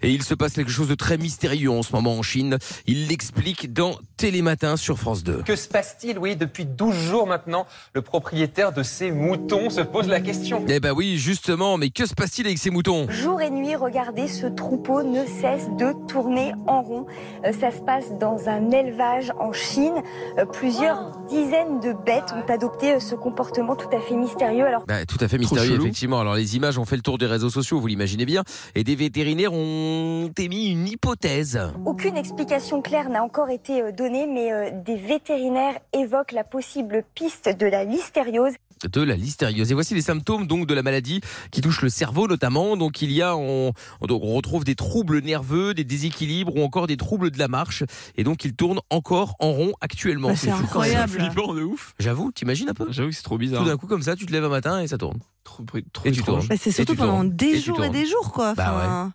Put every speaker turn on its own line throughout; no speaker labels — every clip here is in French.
Et il se passe quelque chose de très mystérieux en ce moment en Chine. Il l'explique dans Télématin sur France 2.
Que se passe-t-il Oui, depuis 12 jours maintenant, le propriétaire de ces moutons se pose la question.
Eh ben oui, justement, mais que se passe-t-il avec ces moutons
Jour et nuit, regardez, ce troupeau ne cesse de tourner en rond. Euh, ça se passe dans un élevage en Chine. Euh, plusieurs dizaines de bêtes ont adopté euh, ce comportement tout à fait mystérieux. Alors,
Bah, tout à fait
Trop
mystérieux,
chelou.
effectivement. Alors, les images ont fait le tour des réseaux sociaux, vous l'imaginez bien. Et des vétérinaires ont émis une hypothèse.
aucune explication claire n'a encore été euh, donnée, mais euh, des vétérinaires évoquent la possible piste de la listériose.
de la listériose. Et voici les symptômes donc de la maladie qui touche le cerveau notamment. Donc il y a, on, on- donc, on retrouve des troubles nerveux, des déséquilibres ou encore des troubles de la marche. Et donc il tourne encore en rond actuellement.
Bah, c'est
fou.
incroyable.
Flippant de ouf.
J'avoue, t'imagines un peu
J'avoue que c'est trop bizarre.
Tout d'un coup comme ça, tu te lèves un matin et ça tourne.
Trop, trop,
Et tu
étrange.
tournes.
Bah, c'est
Et
surtout
tu tournes.
pendant
Et
des
tu
jours et
tournes.
des jours, quoi.
Bah
Enfin,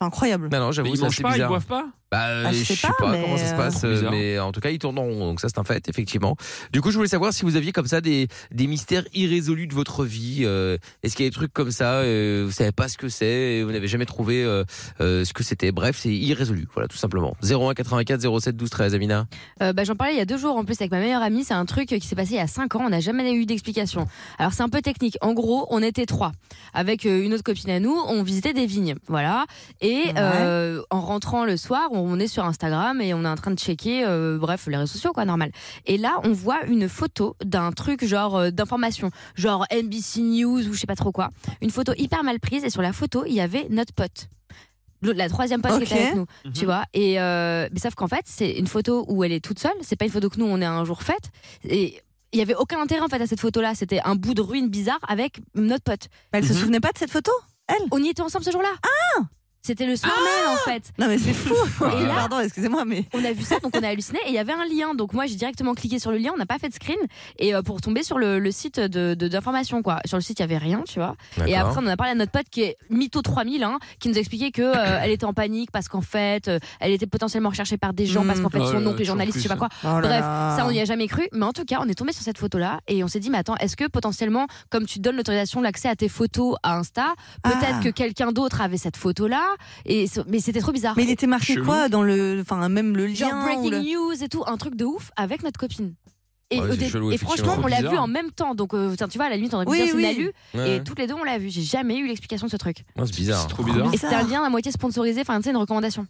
C'est incroyable.
Non, non, j'avoue,
Mais ils
ça,
mangent
c'est
pas, ils
bizarre.
boivent pas
Bah, euh,
Ah,
je sais pas,
mais,
comment ça se
euh,
passe,
Trop bizarre.
mais en tout cas, ils tournent en rond, donc ça c'est un fait, effectivement. Du coup, je voulais savoir si vous aviez comme ça des, des mystères irrésolus de votre vie. euh, Est-ce qu'il y a des trucs comme ça, euh, vous savez pas ce que c'est, vous n'avez jamais trouvé euh, euh, ce que c'était. Bref, c'est irrésolu, voilà, tout simplement. 01 84 07 12 13, Amina.
Euh, bah, J'en parlais il y a deux jours en plus avec ma meilleure amie. C'est un truc qui s'est passé il y a cinq ans. On n'a jamais eu d'explication. Alors c'est un peu technique. En gros, on était trois avec euh, une autre copine à nous. On visitait des vignes, voilà. Et
Ouais.
euh, en rentrant le soir, on on est sur Instagram et on est en train de checker, euh, bref, les réseaux sociaux quoi, normal. Et là, on voit une photo d'un truc genre euh, d'information, genre NBC News ou je sais pas trop quoi. Une photo hyper mal prise et sur la photo, il y avait notre pote. L'autre- La troisième pote qui
Ok.
était avec nous tu
Mhm.
vois. Et euh, mais sauf qu'en fait, c'est une photo où elle est toute seule. C'est pas une photo que nous on est un jour faite. Et il y avait aucun intérêt en fait à cette photo-là. C'était un bout de ruine bizarre avec notre pote.
Mais elle se
Mhm.
souvenait pas de cette photo Ah
On y était ensemble ce jour-là. Ah C'était le soir même en fait.
Non, mais c'est fou.
Et là-
Pardon, excusez-moi, mais.
On a vu ça, donc on a halluciné. Et il y avait un lien. Donc moi j'ai directement cliqué sur le lien. On n'a pas fait de screen et euh, pour tomber sur le, le site de de- d'information quoi. Sur le site il y avait rien, tu vois. Et
D'accord.
après, on en a parlé à notre pote qui est Mytho 3000, hein, qui nous expliquait que euh, elle était en panique parce qu'en fait, euh, elle était potentiellement recherchée par des gens parce qu'en fait,
Oh là
son
là,
oncle est journaliste, je sais pas
toujours
quoi.
Oh là
Bref,
là.
ça, on n'y a jamais cru. Mais en tout cas, on est tombé sur cette photo-là et on s'est dit, mais attends, est-ce que potentiellement, comme tu donnes l'autorisation, l'accès à tes photos à Insta, peut-être
Ah.
que quelqu'un d'autre avait cette photo-là et so- Mais c'était trop bizarre.
Mais il était marqué
Chelou.
quoi dans le. Enfin, même le
Ah, Genre
lien. ou
breaking
le-
news et tout, un truc de ouf avec notre copine. Et,
Ouais,
au
c'est
dé-
chelou,
et
effectivement.
franchement, on l'a
Bizarre.
vu en même temps. Donc, euh, tiens, tu vois, à la limite, on aurait pu
Oui,
dire c'est une
oui.
alu.
Ouais.
Et toutes les deux, on l'a vu. J'ai jamais eu l'explication de ce truc.
Non, Ah, c'est
C'est
bizarre. hein.
trop bizarre.
Et c'était un
Bizarre.
lien à moitié sponsorisé, enfin, tu sais, une recommandation.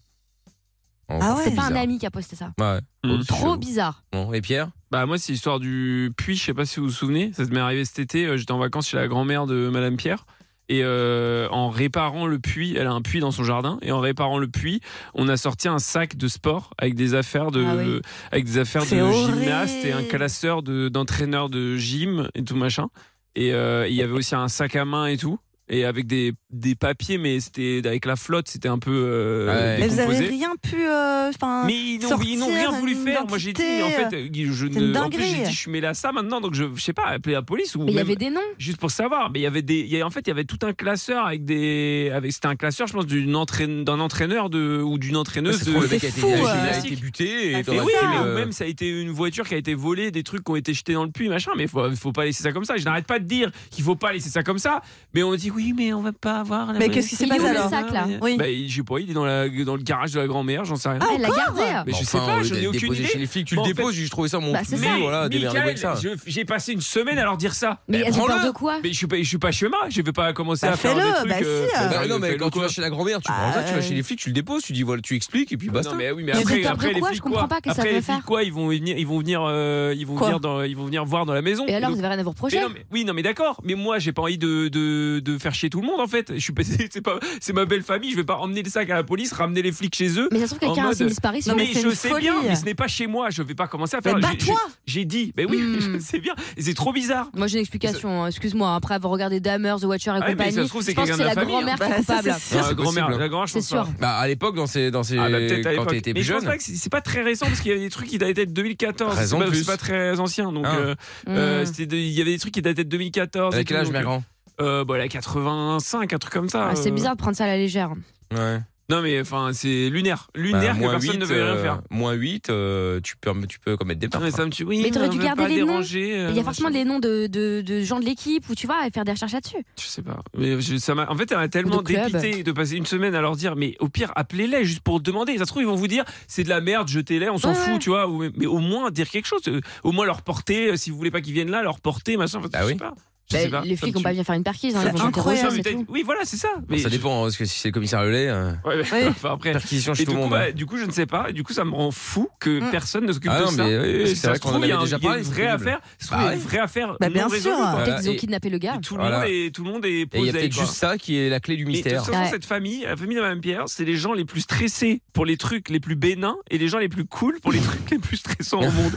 Ah ouais.
C'est pas un
Oh, bizarre.
ami qui a posté ça.
Ouais.
Mm.
Oh, c'est
Trop
chelou.
bizarre.
Bon, Et Pierre
Bah moi c'est l'histoire du puits, je sais pas si vous vous souvenez, ça m'est arrivé cet été, euh, j'étais en vacances chez la grand-mère de madame Pierre et euh, en réparant le puits, elle a un puits dans son jardin et en réparant le puits, on a sorti un sac de sport avec des affaires de
Ah oui.
avec des affaires
C'est
de
horrible.
gymnaste et un classeur de d'entraîneur de gym et tout machin et euh, il y avait aussi un sac à main et tout et avec des, des papiers mais c'était avec la flotte, c'était un peu euh,
Ah Ouais.
Mais vous avez
décomposé.
rien pu. euh, Enfin.
Mais ils n'ont ils n'ont
sortir
rien voulu
une
faire. Moi j'ai dit, en
identité,
fait, euh, je
c'est une
ne. En plus,
dinguerie.
j'ai dit, je suis mêlé à ça maintenant, donc je, je sais pas, appeler la police ou
Mais il y
même-
avait des noms.
juste pour savoir. Mais il y avait des. il y a- en fait, il y avait tout un classeur avec des. Avec, c'était un classeur, je pense, d'une entraîne- d'un entraîneur de, ou d'une entraîneuse.
C'est
de-
trop, le
c'est
mec a été-
fou,
il a-
ouais.
il a été buté.
Ah,
Et
c'est
Mais
t'aurais
oui,
fait,
mais
euh,
même ça a été une voiture qui a été volée, des trucs qui ont été jetés dans le puits, machin. Mais faut, faut pas laisser ça comme ça. Je n'arrête pas de dire qu'il faut pas laisser ça comme ça. Mais on dit oui, mais on va pas avoir. La
Mais qu'est-ce qui s'est
Il est
passé
où le
alors Ah,
sac, là
Oui. Ah,
Bah, je sais pas. Il est dans, la, dans le garage de la grand-mère. J'en sais rien.
Elle l'a gardé.
mais je sais
Bah, enfin,
pas.
au lieu
Je n'ai
d'être
aucune
déposé
idée.
chez les flics, tu
Bon, en
le
fait-
déposes, je trouvais ça mon
Bah, c'est
cul,
ça.
voilà, démerdez-vous
Michael,
avec ça.
je- j'ai passé une semaine à leur dire ça.
Mais
Bah,
elles ont peur
prends-le.
de quoi
Mais je suis pas, je suis pas chemin. Je vais pas commencer
Bah,
à faire
fais-le,
des trucs.
bah, si, euh.
Bah, non, mais
fais-le,
quand tu
quoi.
vas chez la grand-mère, tu prends
Ah,
ça, tu vas
euh.
chez les flics, tu le déposes, tu dis voilà, tu expliques et puis
Non,
basta.
mais oui, mais
Mais
après,
c'est
après,
peur de
les
quoi
flics
Je comprends
quoi
pas que ça
Après,
peut
les flics
faire.
quoi Ils vont venir, ils vont venir, euh, ils vont
Quoi
venir dans, ils vont venir voir dans la maison.
Et alors,
Donc-
vous avez rien à vous
mais
reprocher
non, mais- oui, non, mais d'accord. Mais moi, j'ai pas envie de, de, de faire chier tout le monde en fait. Je suis pas, c'est pas, c'est ma belle famille. Je vais pas emmener le sac à la police, ramener les flics chez eux.
Mais ça se trouve,
En
quelqu'un a
mode-
fait une disparition.
Non, mais
mais,
c'est
je
une
sais
folie.
bien, mais ce n'est pas chez moi. Je vais pas commencer à
Mais
faire. j'ai-
bats-toi
J'ai j'ai dit, mais oui,
Hmm.
je sais bien. Et c'est trop bizarre.
Moi, j'ai une explication. hein. Excuse-moi, après avoir regardé Dahmer, The Watcher et
Ah mais
compagnie,
ça se trouve, c'est
je pense que
quelqu'un
c'est
de
la
la famille, hein.
grand-mère qui est
Bah, ça,
coupable.
c'est
Ah,
La
c'est
grand-mère,
possible.
la grand-mère, je
C'est
pense pas.
sûr.
Bah, à l'époque, dans ces, dans ces,
Ah, bah, peut-être
quand
à l'époque.
t'étais
Mais
plus
je pense
jeune.
pas que c'est c'est pas très récent parce qu'il y avait des trucs qui dataient de 2014.
Raison
C'est pas-
de plus.
C'est pas très ancien. Donc,
Ah.
euh,
Hmm.
euh, c'était de- il y avait des trucs qui dataient de 2014.
Avec
et
quel
tout,
âge,
donc,
bien grand
euh, bah, elle a 85, un truc comme ça.
Ah, C'est
euh.
bizarre de prendre ça à la légère.
Ouais.
Non, mais enfin, c'est lunaire. Lunaire
Bah,
que personne ne veut
euh,
rien faire.
Moins 8, euh, tu, peux, tu peux commettre des
Non, mais
meurtres.
ça me tue. Oui,
Mais t'aurais
on
dû
veut
garder
pas
les noms.
déranger, euh,
Il y a forcément
machin.
les noms de, de, de gens de l'équipe ou tu vois, et faire des recherches là-dessus.
Je sais pas. Mais je- ça m'a- en fait, elle m'a tellement
Ou de club.
dépité de passer une semaine à leur dire, mais au pire, appelez-les juste pour demander. Ça se trouve, ils vont vous dire, c'est de la merde, jetez-les, on s'en
Ouais,
fout,
ouais.
tu vois. Ou- Mais au moins, dire quelque chose. euh, Au moins, leur porter, euh, si vous voulez pas qu'ils viennent là, leur porter, machin. Enfin,
Bah
je
oui.
sais pas. Je
Bah,
sais pas.
les
Ça
flics
me
n'ont pas
tue.
bien faire une parquise, hein,
C'est
ils vont jeter Roger,
incroyable,
c'est
Mais
tout.
t'as- Oui, voilà, c'est ça. Mais
ça
je-
dépend, hein, parce que si c'est le commissaire Lelay, euh,
Ouais, ouais.
Oui.
Enfin, après.
perquisition
Et
chez
du
tout le
coup,
monde.
bah,
hein.
du coup, je ne sais pas. Et du coup, ça me rend fou que
Mm.
personne ne s'occupe
Ah
de
non,
ça.
mais oui,
Et
c'est
ça
vrai
se
qu'on en
trouve, il y a
avait
un-
déjà
il y a
parlé,
une
c'est
vraie
terrible.
affaire. Ça se trouve,
Bah
il y a une
ouais.
vraie affaire.
Bah,
non
bien sûr.
résolue, quoi.
Voilà.
Peut-être qu'ils ont
Et-
kidnappé le gars.
Et tout le
Voilà.
monde est, tout le monde est
Et il y a
posé,
peut-être
quoi.
juste ça qui est la clé du
Mais de toute
mystère.
façon,
Ouais.
cette famille, la famille de Madame Pierre, c'est les gens les plus stressés pour les trucs les plus bénins et les gens les plus cool pour les trucs les plus stressants au monde.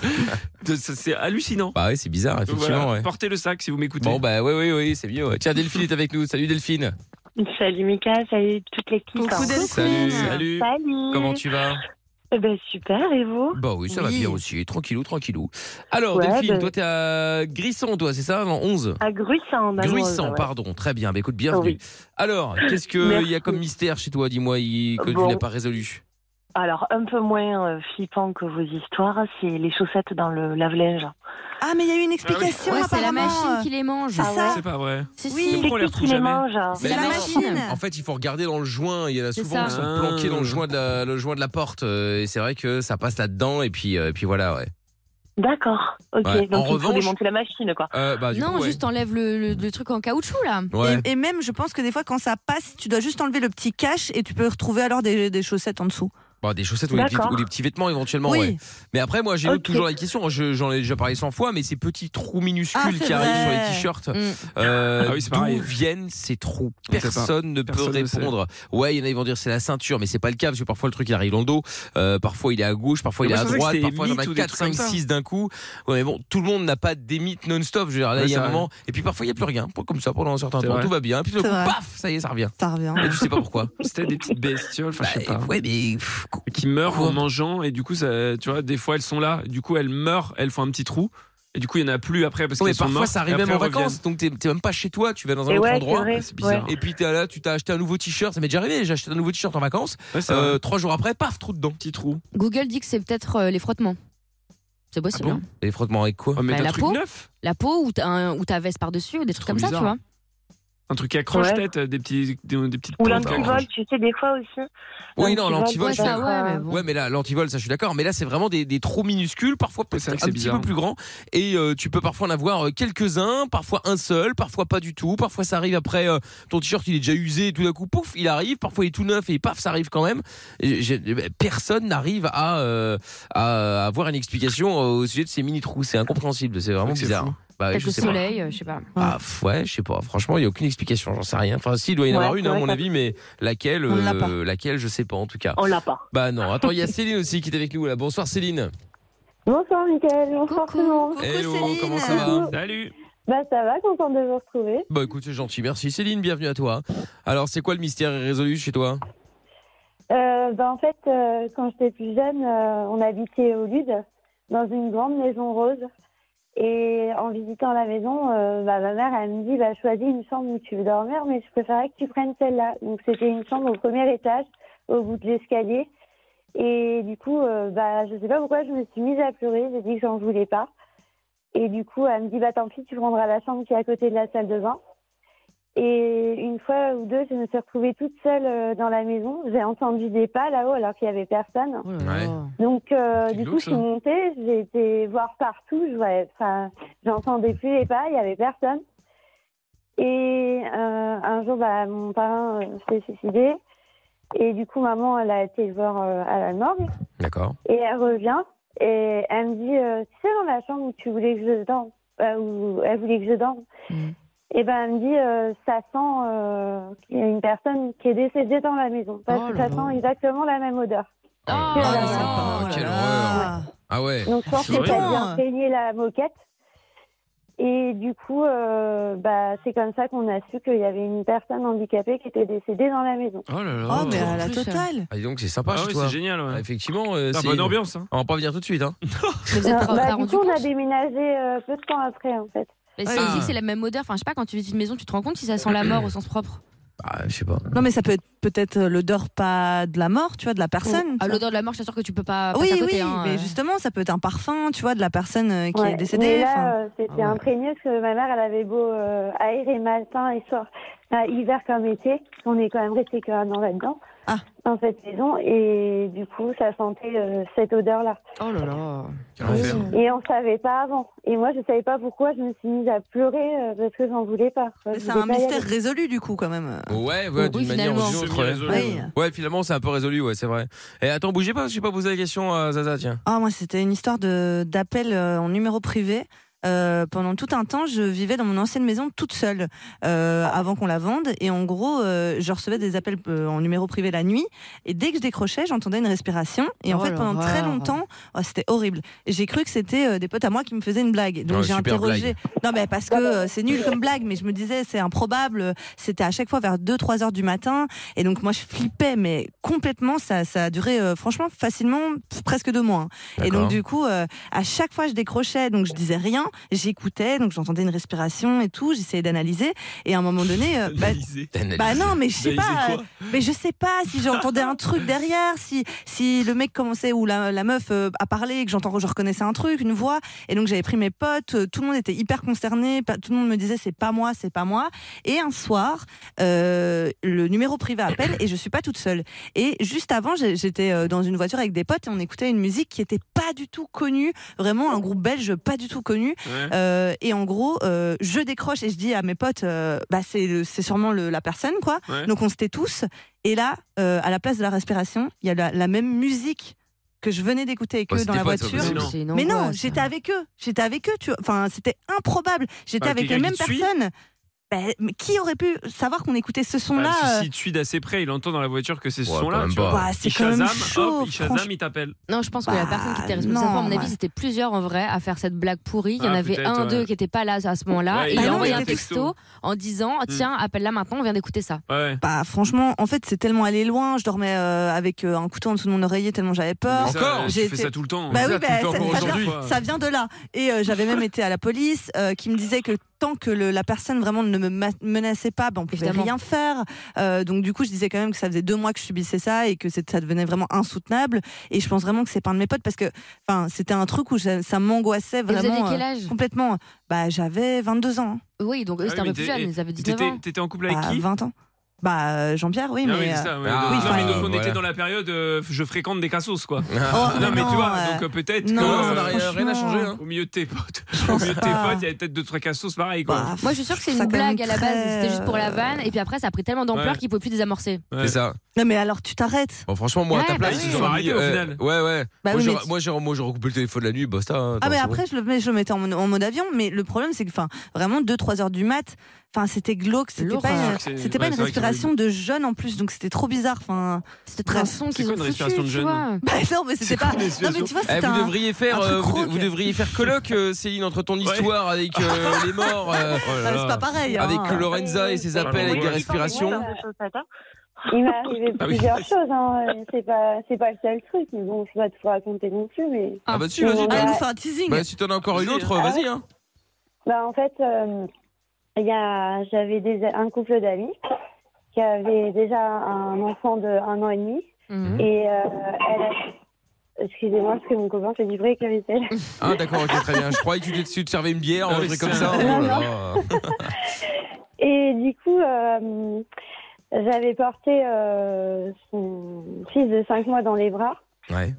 De- ça, C'est hallucinant.
Bah ouais, c'est bizarre, effectivement.
Voilà.
ouais.
Portez le sac si vous m'écoutez.
Bon, bah oui, oui, oui, c'est mieux. ouais. Tiens, Delphine est avec nous. Salut Delphine.
Salut Mika, salut toute l'équipe. hein.
Coucou Delphine.
Salut.
Salut.
Salut.
Comment tu vas
Eh ben, super, et vous
Bah oui, ça va
Oui.
bien aussi. Tranquillou, tranquillou. Alors,
Ouais,
Delphine,
bah-
toi, t'es à Grisson, toi, c'est ça Non, 11.
À Gruissan,
Gruissant,
Ah, malheureusement, ouais.
pardon. Très bien. Bah, écoute, bienvenue.
Oui.
Alors, qu'est-ce qu'il y a
Merci.
comme mystère chez toi, dis-moi, il- que
Bon.
tu n'as pas résolu
Alors, un peu moins euh, flippant que vos histoires, c'est les chaussettes dans le lave-linge.
Ah, mais il y a eu une explication
Ouais, c'est la
apparemment.
machine qui les mange.
C'est
Ah
ça.
C'est pas vrai.
Si,
Oui.
si.
C'est
Pourquoi on les
qui
retrouve
qui les
jamais
mange hein.
C'est la
Mais non.
machine.
En fait, il faut regarder dans le joint. Il y en a
C'est
souvent
ça.
qui sont
Ah.
planqués dans le joint de la, le joint de la porte. euh, et c'est vrai que ça passe là-dedans. Et puis, euh, et puis voilà, ouais.
D'accord, ok.
Ouais. En
Donc, il
revanche-
faut démonter la machine, quoi.
Euh, bah, du
Non,
coup, ouais.
juste enlève le, le- le truc en caoutchouc là.
Ouais.
Et, et même, je pense que des fois, quand ça passe, tu dois juste enlever le petit cache et tu peux retrouver alors des, des chaussettes en dessous.
Bah, des chaussettes ou des, petits,
D'accord.
ou des petits vêtements éventuellement,
oui.
ouais. Mais après, moi, j'ai
Ok.
toujours la question. je- J'en ai déjà parlé 100 fois, mais ces petits trous minuscules
Ah, c'est
qui arrivent sur
vrai.
les t-shirts.
Mm.
Euh,
Ah oui, c'est pareil.
D'où viennent ces trous
On sait pas.
Personne ne peut
Personne ne sait.
répondre. ouais, il y en a, ils vont dire c'est la ceinture, mais c'est pas le cas parce que parfois le truc il arrive dans le dos, euh, parfois il est à gauche, parfois
Ah,
il
Mais
est
moi,
à
je pensais que
droite,
c'était
parfois il y en
mythes
a
ou des
4,
trucs
5,
comme ça.
6 d'un coup. Ouais, mais bon, tout le monde n'a pas des mythes non-stop. Je veux dire, là,
Ouais,
il y a
ça
un
arrive.
moment, et puis parfois il y a plus rien, Pas comme ça pendant un certain
C'est
temps,
vrai.
tout va bien, puis tout d'un
C'est
coup,
vrai.
paf, ça y est, ça revient.
Ça revient.
Et tu sais pas pourquoi.
C'était des petites bestioles, enfin, je sais
Bah,
pas.
ouais, mais pff,
Qui meurent
Quoi
en mangeant et du coup, ça, tu vois, des fois elles sont là. Du coup, elles meurent, elles font un petit trou. Et du coup, il y en a plus après parce
Non,
qu'elles
mais
sont
parfois
mortes.
ça arrive
et
même
après,
en
elles reviennent.
vacances, donc t'es t'es même pas chez toi, tu vas dans un
Et
autre
ouais, c'est
endroit.
vrai.
Ouais, c'est bizarre.
Et puis t'es là, tu t'as acheté un nouveau t-shirt, ça m'est déjà arrivé, j'ai acheté un nouveau t-shirt en vacances,
Ouais, ça
euh, trois jours après, paf, trou dedans.
petit trou.
Google dit que c'est peut-être euh, les frottements. C'est possible.
Ah bon
hein.
Les frottements avec quoi
On va mettre
Bah,
un
la
truc
peau.
neuf.
La peau ou, ta- un- ou ta veste par-dessus ou des trucs
Trop
comme ça, tu vois.
bizarre. Un truc accroche-tête, euh, des, petits, des, des petites
Ou
plantes qui
l'antivol,
accrochent.
tu sais, des fois aussi.
Oui,
Donc,
non,
tu vas
l'antivol,
voir,
je
ça
suis
ça,
d'accord.
d'accord.
Ah ouais, mais
hein.
bon.
Ouais, mais là, l'antivol, ça, je suis d'accord. Mais là, c'est vraiment des, des trous minuscules, parfois
C'est vrai
peut-être
que
un
c'est
petit
bizarre. hein.
peu plus grands. Et euh, tu peux parfois en avoir euh, quelques-uns, parfois un seul, parfois pas du tout. Parfois, ça arrive après euh, ton t-shirt, il est déjà usé, et tout d'un coup, pouf, il arrive. Parfois, il est tout neuf et paf, ça arrive quand même. Et j'ai- eh ben, Personne n'arrive à, euh, à avoir une explication euh, au sujet de ces mini-trous. C'est incompréhensible, c'est vraiment
Ouais, c'est
bizarre.
fou.
Bah, ouais,
Peut-être
je
le
sais pas.
soleil, euh, je sais pas.
Ah, pff, ouais, je sais pas. Franchement, il n'y a aucune explication, j'en sais rien. Enfin, si, il doit y en
Ouais,
avoir une,
c'est
hein, à
vrai
mon
que-
avis, mais laquelle,
On l'a
euh,
pas.
laquelle, je sais pas en tout cas.
On l'a pas.
Bah non, attends, il y a Céline aussi qui est avec nous là. Bonsoir Céline.
Bonsoir Mickaël, bonsoir
Coucou.
tout le monde.
Coucou
Hello,
Céline.
comment ça va
Salut.
Bah ça va, contente de vous retrouver.
Bah écoute, c'est gentil, merci Céline, bienvenue à toi. Alors, c'est quoi le mystère résolu chez toi
Euh, bah en fait, euh, quand j'étais plus jeune, euh, on habitait au Lude, dans une grande maison rose. Et en visitant la maison, euh, bah, ma mère, elle me dit, bah, choisis une chambre où tu veux dormir, mais je préférais que tu prennes celle-là. Donc c'était une chambre au premier étage, au bout de l'escalier. Et du coup, euh, bah, je sais pas pourquoi, je me suis mise à pleurer, j'ai dit que j'en voulais pas. Et du coup, elle me dit, bah, tant pis, tu prendras la chambre qui est à côté de la salle de bain. Et une fois ou deux, je me suis retrouvée toute seule euh, dans la maison. J'ai entendu des pas là-haut alors qu'il n'y avait personne.
Oh là là.
Donc, euh,
C'est
du
glauque,
coup, je suis
ça.
montée, j'ai été voir partout, je voyais- enfin, j'entendais plus les pas, il n'y avait personne. Et euh, un jour, bah, mon parrain euh, s'est suicidé. Et du coup, maman, elle a été le voir euh, à la morgue.
D'accord.
Et elle revient et elle me dit euh, Tu sais, dans la chambre où tu voulais que je dorme, euh, où elle voulait que je dorme.
Mhm.
Et ben, elle me dit euh, Ça sent euh, qu'il y a une personne qui est décédée dans la maison. Parce
Oh
que
là là.
ça sent exactement la même odeur.
Ah,
Oh
là là.
Ah, quelle horreur. Ah ouais.
Donc, hein. je pense
C'est
que
horrible.
ça vient peigner la moquette. Et du coup, euh, bah, c'est comme ça qu'on a su qu'il y avait une personne handicapée qui était décédée dans la maison.
Oh là là.
Oh, mais à la
Plus, hein.
totale.
Ah, dis donc, c'est sympa
Ah
chez
ouais,
toi.
c'est génial.
Ah,
Ouais.
Effectivement, euh,
Ah,
Céline.
bonne ambiance. Hein.
On va pas venir tout de suite, hein.
Mais vous êtes pas,
Bah,
pas
du
rendu
coup, on a
compte
déménagé euh, peu de temps après, en fait.
Mais si
Ah.
on dit que c'est la même odeur, enfin je sais pas, quand tu visites une maison, tu te rends compte si ça sent la mort au sens propre.
Bah, je sais pas.
Non, mais ça peut être peut-être l'odeur pas de la mort, tu vois, de la personne.
À l'odeur de la mort, je t'assure que tu peux pas
oui,
passer à côté.
oui,
hein,
mais
euh.
justement, ça peut être un parfum, tu vois, de la personne euh, qui
Ouais,
est
mais
décédée. enfin.
là, euh, c'était
Ah ouais.
imprégné parce que ma mère, elle avait beau euh, aérer matin et soir, euh, hiver comme été. On est quand même resté qu'un an là-dedans,
Ah.
dans cette maison. Et du coup, ça sentait euh, cette odeur-là.
Oh là là.
Quel enfer.
Et on savait pas avant. Et moi, je savais pas pourquoi je me suis mise à pleurer euh, parce que j'en voulais pas. Je
Mais C'est
voulais
un
pas y
mystère
aller.
résolu, du coup, quand même.
Ouais, ouais, d'une
Oui,
manière
finalement.
ou d'une autre.
Semi-résolu.
Ouais.
Oui.
Ouais, finalement, c'est un peu résolu, ouais, c'est vrai. Et attends, bougez pas, je sais pas posé la question à euh, Zaza, tiens.
Ah, moi, c'était une histoire de- d'appel euh, en numéro privé. Euh, pendant tout un temps, je vivais dans mon ancienne maison toute seule euh, avant qu'on la vende. Et en gros, euh, je recevais des appels euh, en numéro privé la nuit. Et dès que je décrochais, j'entendais une respiration. Et en
Oh,
fait, pendant
l'horreur.
très longtemps, oh, c'était horrible. Et J'ai cru que c'était euh, des potes à moi qui me faisaient une blague. Donc
Ouais,
j'ai
super
interrogé. Non, mais parce que euh, c'est nul comme blague. Mais je me disais, c'est improbable. C'était à chaque fois vers 2-3 heures du matin. Et donc moi, je flippais, mais complètement. Ça, ça a duré, euh, franchement, facilement pff, presque deux mois. hein. Et
D'accord.
donc du coup, euh, à chaque fois je décrochais, donc je disais rien, j'écoutais, donc j'entendais une respiration et tout, j'essayais d'analyser. Et à un moment donné, euh, bah,
Analyser.
Analyse.
bah non, mais je sais
Analyser
pas,
quoi
euh, mais je sais pas si j'entendais un truc derrière, si si le mec commençait ou la, la meuf euh, à parler, et que j'entends, je reconnaissais un truc, une voix. Et donc j'avais pris mes potes, euh, tout le monde était hyper concerné, pas- tout le monde me disait c'est pas moi, c'est pas moi. Et un soir, euh, le numéro privé appelle et je suis pas toute seule. Et juste avant, j'ai- j'étais euh, dans une voiture avec des potes et on écoutait une musique qui était pas du tout connue, vraiment un groupe belge pas du tout connu.
Ouais.
Euh, et en gros, euh, je décroche et je dis à mes potes, euh, bah c'est le- c'est sûrement le- la personne quoi.
Ouais.
Donc on se tait tous. Et là, euh, à la place de la respiration, il y a la, la même musique que je venais d'écouter avec
Ouais,
eux dans
c'était
la
pas- c'est pas
voiture.
possible. Non.
C'est une
Mais non,
angoisse. hein.
j'étais avec eux. J'étais avec eux. Tu... vois. Enfin, c'était improbable. J'étais
Bah,
Ah,
avec les
quelqu'un
mêmes
qui te suit
personnes. Ben, mais qui aurait pu savoir qu'on écoutait ce son-là
Ah,
euh,
si, si tu es d'assez près, il entend dans la voiture que c'est ce
Ouais, quand
son-là.
même
tu
pas.
vois.
Ouah, C'est
Il
quand même
Shazam,
chaud.
hop, il Shazam,
franchement.
il t'appelle.
Non, je pense que
Bah,
la personne qui était responsable, à
non,
mon avis,
ouais.
c'était plusieurs en vrai à faire cette blague pourrie. Il y en
Ah,
avait
peut-être,
un,
ouais.
deux qui n'étaient pas là à ce moment-là.
Ouais,
et
ils
il a
ont
envoyé un
envoyé un
texto en disant Tiens, appelle là maintenant, on vient d'écouter ça.
Ouais.
Bah, franchement, en fait, c'est tellement allé loin. Je dormais euh, avec euh, un couteau en dessous de mon oreiller tellement j'avais peur.
Mais ça,
Encore
Tu
J'ai
fais
été-
ça tout le temps.
Bah
Ça,
oui,
tu
bah,
le fais
ça-
encore
ça vient-
aujourd'hui.
Ça vient de là. Et euh, j'avais même été à la police euh, qui me disait que tant que le- la personne vraiment ne me ma- menaçait pas, ben, on pouvait
Évidemment.
rien faire. Euh, donc du coup, je disais quand même que ça faisait deux mois que je subissais ça et que c'est- ça devenait vraiment insoutenable. Et je pense vraiment que c'est pas un de mes potes parce que enfin, c'était un truc où ça, ça m'angoissait
Et vous aviez
vraiment
quel
euh,
âge
complètement. Bah j'avais 22 ans, hein.
Oui, donc eux,
Ah
c'était
oui,
un peu plus
mais t'es-
jeune, ils avaient 19
T'étais
ans.
t'étais en couple avec
bah,
qui
20 ans. Bah euh, Jean-Pierre, oui,
Ah
mais...
oui,
euh,
c'est ça, ouais.
Ah,
Donc, non, mais
enfin,
donc on
voilà.
était dans la période euh, je fréquente des cassos quoi.
oh,
non, mais tu vois,
euh,
donc euh, peut-être
non,
ça
que,
n'a rien- rien
franchement.
à changer, hein.
au milieu de tes potes,
je
au
pense
milieu de tes
pas.
potes, il y avait peut-être deux trois cassos pareil
Bah,
quoi.
Moi, je suis sûre que c'est
je trouve
une
ça quand même
blague à la base.
très,
C'était juste pour la
euh,
vanne. Et puis après, ça a pris tellement d'ampleur
Ouais.
qu'il pouvait plus désamorcer.
Ouais.
C'est ça.
Non mais alors tu t'arrêtes.
Bon, franchement, moi, à ta
Ouais,
place,
bah oui.
j'aurais
Faut
mis,
arrêter, au
euh,
final.
Ouais, ouais.
Bah
moi,
oui, mais
j'aurais- moi, j'aurais- moi, j'aurais coupé le téléphone la nuit, basta. hein,
Ah
attends,
mais
c'est
après je le, mets- je le mettais en, mon- en mode avion mais le problème c'est que enfin vraiment 2 3 heures du mat enfin c'était glauque c'était
L'horreur.
pas
Je
une,
crois que c'est-
c'était pas
ouais,
une
c'est vrai que c'est
respiration de jeune en plus donc c'était trop bizarre enfin
C'était un
Bref.
son
C'est
qu'ils
quoi
ont
une
foutu,
respiration de
tu
jeune
vois.
bah non mais c'était
quoi
pas
une
non mais tu vois
Eh,
c'était
vous
un-
devriez faire,
un truc
euh, vous, de-
rock.
vous devriez faire colloque, euh, Céline, entre ton histoire avec euh, les morts, euh,
Ah, mais c'est pas pareil hein.
avec Lorenza et ses appels avec des
Ouais.
respirations.
Des choses à table.
bah, Il m'est arrivé
Ah oui.
plusieurs choses. Hein. euh, C'est pas, c'est pas le seul truc. Mais bon, je vais pas tout raconter non plus. Mais
Ah bah si, vas-y.
Ah,
t'as-
il nous fait un teasing
Bah, si t'en as encore une autre,
Ah,
vas-y. Hein.
Bah, en fait, euh, il y a, j'avais des, un couple d'amis qui avait déjà un enfant de un an et demi.
Mhm.
Mm-hmm.
Et euh, elle a... Excusez-moi, parce que mon copain fait du bruit avec la vaisselle.
Ah d'accord, ok, très bien. Je croyais que tu t'es- tu te servais une bière,
Ah
un
oui,
truc
c'est
comme
ça.
ça. Oh là là.
Et du coup, euh, j'avais porté euh, son fils de 5 mois dans les bras.
Ouais.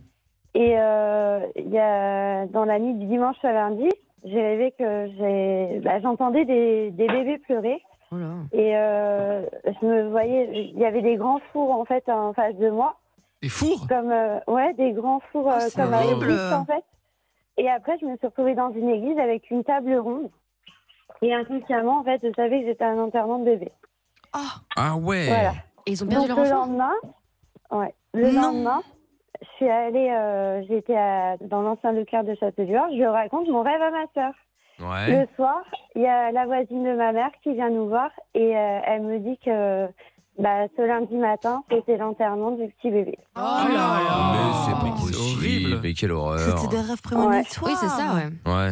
Et euh, il y a, dans la nuit du dimanche à lundi, j'ai rêvé que j'ai, bah, j'entendais des, des bébés pleurer.
Oh là.
Et euh, je me voyais, il y avait des grands fours en fait en face de moi,
Des fours
comme euh, ouais, des grands fours
Ah,
euh,
c'est
comme à
horrible.
l'église en fait. Et après, je me suis retrouvée dans une église avec une table ronde. Et inconsciemment, en fait, je savais que j'étais à un enterrement de bébé.
Ah,
Ah ouais.
Voilà.
Et ils ont perdu
Donc, euh,
leur
le
enfant.
lendemain, ouais, le
Non.
lendemain, je suis allée, euh, j'étais à- dans l'ancien Leclerc de Château-du-Hors, je raconte mon rêve à ma sœur.
Ouais.
Le soir, il y a la voisine de ma mère qui vient nous voir et euh, elle me dit que bah, ce lundi matin, c'était l'enterrement du petit bébé.
Oh
là
Mais
là.
c'est pas
Oh,
c'est
possible.
horrible.
Mais quelle horreur.
c'était des rêves prémonitoires
Oui, c'est ça, ouais.
Ouais.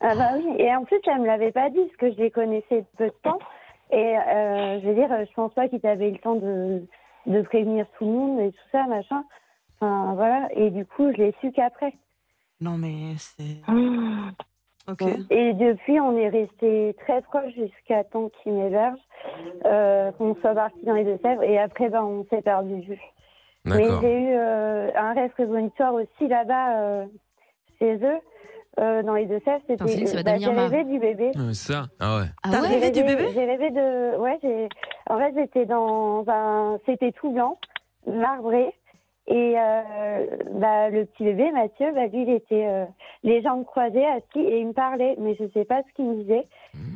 Ah bah oui, et en plus, elle me l'avait pas dit parce que je les connaissais de peu de temps. Et euh, je veux dire, je pense pas qu'ils avaient le temps de, de prévenir tout le monde et tout ça, machin. Enfin, voilà. Et du coup, je l'ai su qu'après.
Non, mais c'est. Ok.
Ah. Et depuis, on est resté très proche jusqu'à temps qu'il m'héberge, euh, qu'on soit parti dans les Deux-Sèvres. Et après, ben, on s'est perdu de vue. Mais
D'accord.
j'ai eu euh, un rêve prémonitoire aussi là-bas, euh, chez eux, euh, dans les Deux-Sèvres. C'était
Céline, ça va
bah,
devenir
j'ai
marrant.
rêvé du bébé.
Ouais, c'est ça.
Ah ouais.
Ah
T'as
ouais
J'ai
rêvé du bébé
J'ai rêvé de. Ouais, j'ai. En fait, j'étais dans. un- c'était tout blanc, marbré. Et euh, bah, le petit bébé, Mathieu, bah, lui, il était euh, les jambes croisées, assis, et il me parlait, mais je ne sais pas ce qu'il me disait.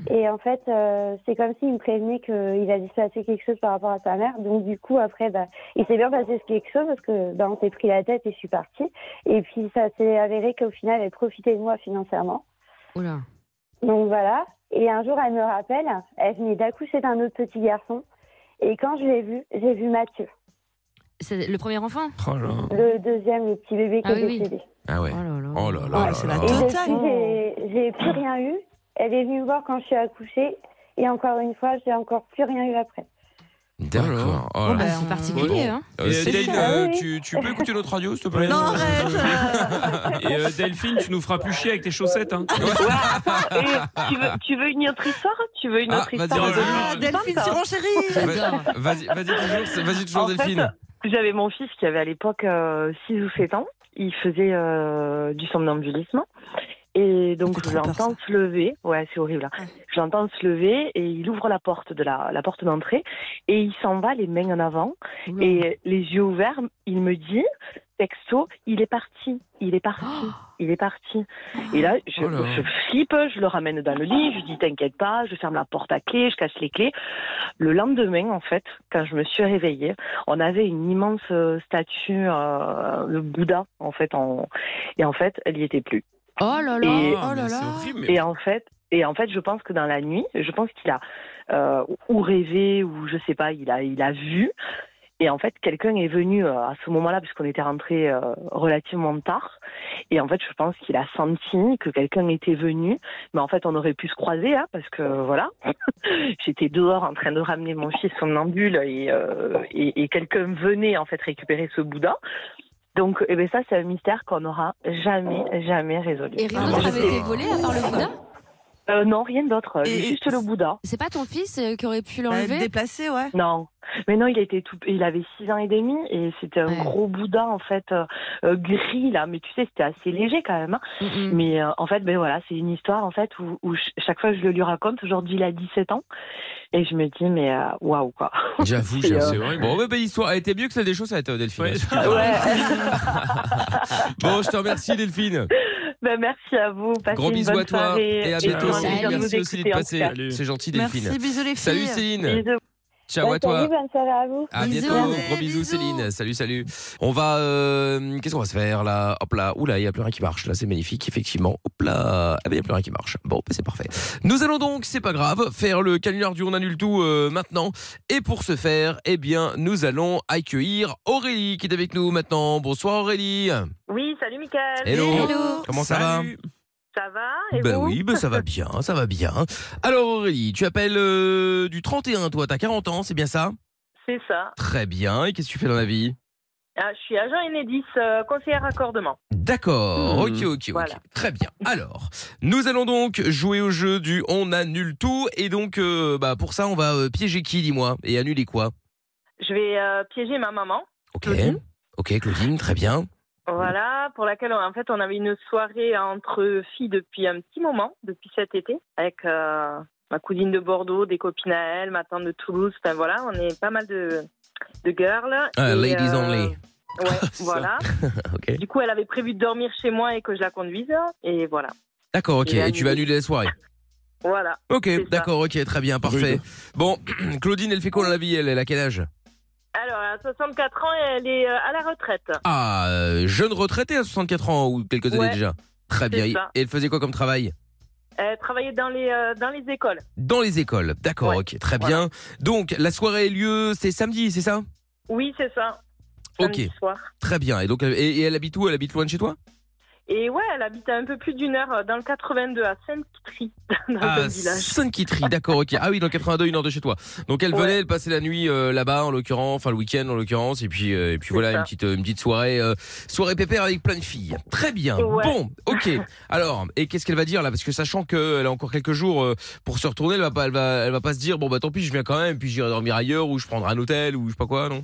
Et en fait, euh, c'est comme s'il me prévenait qu'il allait se passer quelque chose par rapport à sa mère. Donc, du coup, après, bah, il s'est bien passé ce quelque chose parce que bah, on s'est pris la tête et je suis partie. Et puis, ça s'est avéré qu'au final, elle profitait de moi financièrement.
Oula.
Donc voilà. Et un jour, elle me rappelle, elle venait d'accoucher d'un autre petit garçon. Et quand je l'ai vu, j'ai vu Mathieu,
C'est le premier enfant
Oh là là.
le deuxième, le petit bébé qui
Ah oui,
est
Ah. oui.
décédé.
Ah ouais.
Oh là là.
Oh là là.
Ouais,
là
c'est
là.
la
Et
Total.
depuis, j'ai- j'ai plus rien eu. Elle est venue me voir quand je suis accouchée. Et encore une fois, j'ai encore plus rien eu après.
D'accord. Oh là
Bon,
là.
bah,
là.
c'est particulier, hein.
Euh,
Et, euh,
Céline,
Jane,
Ah
euh,
oui.
tu, tu peux écouter notre radio, s'il te plaît
Non, arrête
Et euh, Delphine, tu nous feras plus chier avec tes chaussettes. Hein.
Et tu, veux, tu veux une autre histoire Tu veux une
Ah,
autre
vas-y,
histoire
vas-y.
Ah, Delphine, tu renchéris
J'adore.
Vas-y, vas-y toujours, c'est- vas-y toujours
En fait, euh,
Delphine.
J'avais mon fils qui avait à l'époque 6 ou 7 ans. Il faisait euh, du somnambulisme. Et
Ça
donc,
fait
je
trop peur,
l'entends se lever. Ouais, c'est horrible. hein.
Ouais.
Je l'entends se lever et il ouvre la porte de la, la porte d'entrée et il s'en va les mains en avant
Oula.
et les yeux ouverts. Il me dit, texto, il est parti, il est parti,
Oh.
il est parti. Et là, je,
Oh là.
je flippe, je le ramène dans le lit, je lui dis, t'inquiète pas, je ferme la porte à clé, je casse les clés. Le lendemain, en fait, quand je me suis réveillée, on avait une immense euh, statue, euh, le Bouddha, en fait, en... et en fait, elle n'y était plus.
Oh là là.
Et-
Oh là
mais C'est
là.
horrible. mais-
Et en fait, et en fait, je pense que dans la nuit, je pense qu'il a euh, ou rêvé ou je sais pas, il a il a vu. Et en fait, quelqu'un est venu euh, à ce moment-là puisqu'on était rentré relativement tard. Et en fait, je pense qu'il a senti que quelqu'un était venu, mais en fait, on aurait pu se croiser hein, parce que voilà, j'étais dehors en train de ramener mon fils somnambule et euh, et, et quelqu'un venait en fait récupérer ce Bouddha. Donc, eh ben ça, c'est un mystère qu'on n'aura jamais, jamais résolu. Ah,
Et
Ah,
rien d'autre avait été volé à part le Bouddha
Euh, non, rien d'autre.
Et-
Juste le Bouddha.
C'est pas ton fils euh, qui aurait pu
Bah,
l'enlever
Déplacé, ouais.
Non, mais non, il était tout, il avait six ans et demi et c'était un
Ouais.
gros Bouddha en fait euh, euh, gris là, mais tu sais c'était assez léger quand même. hein.
Mm-mm.
Mais euh, en fait, ben voilà, c'est une histoire en fait où, où ch- chaque fois je le lui raconte. Aujourd'hui il a 17 ans et je me dis mais euh, waouh quoi.
J'avoue,
C'est, euh,
j'avoue.
C'est horrible.
Bon, bah, belle histoire. Elle était mieux que celle des chaussettes, euh, Delphine.
Ouais.
Bon, je te remercie, Delphine.
Ben, merci à vous. Passez
Gros
une
bisous
bonne
à toi
soirée.
et à
Et
bientôt.
puis,
Céline.
on est bien de
Merci
vous
aussi
écouter,
d'être
en tout
passé.
cas.
Salut.
C'est gentil, Delphine.
Merci, bisous les filles.
Salut, Céline.
Bisous.
Ciao
Bah,
à toi.
salut, bonne soirée à vous.
À
Bisous.
bientôt, gros bisous,
Bisous.
Céline. Salut, salut. On va. euh, Qu'est-ce qu'on va se faire là Hop là, oula, il n'y a plus rien qui marche. Là, c'est magnifique, effectivement. Hop là, eh ben, il n'y a plus rien qui marche. Bon, ben, c'est parfait. Nous allons donc, c'est pas grave, faire le canular du On annule tout euh, maintenant. Et pour ce faire, eh bien, nous allons accueillir Aurélie qui est avec nous maintenant. Bonsoir Aurélie.
Oui, salut Mickaël.
Hello.
Hello.
Comment ça va
Salut.
Ça va
Ben oui, ben ça va bien, ça va bien. Alors Aurélie, tu appelles euh, du 31, toi, t'as 40 ans, c'est bien ça
C'est ça. Ah,
Très bien. Et qu'est-ce que tu fais dans la vie
je suis agent Enedis, conseillère raccordement.
D'accord,
Hmm.
ok, ok, ok.
Voilà.
Très bien. Alors, nous allons donc jouer au jeu du on annule tout. Et donc, euh, bah, pour ça, on va euh, piéger qui, dis-moi, et annuler quoi
Je vais euh, piéger ma maman.
Ok.
Claudine.
Ok, Claudine, très bien.
Voilà, pour laquelle en fait on avait une soirée entre filles depuis un petit moment, depuis cet été, avec euh, ma cousine de Bordeaux, des copines à elle, ma tante de Toulouse. Enfin voilà, on est pas mal de, de girls.
Ah,
Et, euh,
ladies only.
Ouais,
Ça.
voilà.
Ok.
Du coup, elle avait prévu de dormir chez moi et que je la conduise. Et voilà.
D'accord, ok.
Il a
Et tu vas annuler la soirée.
Voilà.
Ok,
C'est ça.
d'accord, ok, très bien, parfait. Bon, Claudine, elle fait quoi dans la vie Elle, elle a quel âge
Alors, à 64 ans, elle est euh, à la retraite.
Ah, euh, jeune retraitée à 64 ans ou quelques années
Ouais.
déjà. Très bien.
ça.
Et elle faisait quoi comme travail
Elle travaillait dans les, euh, dans les écoles.
Dans les écoles. D'accord,
Ouais.
ok, très
Voilà.
bien. Donc, la soirée a lieu, c'est samedi, c'est ça
Oui, c'est ça.
Ok.
Samedi soir.
Très bien. Et donc, et, et elle habite où Elle habite loin de chez toi
Et ouais, elle habite à un peu plus d'une heure euh, dans le 82 à Sainte-Kitry, dans
Ah,
le village.
Sainte-Kitry, d'accord, ok. Ah oui, dans le 82, une heure de chez toi. Donc elle venait, elle passait la nuit euh, là-bas, en l'occurrence, enfin le week-end en l'occurrence, et puis euh, et puis
C'est
voilà
ça.
une petite euh, une petite soirée euh, soirée pépère avec plein de filles. Très bien.
Ouais.
Bon, ok. Alors et qu'est-ce qu'elle va dire là Parce que sachant qu'elle a encore quelques jours euh, pour se retourner, elle va pas elle va elle va pas se dire bon bah tant pis, je viens quand même, puis j'irai dormir ailleurs ou je prendrai un hôtel ou je sais pas quoi, non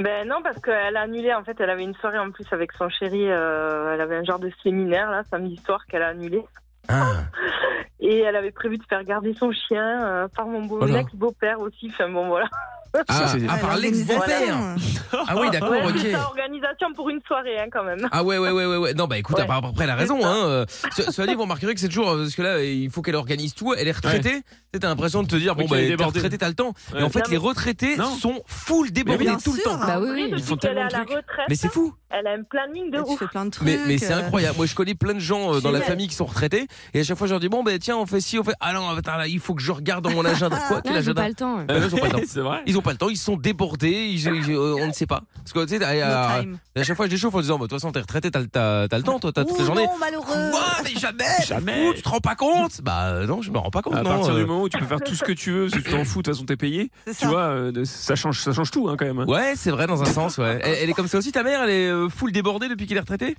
Ben non, parce qu'elle a annulé, en fait, elle avait une soirée en plus avec son chéri, euh, elle avait un genre de séminaire, là, samedi soir, qu'elle a annulé.
Ah,
Et elle avait prévu de faire garder son chien euh, par mon beau
Voilà.
ex-beau-père aussi, enfin bon, voilà.
Oh ah,
c'est-
ah, par l'ex-beau-père.
L'organisation.
Ah oui, d'accord,
Ouais,
ok.
c'est ça, organisation pour une soirée, hein, quand même.
Ah ouais ouais ouais ouais ouais. Non bah écoute,
Ouais.
à part- après elle a raison
ça.
hein. Euh, ce- Cela dit, vous remarquerez que c'est toujours euh, parce que là il faut qu'elle organise tout, elle est retraitée. Tu T'as l'impression de te dire bon
Oui,
bah
qu'elle est
t'es
débordée.
retraité, t'as le temps. Et
Ouais.
en fait
Non, mais-
les retraités
Non.
sont full débordés
bien
tout le
sûr.
temps.
Bah oui, oui.
Ils font
Depuis qu'elle est
tellement
à
de
la
trucs.
retraite,
Mais c'est fou.
elle a un planning de
Et Tu
ouf.
fais plein de trucs.
Mais, mais c'est
euh,
incroyable. Moi je connais plein de gens euh, dans la
Génial.
famille qui sont retraités et à chaque fois je leur dis bon bah tiens on fait ci on fait ah non attends, là, il faut que je regarde dans mon agenda quoi quel
Non, j'ai
agenda.
pas le temps.
Ah, non, ils ont pas le temps.
C'est vrai.
Ils ont pas le temps, ils sont débordés, ils- ils- euh, on ne sait pas. Parce que tu sais,
no
à, à-
time.
à chaque fois je les chauffe en disant bah, de toute façon t'es retraité, t'as le- t'as t'as le temps, toi t'as toute la
Ouh,
journée.
non, malheureux.
Quoi Mais jamais
Jamais.
fou, Tu te rends pas compte Bah euh, non, je me rends pas compte.
À
non,
partir
euh.
du moment où tu peux faire tout ce que tu veux, parce que tu t'en fous, de toute façon t'es payé,
C'est
tu
ça.
vois, euh, de- ça change, ça change tout hein, quand même. hein.
Ouais, c'est vrai dans un sens. Ouais. Elle, elle est comme ça aussi, ta mère. Elle est euh, full débordée depuis qu'elle est retraitée.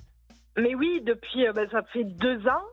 Mais oui, depuis, euh, ben, ça fait deux ans.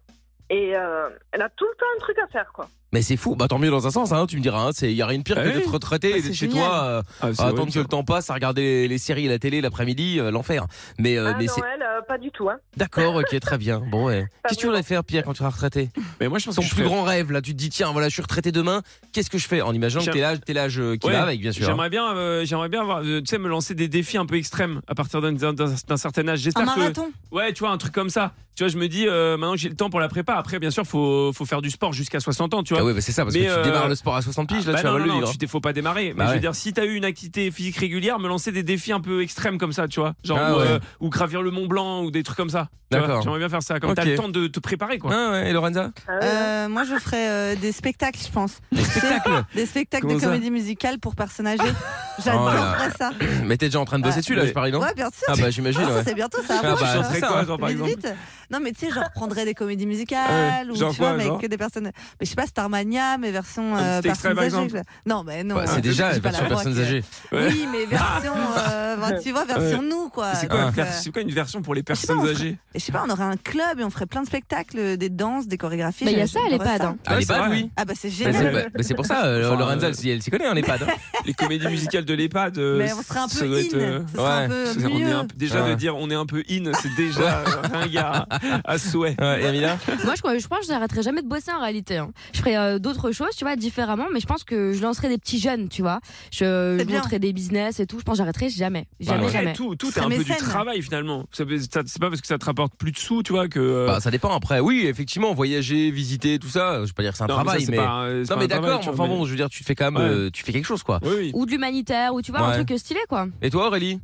Et euh, elle a tout le temps un truc à faire, quoi.
Mais c'est fou. Bah tant mieux dans un sens. Hein, tu me diras. hein, C'est il y a rien de pire
Ah
que
oui.
d'être retraité
Ah,
et
c'est
d'être chez
génial.
toi, euh,
Ah, c'est
à
horrible,
attendre que le temps passe, à regarder les, les séries et la télé l'après-midi, euh, l'enfer. Mais euh,
ah
mais
non,
c'est
elle, euh, pas du tout. Hein.
d'accord. Ok, très bien. Bon ouais.
Pas
Qu'est-ce que tu voulais faire, Pierre, quand tu seras retraité
ça. Mais moi je pense
Ton
que je
plus
ferais-
grand rêve, là, tu te dis tiens, voilà, je suis retraité demain. Qu'est-ce que je fais En imaginant que
J'aime-
t'es l'âge, t'es l'âge euh, qui
Ouais.
va avec, bien sûr. hein.
J'aimerais bien, euh, j'aimerais bien avoir, euh, tu sais, me lancer des défis un peu extrêmes à partir d'un- d'un d'un certain âge.
Un
J'espère que,
marathon.
ouais, tu vois, un truc comme ça. Tu vois, je me dis, euh, maintenant que j'ai le temps pour la prépa. Après, bien sûr, faut, faut faire du sport jusqu'à 60 ans, tu vois.
Ah ouais, bah c'est ça parce
Mais,
que tu
euh,
démarres le sport à 60 piges, là,
Bah
tu vas
non,
mal
non,
le
non,
vivre.
tu t'es faut pas démarrer. Mais
Bah
je veux
ouais.
dire, si t'as eu une activité physique régulière, me lancer des défis un peu extrêmes comme ça, tu vois, genre
Ah
ou,
ouais.
euh, ou gravir le Mont Blanc ou des trucs comme ça. tu vois.
D'accord.
J'aimerais bien faire ça. Comme t'as
Ok.
le temps de te préparer, quoi.
Ah ouais, et Lorenza
Ah ouais, ouais.
Euh, moi, je ferais euh, des spectacles, je pense.
Des spectacles
Des spectacles
Comment
de
ça
comédie musicale pour personnes âgées.
Oh là.
J'adorerais ça.
Mais t'es déjà en train de bosser
Ouais.
dessus là, Bah, je parie, non
Ouais, bien sûr.
Ah bah j'imagine,
Ah, ça,
ouais.
c'est bientôt, ça
Ah
approche.
bah,
je
hein.
lancerais
ça,
quoi,
hein.
genre, par
Vite,
exemple
vite. Non, mais tu sais, je reprendrais des comédies
Ah
musicales
ouais.
ou tu
Genre quoi,
vois, mais
genre
que des personnes. Mais je sais pas, Starmania, mais version.
Un
euh,
petit
personnes
extrait, par
âgées,
exemple.
je- Non, mais non.
Bah,
euh,
c'est déjà
j'ai pas
vers
la
sur
voix
personnes
que-
âgées.
Ouais.
Oui, mais version.
Ah.
euh, enfin, tu vois, version nous, quoi.
C'est quoi,
Donc,
faire-
euh,
c'est quoi une version pour les
je sais pas,
personnes
on ferait-
âgées
et Je sais pas, on aurait un club et on ferait plein de spectacles, euh, des danses, des chorégraphies.
Mais Bah, il y a
j'ai-
ça à
j'adorerais
l'EHPAD,
ça.
hein.
Ah,
Ouais,
les
c'est
pads,
vrai.
oui.
Ah bah c'est
Mais c'est
génial.
bah, mais c'est pour ça, euh,
Enfin,
Lorenza,
euh,
elle, s'y- elle s'y connaît, hein, les pads. hein.
Les comédies musicales de l'EHPAD. euh,
Mais on serait un
ça
peu
doit être,
in.
euh,
Ce serait un
ouais.
peu
C'est- on est
mieux.
un- déjà
Ah Ouais.
de dire on est un peu in, c'est déjà un gars à souhait.
Ouais, et Amina
Moi, je, crois- je pense que j'arrêterai jamais de bosser en réalité. hein. Je ferai euh, d'autres choses, tu vois, différemment, mais je pense que je lancerai des petits jeunes, tu vois. Je,
C'est
je
bien.
monterai des business et tout. Je pense que j'arrêterai jamais.
Bah,
Jamais,
ouais,
jamais.
Tout, tout est
Serait
un peu du
mécène.
travail finalement. Ça peut- ça- C'est pas parce que ça te rapporte plus de sous, tu vois, que. euh,
Bah, ça dépend après. Oui, effectivement, voyager, visiter, tout ça. Je vais pas dire que c'est un
non, mais ça, euh,
travail,
c'est
mais.
pas, euh, c'est
Non,
pas
mais
un travail,
d'accord,
tu
mais
vois,
enfin bon, je veux dire, tu fais quand même.
Ouais.
euh, tu fais quelque chose, quoi.
mais- Oui, oui.
Ou de l'humanitaire, ou tu vois,
Ouais.
un truc stylé, quoi.
Et toi, Aurélie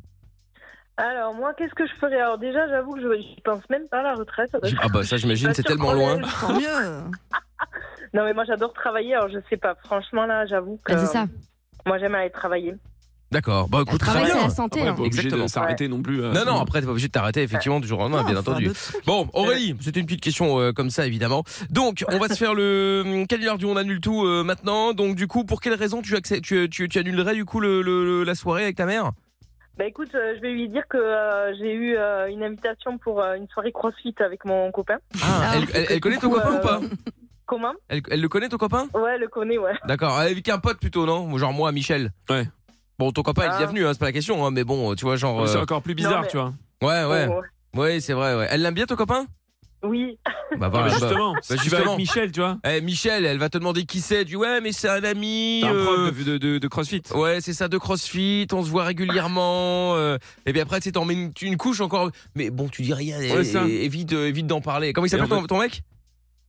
Alors, moi, qu'est-ce que je ferais Alors, déjà, j'avoue que je j'y pense même pas à la retraite.
J- Ah, bah, ça, j'imagine, c'est tellement loin.
Tant mieux.
Non, mais moi, j'adore travailler. Alors, je sais pas. Franchement, là, j'avoue que.
Bah, c'est ça.
Moi, j'aime aller travailler.
D'accord. Bah, écoute,
Le travail,
très
c'est
bien.
la santé.
Après,
hein.
pas obligé de
Exactement.
s'arrêter non plus. euh,
Non, non, après, t'es pas obligé de t'arrêter, effectivement, du jour au lendemain,
Non,
bien
on fera
entendu.
d'autres trucs.
Bon, Aurélie, c'était une petite question euh, comme ça, évidemment. Donc, on va se faire le hum, canular du on annule tout euh, maintenant. Donc, du coup, pour quelle raison tu, accè- tu, tu, tu annulerais du coup le, le- le- la soirée avec ta mère
Bah, écoute, euh, je vais lui dire que euh, j'ai eu euh, une invitation pour euh, une soirée crossfit avec mon copain.
ah, elle, elle- elle connaît ton
Du coup,
copain
euh,
ou pas
Comment
elle, elle le connaît ton copain
Ouais, elle le connaît, ouais.
D'accord, euh, avec un pote plutôt, non Genre moi, Michel.
Ouais.
Bon, ton copain, il est
Ah.
bienvenu, hein, c'est pas la question, hein, mais bon, tu vois, genre.
C'est
euh,
encore plus bizarre,
mais-
tu vois.
Ouais, ouais.
Oh,
Ouais, c'est vrai, ouais. Elle l'aime bien ton copain
Oui.
Bah,
Ah, bah,
voilà, bah.
justement, si tu vas
justement.
avec Michel, tu vois.
Eh, Michel, elle va te demander qui c'est. Du ouais, mais c'est un ami.
T'es un
euh,
prof de, de, de- de CrossFit.
Ouais, c'est ça, de crossfit, on se voit régulièrement. euh, et puis après, tu sais, t'en mets une, une couche encore. Mais bon, tu dis rien, et-
Ouais, ça.
et- évite, euh, évite d'en parler. Comment il s'appelle
Et en
ton, ton mec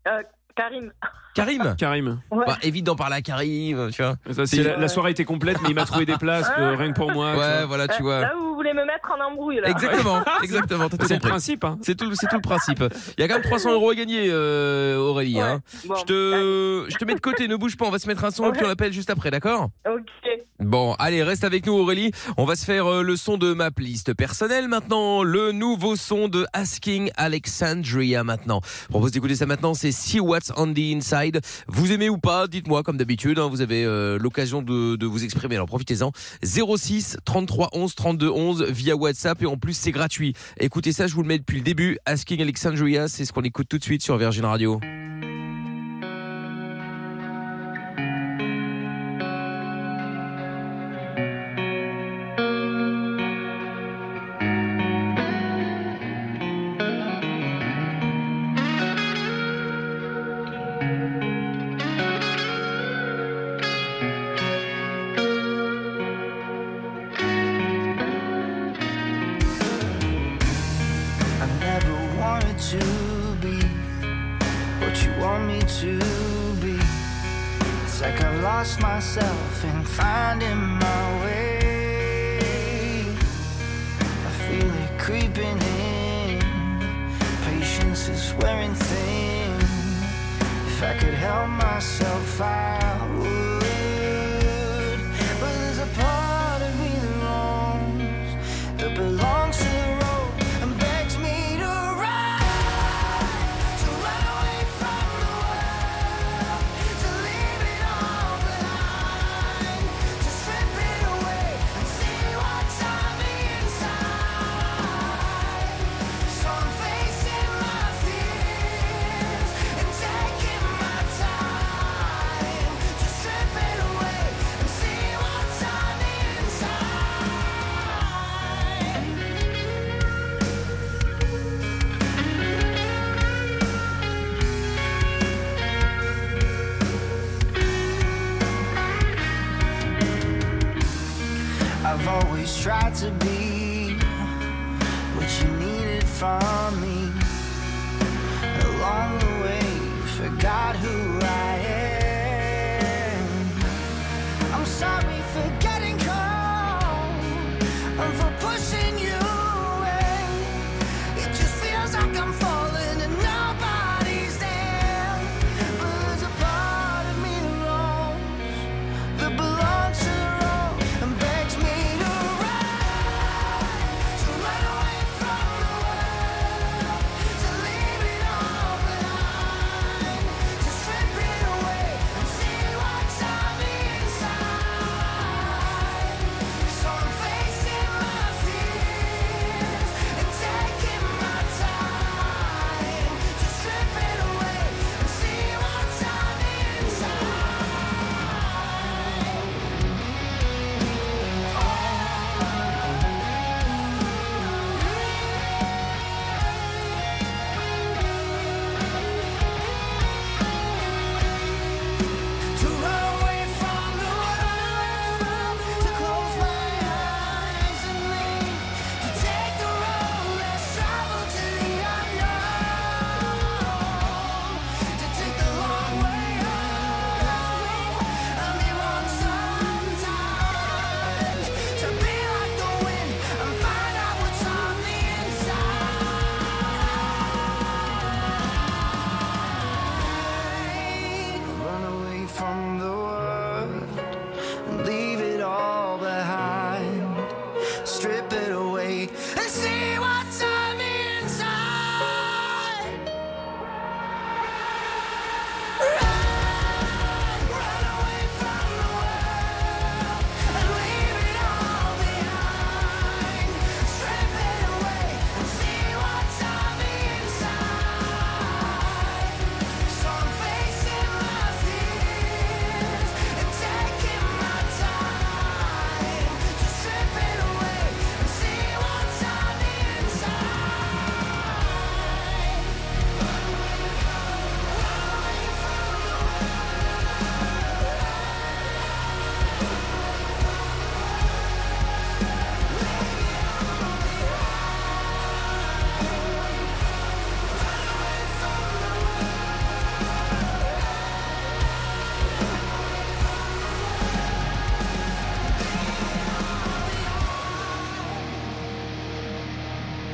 Euh, Karim.
Karim
Karim.
Ouais.
Bah, Évite d'en parler à Karim, tu vois.
Ça, c'est
Ouais.
la, la soirée était complète, mais il m'a trouvé des places euh, rien que pour moi. tu
Ouais,
vois.
voilà,
Ouais,
tu vois.
Euh, Là, vous voulez me mettre en embrouille, là.
Exactement, exactement, t'as tout
C'est le
compris.
principe. Hein.
C'est tout, c'est tout le principe. Il y a quand même 300 euros à gagner, euh, Aurélie.
Ouais.
hein.
Bon,
Je te, je te mets de côté, ne bouge pas, on va se mettre un son et puis on l'appelle juste après, d'accord
Ok.
Bon, allez, reste avec nous Aurélie. On va se faire euh, le son de ma playlist personnelle maintenant. Le nouveau son de Asking Alexandria maintenant. Je propose d'écouter ça maintenant. C'est See What's on the Inside. Vous aimez ou pas Dites-moi comme d'habitude. hein, vous avez euh, l'occasion de, de vous exprimer. Alors profitez-en. 06 33 11 32 11 via WhatsApp et en plus c'est gratuit. Écoutez ça, je vous le mets depuis le début. Asking Alexandria, c'est ce qu'on écoute tout de suite sur Virgin Radio.
I never wanted to be what you want me to be. It's like I've lost myself in finding my way. I feel it creeping in. Patience is wearing thin. If I could help myself, I would. But there's a part of me that longs that belongs to the road and begs me to ride, to run away from the world, to leave it all behind, to strip it away and see what's on the inside. So I'm facing my fears and taking my time to strip it away and see what's on the inside. I've always tried to be what you needed from me. Along the way, you forgot who I am. I'm sorry for getting cold and for pushing you away. It just feels like I'm falling and nobody's there. But there's a part of me that longs that belongs to the road and begs me to ride, to run away from the world,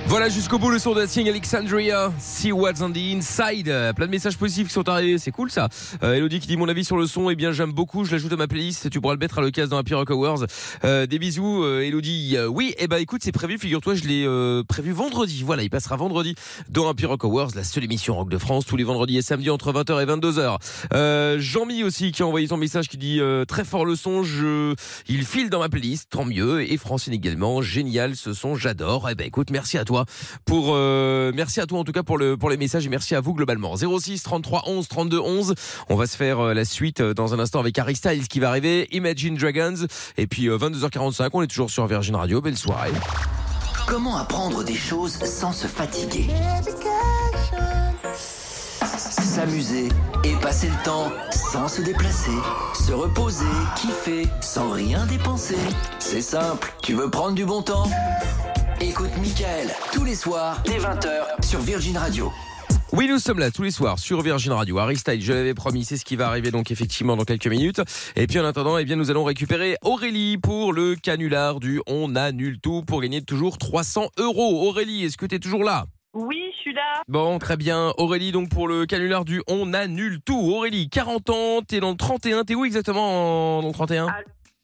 Voilà jusqu'au bout le son de la signe Alexandria. See what's on the inside. Euh, Plein de messages positifs qui sont arrivés, c'est cool ça. Euh, Elodie qui dit mon avis sur le son, eh bien j'aime beaucoup, je l'ajoute à ma playlist, tu pourras le mettre à l'occasion dans Happy Rock Awards. Euh, des bisous euh, Elodie. Euh, oui, eh ben écoute, c'est prévu, figure-toi, je l'ai euh, prévu vendredi. Voilà, il passera vendredi dans Happy Rock Awards, la seule émission rock de France, tous les vendredis et samedis entre 20h et 22h. Euh, Jean-Mi aussi qui a envoyé son message qui dit euh, très fort le son, je... il file dans ma playlist, tant mieux. Et Francine également, génial ce son, j'adore. Eh ben écoute, merci à toi pour euh, merci à toi en tout cas pour le pour les messages et merci à vous globalement. 06 33 11 32 11. On va se faire euh, la suite euh, dans un instant avec Harry Styles qui va arriver, Imagine Dragons et puis euh, 22h45. On est toujours sur Virgin Radio. Belle soirée.
Comment apprendre des choses sans se fatiguer S'amuser et passer le temps sans se déplacer, se reposer, kiffer sans rien dépenser. C'est simple, tu veux prendre du bon temps Écoute Michael tous les soirs dès 20h sur Virgin Radio.
Oui, nous sommes là tous les soirs sur Virgin Radio. Harry Styles, je l'avais promis, c'est ce qui va arriver donc effectivement dans quelques minutes. Et puis en attendant, eh bien nous allons récupérer Aurélie pour le canular du On annule tout pour gagner toujours 300 euros. Aurélie, est-ce que tu es toujours là
Oui, je suis là.
Bon, très bien. Aurélie, donc pour le canular du On annule tout. Aurélie, 40 ans, t'es dans le 31. T'es où exactement en- dans le 31
Ah.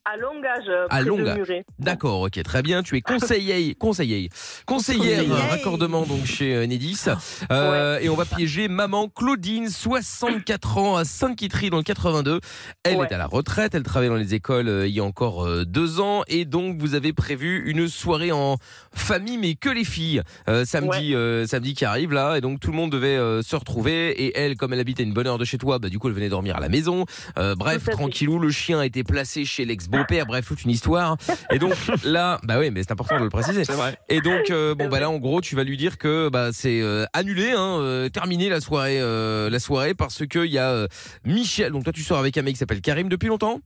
À Longage, euh,
Hein À
près
Longage.
de Muret.
D'accord, ok, très bien. Tu es conseillère, conseillère, conseillère
Conseillère.
euh, raccordement donc chez euh, Enedis. Euh, Et on va piéger maman Claudine, 64 ans, à Saint-Quitry dans le 82. Elle
Ouais.
est à la retraite, elle travaille dans les écoles euh, il y a encore euh, deux ans. Et donc, vous avez prévu une soirée en famille, mais que les filles, euh, samedi, euh, samedi qui arrive là. Et donc, tout le monde devait euh, se retrouver. Et elle, comme elle habite à une bonne heure de chez toi, bah, du coup, elle venait dormir à la maison. Euh, bref,
Tout à fait.
tranquillou, le chien a été placé chez l'ex-beau-père. Bref, toute une histoire. Et donc là, bah oui, mais c'est important de le préciser.
C'est vrai.
Et donc euh, bon bah là en gros tu vas lui dire que bah c'est euh, annulé, hein, euh, terminé la soirée, euh, la soirée parce que il y a euh, Michel. Donc toi tu sors avec un mec qui s'appelle Karim depuis longtemps.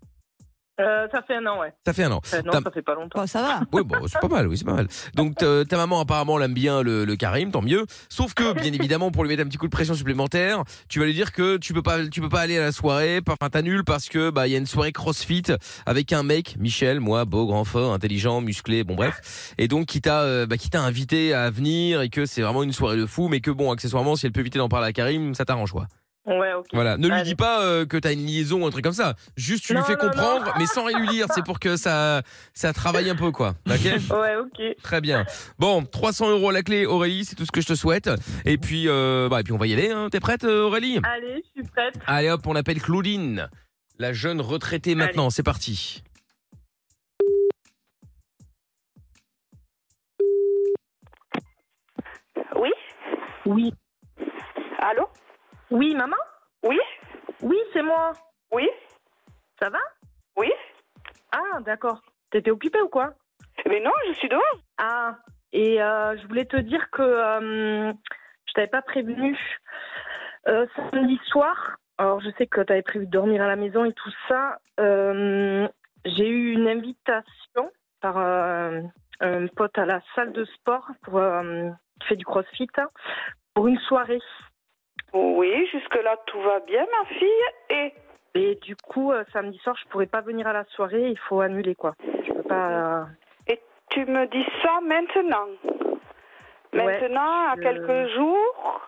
Euh, ça fait un an, ouais.
Ça fait un an.
Euh, non,
T'as-
ça fait pas longtemps.
Bon, ça va.
Oui, bon, c'est pas mal, oui, c'est pas mal. Donc ta ta maman apparemment l'aime bien le, le Karim, tant mieux. Sauf que bien évidemment pour lui mettre un petit coup de pression supplémentaire, tu vas lui dire que tu peux pas tu peux pas aller à la soirée, par- enfin t'annules parce que bah il y a une soirée CrossFit avec un mec, Michel, moi, beau, grand, fort, intelligent, musclé, bon bref. Et donc qui t'a euh, bah, qui t'a invité à venir et que c'est vraiment une soirée de fou mais que bon accessoirement si elle peut éviter d'en parler à Karim, ça t'arrange quoi.
Ouais, ok.
Voilà, ne lui
Allez.
dis pas euh, que t'as une liaison ou un truc comme ça. Juste tu lui
Non,
fais
non, non.
comprendre mais sans rien lui dire, c'est pour que ça ça travaille un peu quoi. OK
Ouais, ok.
Très bien. Bon, 300 euros à la clé, Aurélie, c'est tout ce que je te souhaite. Et puis, euh, bah, et puis on va y aller. Hein. T'es prête, euh, Aurélie
Allez, je suis prête.
Allez hop, on appelle Claudine, la jeune retraitée maintenant. C'est parti.
Oui
Oui.
Allô
Oui, maman
Oui
Oui, c'est moi.
Oui
Ça va
Oui
Ah, d'accord. T'étais occupée ou quoi
Mais non, je suis dehors.
Ah, et euh, je voulais te dire que euh, je t'avais pas prévenu euh, samedi soir. Alors, je sais que t'avais prévu de dormir à la maison et tout ça. Euh, J'ai eu une invitation par euh, un pote à la salle de sport pour, euh, qui fait du crossfit hein, pour une soirée.
Oui, jusque-là, tout va bien, ma fille. Et
Et du coup, euh, samedi soir, je pourrais pas venir à la soirée. Il faut annuler quoi. Je peux pas. euh,
tu me dis ça maintenant.
Ouais,
Maintenant, à
je-
quelques jours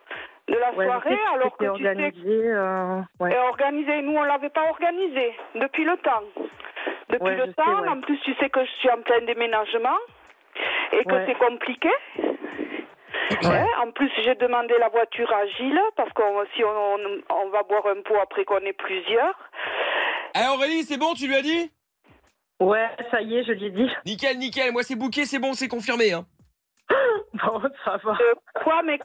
de la
ouais, je sais
soirée,
que
alors que
c'était
tu sais
organisé. euh, ouais.
Et organisé, nous on l'avait pas organisé depuis le temps. Depuis
Ouais, je
le
sais,
temps,
ouais.
en plus tu sais que je suis en plein déménagement et que
Ouais.
c'est compliqué. Hein, en plus j'ai demandé la voiture à Gilles parce que si on, on- on va boire un pot après qu'on est plusieurs.
Eh Aurélie, c'est bon, tu lui as dit
Ouais, ça y est, je l'ai dit.
Nickel, nickel. Moi, c'est bouquet, c'est bon, c'est confirmé. Hein.
Bon, ça va.
Euh, quoi mais,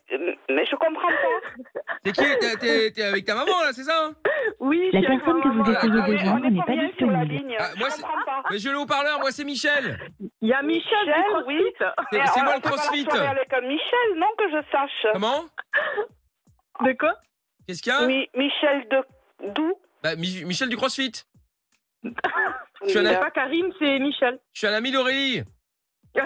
mais je comprends pas.
T'es qui T'es- T'es t'es avec ta maman, là, c'est ça hein
Oui,
La
j'ai
personne
ma
que vous
maman.
essayez
On
de
est- on
joindre
est
n'est pas
combien sur la
disponible.
ligne
Ah, moi,
Je
c'est-
comprends pas.
Mais je le haut-parleur, moi, c'est Michel.
Il y a Michel, du
Michel, Oh
CrossFit.
oui.
C'est
Mais
c'est
on
moi le
fait pas la
crossfit.
soirée avec un Michel, non que je sache.
Comment
De quoi
Qu'est-ce qu'il y a
Oui, Michel de d'où
Bah, Mi- Michel du CrossFit. Je suis un
C'est pas Karim, c'est Michel.
Je suis un ami d'Aurélie.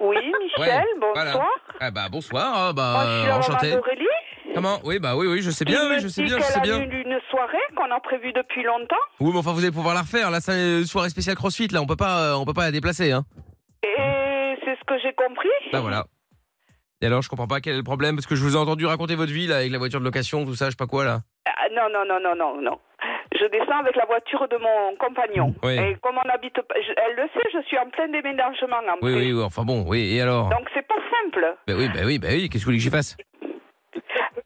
Oui, Michel,
voilà.
bonsoir.
Ah bah bonsoir, ah,
Moi, je
bah
suis la
enchanté.
maman d'Aurélie.
Comment Oui, bah oui, oui, je sais
qui
bien,
me
oui, je sais
dit
bien, je sais
qu'elle
bien.
annule une soirée qu'on a prévue depuis longtemps.
Oui, mais enfin, vous allez pouvoir la refaire. Là, c'est une soirée spéciale CrossFit. Là, on peut pas, euh, on peut pas la déplacer. Hein.
Mhm. Et c'est ce que j'ai compris.
Bah voilà. Et alors, je comprends pas quel est le problème, parce que je vous ai entendu raconter votre vie, là, avec la voiture de location, tout ça, je sais pas quoi, là.
Ah, non, non, non, non, non, non. Je descends avec la voiture de mon compagnon.
Oui.
Et comme on habite pas, je- elle le sait, je suis en plein déménagement. En
Oui,
plus.
oui, oui, enfin bon, oui, et alors
Donc c'est pas simple.
Bah oui, bah oui, bah oui, qu'est-ce que vous voulez que j'y fasse
Euh,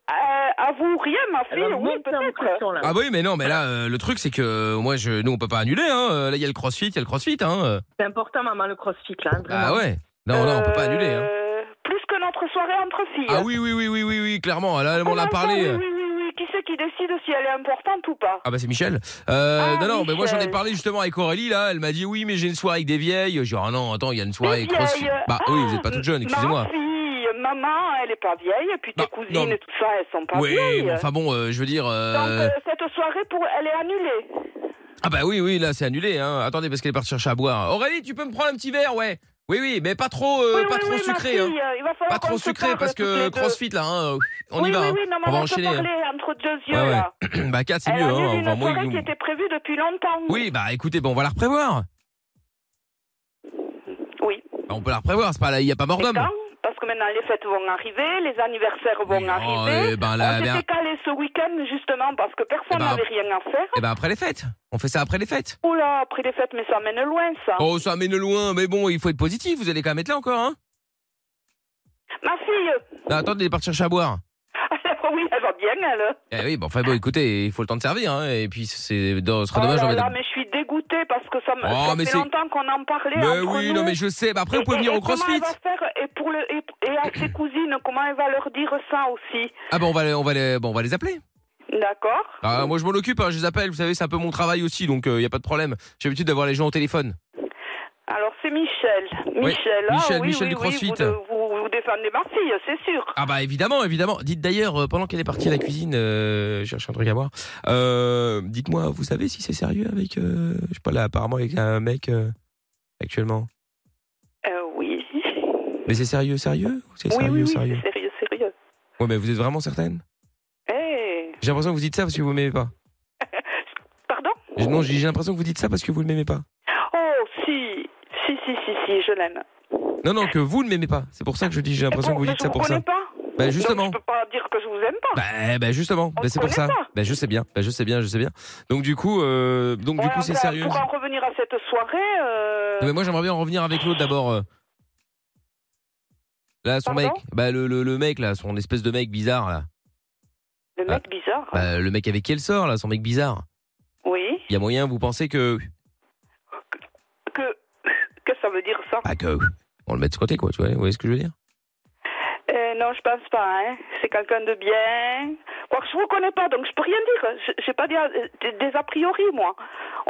à vous rien, ma fille. oui, peut-être.
Ah bah oui, mais non, mais là, euh, le truc, c'est que euh, moi, je, nous, on peut pas annuler, hein. Euh, Là, il y a le crossfit, il y a le crossfit, hein. euh.
C'est important, maman, le crossfit, là. hein,
Ah ouais Non, non, on peut pas annuler, hein.
Euh, Plus que notre soirée entre filles.
Ah oui, oui, oui, oui, oui, oui, clairement, là, on en a
Comment ça,
parlé. euh,
Oui, oui, oui, oui. Qui c'est qui décide si elle est importante ou pas
Ah bah c'est Michel. Euh,
Ah,
non non, mais moi j'en ai
Michel.
parlé justement avec Aurélie là. Elle m'a dit oui, mais j'ai une soirée avec des vieilles. J'ai dit ah non, attends, il y a une soirée
Des
avec CrossFit.
vieilles. Ah,
Bah oui, vous êtes pas toute jeune, excusez-moi. Bah,
Ma fille, maman, elle est pas vieille. Et puis tes
non,
cousines
mais-
et tout ça, elles sont pas
Oui,
vieilles.
mais enfin bon, euh, je veux dire. euh,
Donc euh, cette soirée, pour, elle est annulée.
Ah bah oui, oui, là c'est annulé. Hein. Attendez parce qu'elle est partie chercher à boire. Aurélie, tu peux me prendre un petit verre, ouais. Oui, oui, mais pas trop, euh,
Oui,
pas
oui,
trop
oui, ma
sucré.
fille,
hein.
euh, il va falloir
Pas trop
qu'on se
sucré
parle
parce
toutes les
que
deux.
CrossFit là, hein, euh, on
oui,
y va.
oui,
hein.
oui, non, mais
on va
on se
enchaîner. hein.
parler entre deux yeux,
Ouais, ouais.
là.
bah 4 c'est
Elle
mieux.
a
Hein.
annulé
Enfin,
une
moi,
soirée
il-
qui était prévue depuis longtemps.
Oui, bah écoutez, bon, on va la reprévoir.
Oui.
Bah, on peut la reprévoir, c'est pas là, il y a pas mort
Et
d'homme.
quand Parce que maintenant, les fêtes vont arriver, les anniversaires vont arriver.
eh ben,
on
là,
s'était
ben-
calé ce week-end, justement, parce que personne
ben,
n'avait rien à faire.
Et bah après les fêtes. On fait ça après les fêtes.
Oula, après les fêtes, mais ça mène loin, ça.
Oh, ça mène loin, mais bon, il faut être positif, vous allez quand même être là encore, hein
Ma fille,
Non, attendez, elle est partie chercher à boire.
oui, elle va bien, elle.
Eh oui, bon, enfin bon, écoutez, il faut le temps de servir, hein, et puis c'est, dans- ce serait
Oh
dommage,
là
on va-
là, mais je suis dégoûtée parce que ça, me-
Oh,
ça
mais
fait
c'est-
longtemps qu'on en parlait.
Mais
entre
oui,
nous.
non, mais je sais, mais après,
Et-
vous pouvez
et-
venir
et
au
Comment
crossfit
elle va faire et, pour le, et, et à ses cousines, comment elle va leur dire ça aussi
Ah, bah, on va, les- on va, les, bon, on va les appeler.
D'accord
Ah, moi, je m'en occupe, hein, je les appelle, vous savez, c'est un peu mon travail aussi, donc il n'y a pas de problème. J'ai l'habitude d'avoir les gens au téléphone.
Alors c'est Michel.
Oui,
Michel, ah
Michel,
oui,
Michel
oui,
du
oui,
CrossFit.
vous, de- vous, vous défendez ma fille, c'est sûr.
Ah, bah, évidemment, évidemment. Dites d'ailleurs, euh, pendant qu'elle est partie à la cuisine, euh, chercher un truc à boire, euh, dites-moi, vous savez si c'est sérieux avec, euh, je sais pas, là, apparemment, avec un mec euh, actuellement
Euh, oui.
Mais c'est sérieux, sérieux Ou C'est
oui,
sérieux,
oui, oui,
sérieux
c'est sérieux, sérieux.
Ouais, mais vous êtes vraiment certaine
Eh,
J'ai l'impression que vous dites ça parce que vous m'aimez pas.
pardon
Je- Non, j'ai j'ai l'impression que vous dites ça parce que vous ne m'aimez pas.
Oh, si, si, si, si, si, je l'aime.
Non, non, que vous ne m'aimez pas. C'est pour ça que je dis, j'ai l'impression que vous
Mais
dites
je
ça pour
vous
ça.
connais pas.
Bah, justement.
Donc, je peux pas dire que je vous aime pas.
Bah, bah, justement,
On
bah,
se
c'est pour
connaît
ça.
pas.
Bah, je sais bien, bah, je sais bien, je sais bien. Donc, du coup, euh, donc, du
Ouais,
coup, c'est
enfin,
sérieux.
Pour en revenir à cette soirée, euh,
Non, mais moi, j'aimerais bien en revenir avec l'autre d'abord. euh. Là, son
Pardon
mec, bah, le, le, le mec, là, son espèce de mec bizarre, là.
le mec bizarre,
Bah, le mec avec qui elle sort, là, son mec bizarre.
oui,
Il y a moyen, vous pensez que.
que, que ça veut dire ça
Bah, que. On le met de ce côté, quoi, tu vois, vous voyez ce que je veux dire
Euh, Non, je pense pas. Hein. C'est quelqu'un de bien. Quoique je vous connais pas, donc je peux rien dire. Je- J'ai pas des, des- des a priori, moi.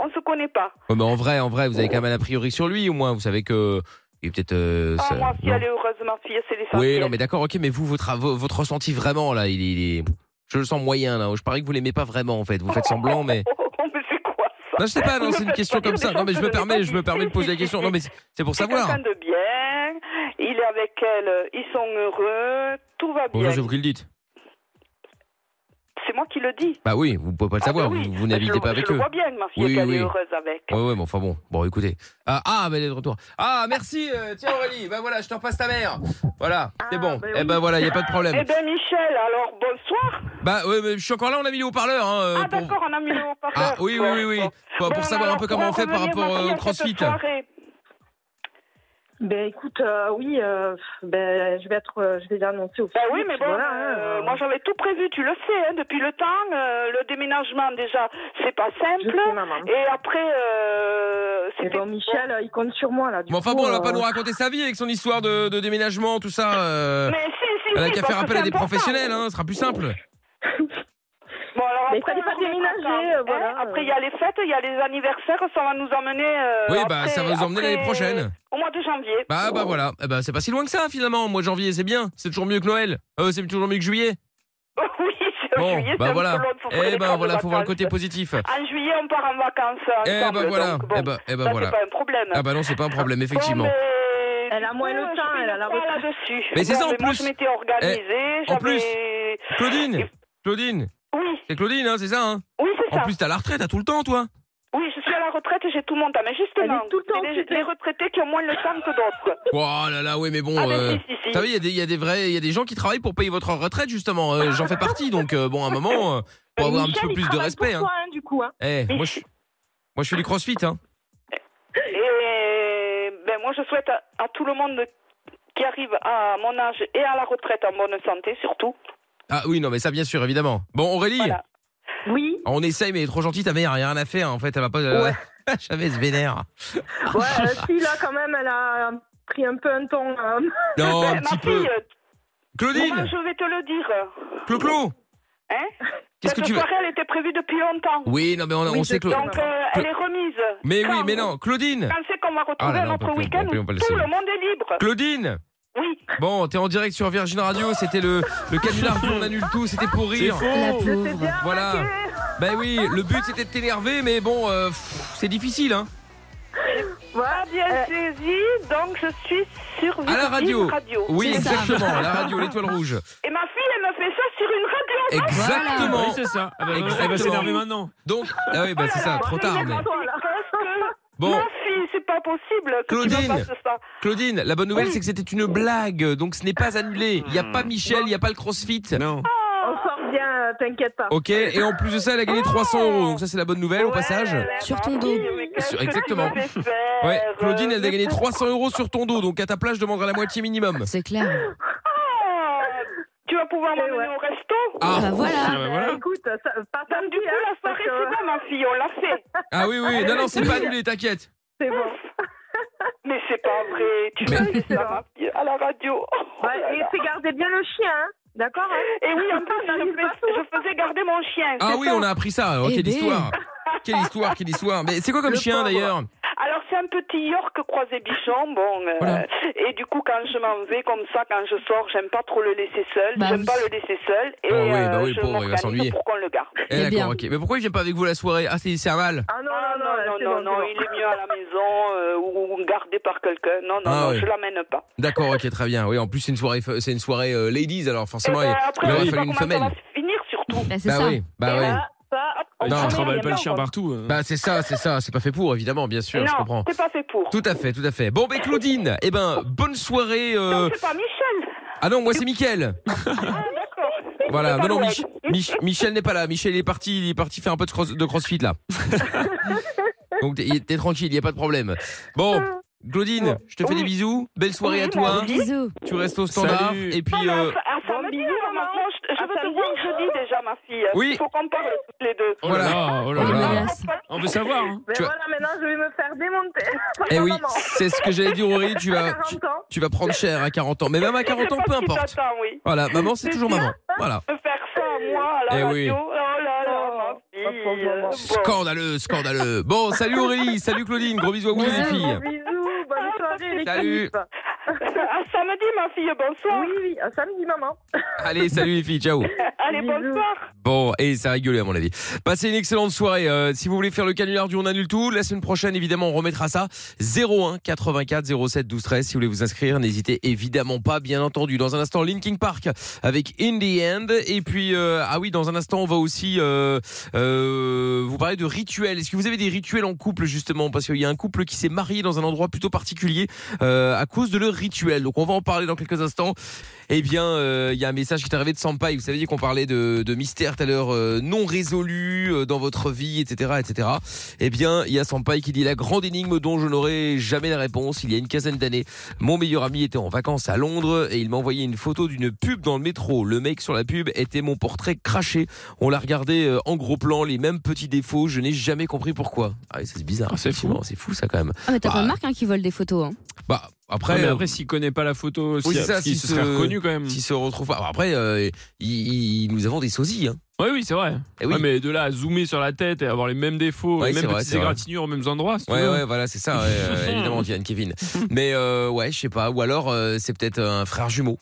On se connaît pas.
Ouais, mais en vrai, en vrai, vous avez quand même un a priori sur lui, au moins. Vous savez que. Il est peut-être. euh,
Ah,
ça-
moi, si
non.
elle est heureuse, ma fille, c'est l'essentiel.
Oui, non, mais d'accord, ok, mais vous, votre, votre ressenti vraiment, là, il est. il est- Je le sens moyen, là. Je parie que vous l'aimez pas vraiment, en fait. Vous faites semblant, mais.
mais c'est quoi ça
Non, je sais pas,
Vous
non,
me
c'est une
faites
question
pas dire
comme
des
ça. Non,
choses
mais je
que
me
n'ai pas
permets, je me
dites.
permets de
Si,
poser la
si,
question.
si,
Non,
si.
mais c'est- c'est pour
C'est
savoir.
quelqu'un de bien, il est avec elle, ils sont heureux, tout va
Bonjour,
bien.
je vous le dites.
C'est moi qui le dis.
Bah oui, vous pouvez pas le
Ah,
savoir,
bah oui.
vous, vous
Je
n'habitez
le-
pas avec
Je le
eux.
vois bien, ma fille,
Oui,
qu'elle
oui.
est heureuse avec.
Ouais, ouais, mais enfin bon, bon, écoutez. Ah, ah, mais elle est de retour. Ah, merci, euh, tiens, Aurélie, bah voilà, je te repasse ta mère. Voilà, c'est bon. Eh ben voilà, il n'y a pas de
Ah, Eh
problème.
bien, Michel, alors bonsoir.
Bah, ouais, mais je suis encore là, on a mis le haut-parleur, hein, euh,
ah,
pour-
d'accord, on a mis le haut-parleur.
Ah oui, oui, oui, oui. Pour, pour
Bon,
savoir un
alors,
peu comment on
pour
fait par
revenir,
rapport
ma
euh,
fille,
au
à cette
crossfit.
soirée.
Ben écoute, euh, oui, euh, ben, je vais être, euh, je vais l'annoncer au
Ben
Facebook,
oui, mais bon,
voilà,
euh,
hein,
moi j'avais tout prévu, tu le sais, hein, depuis le temps. euh, le déménagement, déjà, c'est pas
je
simple.
sais, maman.
Et après, euh,
Et
c'était.
bon, Michel, euh, il compte sur moi là. du
Mais enfin
coup,
bon, elle va
euh,
Oh.
pas nous raconter sa vie avec son histoire de, de déménagement, tout ça. euh,
Mais si, si,
Elle a
si,
qu'à
parce
faire
que
appel à
c'est
des
important.
professionnels, hein, ce sera plus simple.
Bon, alors
Mais
après,
fallait pas
on remettra
déménager,
ça,
euh, voilà.
hein. Après, il y a les fêtes, il y a les anniversaires, ça va nous emmener. euh,
Oui, bah
après-
ça va vous emmener
après-
l'année prochaine.
Au mois de janvier.
Bah bah voilà, Eh bah, c'est pas si loin que ça finalement. Mois de janvier, c'est bien, c'est toujours mieux que Noël. Euh, c'est toujours mieux que juillet.
oui, c'est en
Bon,
juillet, c'est
bah
un
voilà.
peu long, faut faire
Eh
les
bah
camps
voilà,
de
faut voir le côté
vacances.
positif.
En juillet, on part en vacances.
Eh
ensemble,
bah voilà,
donc bon,
eh bah, eh bah
ça,
voilà.
c'est pas un problème.
Ah bah non, c'est pas un problème effectivement.
Bon, mais,
Elle a moins le
euh,
temps,
je
elle a la
suis pas
retraite.
là-dessus.
Mais c'est
Bon,
ça, en
Moi,
plus. Eh,
je m'étais organisée.
en plus.
j'avais-
Claudine, Claudine,
Oui,
c'est Claudine, hein, c'est ça. Hein
oui, c'est
en
ça.
plus t'as la retraite, t'as tout le temps, toi.
Oui, je suis à la retraite, j'ai tout mon temps. Mais justement,
tout le temps
c'est les,
occupée.
les retraités qui ont moins le temps que d'autres.
Oh là là, oui, mais bon.
Ah, mais
euh,
si, si, si.
T'as vu, il y a des- il y, a des vrais, il y a des gens qui travaillent pour payer votre retraite justement. Euh, J'en fais partie, donc euh, bon, à un moment, euh, pour avoir un petit peu
Ah
plus de respect. hein.
du coup. bah, Hein.
Eh, moi je, moi je fais du crossfit. Hein.
Et ben, moi, je souhaite à, à tout le monde qui arrive à mon âge et à la retraite en bonne santé, surtout.
Ah oui, non, mais ça bien sûr, évidemment. Bon, Aurélie,
Oui.
on essaye, mais elle est trop gentille, ta mère, elle a rien à faire en fait, elle va pas. euh, Jamais elle se vénère.
Ouais, euh, si, là, quand même, elle a pris un peu un ton. hein.
Non, un
Ben, Ma
petit peu.
fille, moi,
Claudine,
je vais te le dire.
Clo-Clo,
Hein
qu'est-ce que
Cette
tu veux
soirée, elle était prévue depuis longtemps.
Oui, non, mais on, on
Oui,
sait
je
que.
t'en-
Donc, euh, elle est remise.
Mais oui,
Quand-
mais non, Claudine,
Quand c'est qu'on va
Ah
retrouver
là là, on peut
notre
plus, on
week-end,
peut plus, on peut le
tout
laisser.
le monde est libre.
Claudine.
Oui.
Bon, t'es en direct sur Virgin Radio, c'était le, le canular du on annule tout, c'était pour
C'est
rire.
La
faux
Je sais
pauvre.
bien.
Voilà. Ben oui, le but c'était de t'énerver, mais bon, euh, pff, c'est difficile, hein.
Pas bien saisi, donc je suis sur
À la radio.
une radio.
Oui,
C'est ça.
exactement, la radio, l'étoile rouge.
Et ma fille, elle me fait ça sur une radio.
Exactement.
Oui, c'est ça. Ah bah, elle
Exactement.
va s'énerver maintenant.
Donc, ah oui, ben c'est ça, trop tard. mais- Bon,
Ma fille, c'est pas possible que tu
Claudine.
me fasses ça.
Claudine, la bonne nouvelle c'est que c'était une blague, donc ce n'est pas annulé. Il n'y a pas Michel, il n'y a pas le crossfit.
Non.
On sort bien, euh, t'inquiète pas.
Ok, et en plus de ça, elle a gagné 300 euros, donc ça c'est la bonne nouvelle au
Ouais,
passage.
la
Sur ton
fille,
dos.
mais qu'est-ce
Sur-
que tu
exactement.
me fais faire
Ouais, Claudine, elle a gagné 300 euros sur ton dos, donc à ta place, je demanderai la moitié minimum.
C'est clair.
Ah, Tu vas pouvoir
Eh ouais.
m'emmener au resto
Ah.
Bah voilà.
Ah bah voilà.
Euh, Écoute, ça, pas
Donc, du
tarder,
coup,
hein,
la
parce
soirée,
que,
c'est pas ma fille, on l'a fait.
Ah oui, oui, non, non, c'est pas annulé, t'inquiète.
c'est bon.
Mais c'est pas vrai, tu
Mais-
vas laisser ma fille à la radio. Oh
Ouais,
là
Bah, et
là.
c'est garder bien le chien, hein, d'accord hein
Et oui, en plus, je,
T'arrives
fais-
pas souvent.
je faisais garder mon chien.
Ah
c'est
oui,
ça.
on a appris ça. Oh,
Eh
quelle
ben.
histoire. Quelle histoire, quelle histoire. Mais c'est quoi comme
Le
chien
pauvre.
d'ailleurs
Alors, c'est un petit York croisé bichon, bon. euh,
Voilà.
Et du coup, quand je m'en vais comme ça, quand je sors, j'aime pas trop le laisser seul.
Bah
j'aime
oui.
pas le laisser seul. Et
Ah oui, bah
euh,
oui,
je
pauvre, il va
m'organise
s'ennuyer.
pour qu'on le garde.
Eh,
Eh
D'accord,
bien.
ok. Mais pourquoi il vient pas avec vous à la soirée Ah, c'est c'est un mal.
Ah non,
Ah,
non, non,
non,
c'est
non,
bon,
non,
c'est
il
bon.
est mieux à la maison euh, ou ou gardé par quelqu'un. Non, non,
Ah
non,
oui.
je l'amène pas.
D'accord, ok, très bien. Oui, en plus c'est une soirée, fa- c'est une soirée euh, ladies, alors
Et
forcément, il-
ben, après,
il
on
aurait
sait pas
fallu une
comment ça va
femelle.
se finir, surtout.
Bah, c'est
Bah
ça.
oui,
Et
bah oui.
là, ça, hop, on
Tu
Non.
prend
ne
les
travailles pas le
gamins,
chien
quoi.
partout. hein.
Bah c'est ça, c'est ça. C'est pas fait pour, évidemment, bien sûr, je
non,
comprends.
c'est pas fait pour.
Tout à fait, tout à fait. Bon, ben Claudine, eh ben, bonne soirée. euh,
Non, c'est pas Michel.
Ah non, moi c'est Mickaël.
Ah, d'accord.
Voilà,
C'est
non,
pas
non,
Noël.
Mich- Mich- Michel n'est pas là. Michel est parti, il est parti faire un peu de, cross- de crossfit là. Donc t'es t'es tranquille, il n'y a pas de problème. Bon, Claudine, je te fais des bisous. Belle soirée à
Ah. Oui, bah,
toi.
Bisous.
Tu restes au standard.
Salut.
Et
Non,
puis.
mais
euh,
enfin, à
bon
samedi,
bisous,
alors,
maman.
maintenant, je, je
À
veux te
samedi. hein.
voir jeudi déjà, ma fille.
Oui.
Il faut qu'on parle toutes les deux.
Oh là
Voilà.
là, oh là
Oh, les
Voilà.
là.
menaces.
On veut savoir. hein.
Mais
Tu vois-
Ben voilà, maintenant, je vais me faire démonter.
Eh
Par
oui,
ma maman.
c'est ce que j'allais dire Aurélie, tu vas, tu,
40 ans.
tu vas prendre cher à 40 ans. Mais même à 40
Je
ans,
sais
peu
pas ce qui
importe.
t'attend, oui.
Voilà, maman, c'est toujours maman. Voilà.
Me faire ça, moi, à la
Eh
radio.
oui.
Oh là là, ma
Oh, oh,
fille.
oh, oh, oh.
euh, Bon.
Scandaleux, scandaleux. Bon, salut Aurélie, salut Claudine, gros bisous à vous les
Bisous.
filles.
Bisous, bonne soirée, les
Salut.
l'équipe.
À samedi, ma fille, bonsoir.
Oui, oui, à samedi, maman.
Allez, salut les filles, ciao.
Allez,
Bisous.
bonsoir.
Bon, et ça a rigolé à mon avis. Passez une excellente soirée. Euh, si vous voulez faire le canular du On annule tout, la semaine prochaine, évidemment, on remettra ça. 01 84 07 12 13. Si vous voulez vous inscrire, n'hésitez évidemment pas, bien entendu. Dans un instant, Linkin Park avec In the End. Et puis, euh, ah oui, dans un instant, on va aussi euh, euh, vous parler de rituels. Est-ce que vous avez des rituels en couple, justement Parce qu'il y a un couple qui s'est marié dans un endroit plutôt particulier euh, à cause de leur rituel. Donc, on va en parler dans quelques instants. Eh bien, euh, il y a un message qui est arrivé de Sampai. Vous saviez qu'on parlait de, de mystères tout à l'heure euh, non résolus euh, dans votre vie, etc., etc. Eh bien, il y a Sampai qui dit la grande énigme dont je n'aurai jamais la réponse. Il y a une quinzaine d'années, mon meilleur ami était en vacances à Londres et il m'a envoyé une photo d'une pub dans le métro. Le mec sur la pub était mon portrait craché. On l'a regardé euh, en gros plan, les mêmes petits défauts. Je n'ai jamais compris pourquoi. Ah, oui, ça, c'est bizarre.
Ah, c'est fou.
effectivement. C'est fou ça quand même.
Ah, mais t'as
Bah.
plein de marques hein, qui volent des photos. Hein.
Bah
Ouais,
après.
Ah, mais
euh,
après, s'il connaît pas la photo,
c'est
s'il-
ça,
parce qu'il
s'il
se
se-
serait reconnu quand même.
S'ils se retrouvent pas. Alors Après, euh, il- il- nous avons des sosies. Hein.
Oui, oui, c'est vrai.
Eh oui.
Ouais, mais de là à zoomer sur la tête et avoir les mêmes défauts,
Ouais,
les
c'est
mêmes
vrai,
petites
c'est vrai.
égratignures aux mêmes endroits, si tu
Ouais,
veux.
ouais, voilà, c'est ça, ouais, euh, évidemment, Diane Kevin. Mais euh, ouais, je sais pas. Ou alors, euh, c'est peut-être un frère jumeau.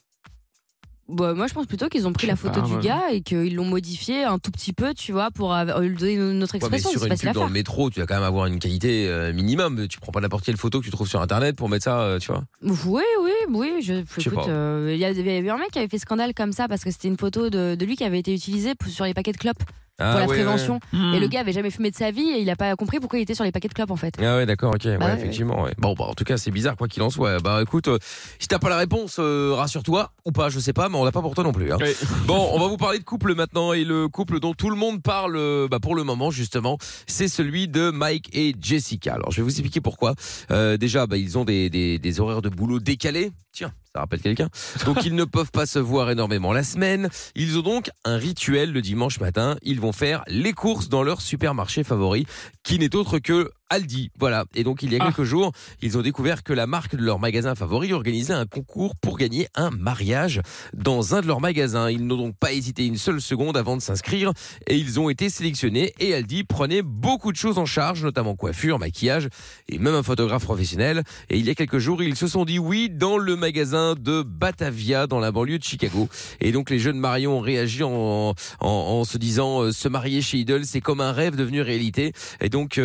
Bah, moi, je pense plutôt qu'ils ont pris la photo
pas,
du
ouais.
gars et qu'ils l'ont modifiée un tout petit peu, tu vois, pour avoir- lui donner une autre
Ouais, mais
expression.
sur
c'est
une
facile
pub
à
dans
faire.
le métro, tu vas quand même avoir une qualité euh, minimum. Tu prends pas n'importe quelle photo que tu trouves sur Internet pour mettre ça, euh, tu vois.
Oui, oui, oui. Je,
sais
écoute,
pas.
euh, il y avait il y avait eu un mec qui avait fait scandale comme ça parce que c'était une photo de, de lui qui avait été utilisée pour- sur les paquets de clopes.
Ah,
pour la
ouais,
prévention.
ouais. Hmm.
Et le gars avait jamais fumé de sa vie et il a pas compris pourquoi il était sur les paquets de clopes en fait.
Ah ouais, d'accord, ok. Ouais,
ouais,
effectivement. ouais. Bon, bah, en tout cas, c'est bizarre, quoi qu'il en soit. Bah, écoute, euh, si t'as pas la réponse, euh, rassure-toi, ou pas, je sais pas, mais on l'a pas pour toi non plus. hein. Bon, on va vous parler de couple maintenant, et le couple dont tout le monde parle, euh, bah, pour le moment, justement, c'est celui de Mike et Jessica. Alors, je vais vous expliquer pourquoi. Euh, déjà, bah, ils ont des, des- des horaires de boulot décalés. Tiens. Ça rappelle quelqu'un. Donc ils ne peuvent pas se voir énormément la semaine. Ils ont donc un rituel le dimanche matin. Ils vont faire les courses dans leur supermarché favori, qui n'est autre que Aldi. Voilà. Et donc il y a quelques jours, ils ont découvert que la marque de leur magasin favori organisait un concours pour gagner un mariage dans un de leurs magasins. Ils n'ont donc pas hésité une seule seconde avant de s'inscrire et ils ont été sélectionnés. Et Aldi prenait beaucoup de choses en charge, notamment coiffure, maquillage et même un photographe professionnel. Et il y a quelques jours, ils se sont dit oui dans le magasin de Batavia dans la banlieue de Chicago. Et donc les jeunes mariés ont réagi en, en, en se disant euh, se marier chez Idol, c'est comme un rêve devenu réalité. Et donc euh,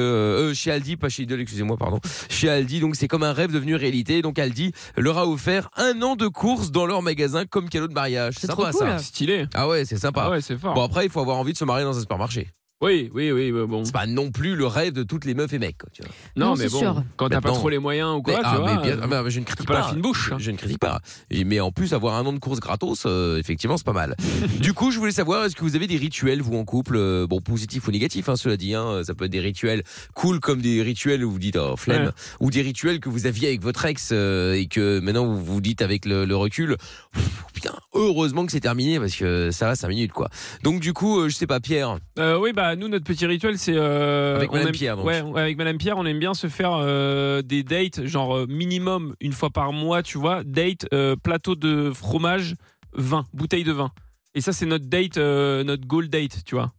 euh, chez Aldi, pas chez Idol, excusez-moi, pardon. Chez Aldi, donc c'est comme un rêve devenu réalité. Et Donc Aldi leur a offert un an de course dans leur magasin comme cadeau de mariage. C'est
trop
sympa
cool.
ça.
Stylé.
Ah ouais, c'est sympa.
Ah ouais, c'est fort.
Bon après, il faut avoir envie de se marier dans un supermarché.
Oui, oui, oui, bon.
C'est pas non plus le rêve de toutes les meufs et mecs. quoi, tu vois.
Non, Non, mais c'est bon, sûr. quand t'as pas
Maintenant-
trop les moyens ou quoi,
Mais-
tu
ah,
vois,
mais bien-
euh,
ah, mais je ne critique
pas
pas.
la fine bouche, hein.
Je ne critique pas. Et- Mais en plus, avoir un an de course gratos, euh, effectivement, c'est pas mal. du coup, je voulais savoir, est-ce que vous avez des rituels, vous, en couple, euh, bon, positifs ou négatifs, hein, cela dit, hein, ça peut être des rituels cool comme des rituels où vous dites, oh, flemme,
Ouais.
ou des rituels que vous aviez avec votre ex euh, et que maintenant vous vous dites avec le, le recul, Pff, putain, heureusement que c'est terminé parce que ça va 5 minutes, quoi. Donc, du coup, euh, je sais pas, Pierre.
Euh, oui, bah nous, notre petit rituel, c'est. euh,
Avec
on
Madame
aime-
Pierre, donc.
Ouais, ouais, avec Madame Pierre, on aime bien se faire euh, des dates, genre euh, minimum une fois par mois, tu vois. Date, euh, plateau de fromage, vin, bouteille de vin. Et ça, c'est notre date, euh, notre goal date, tu vois.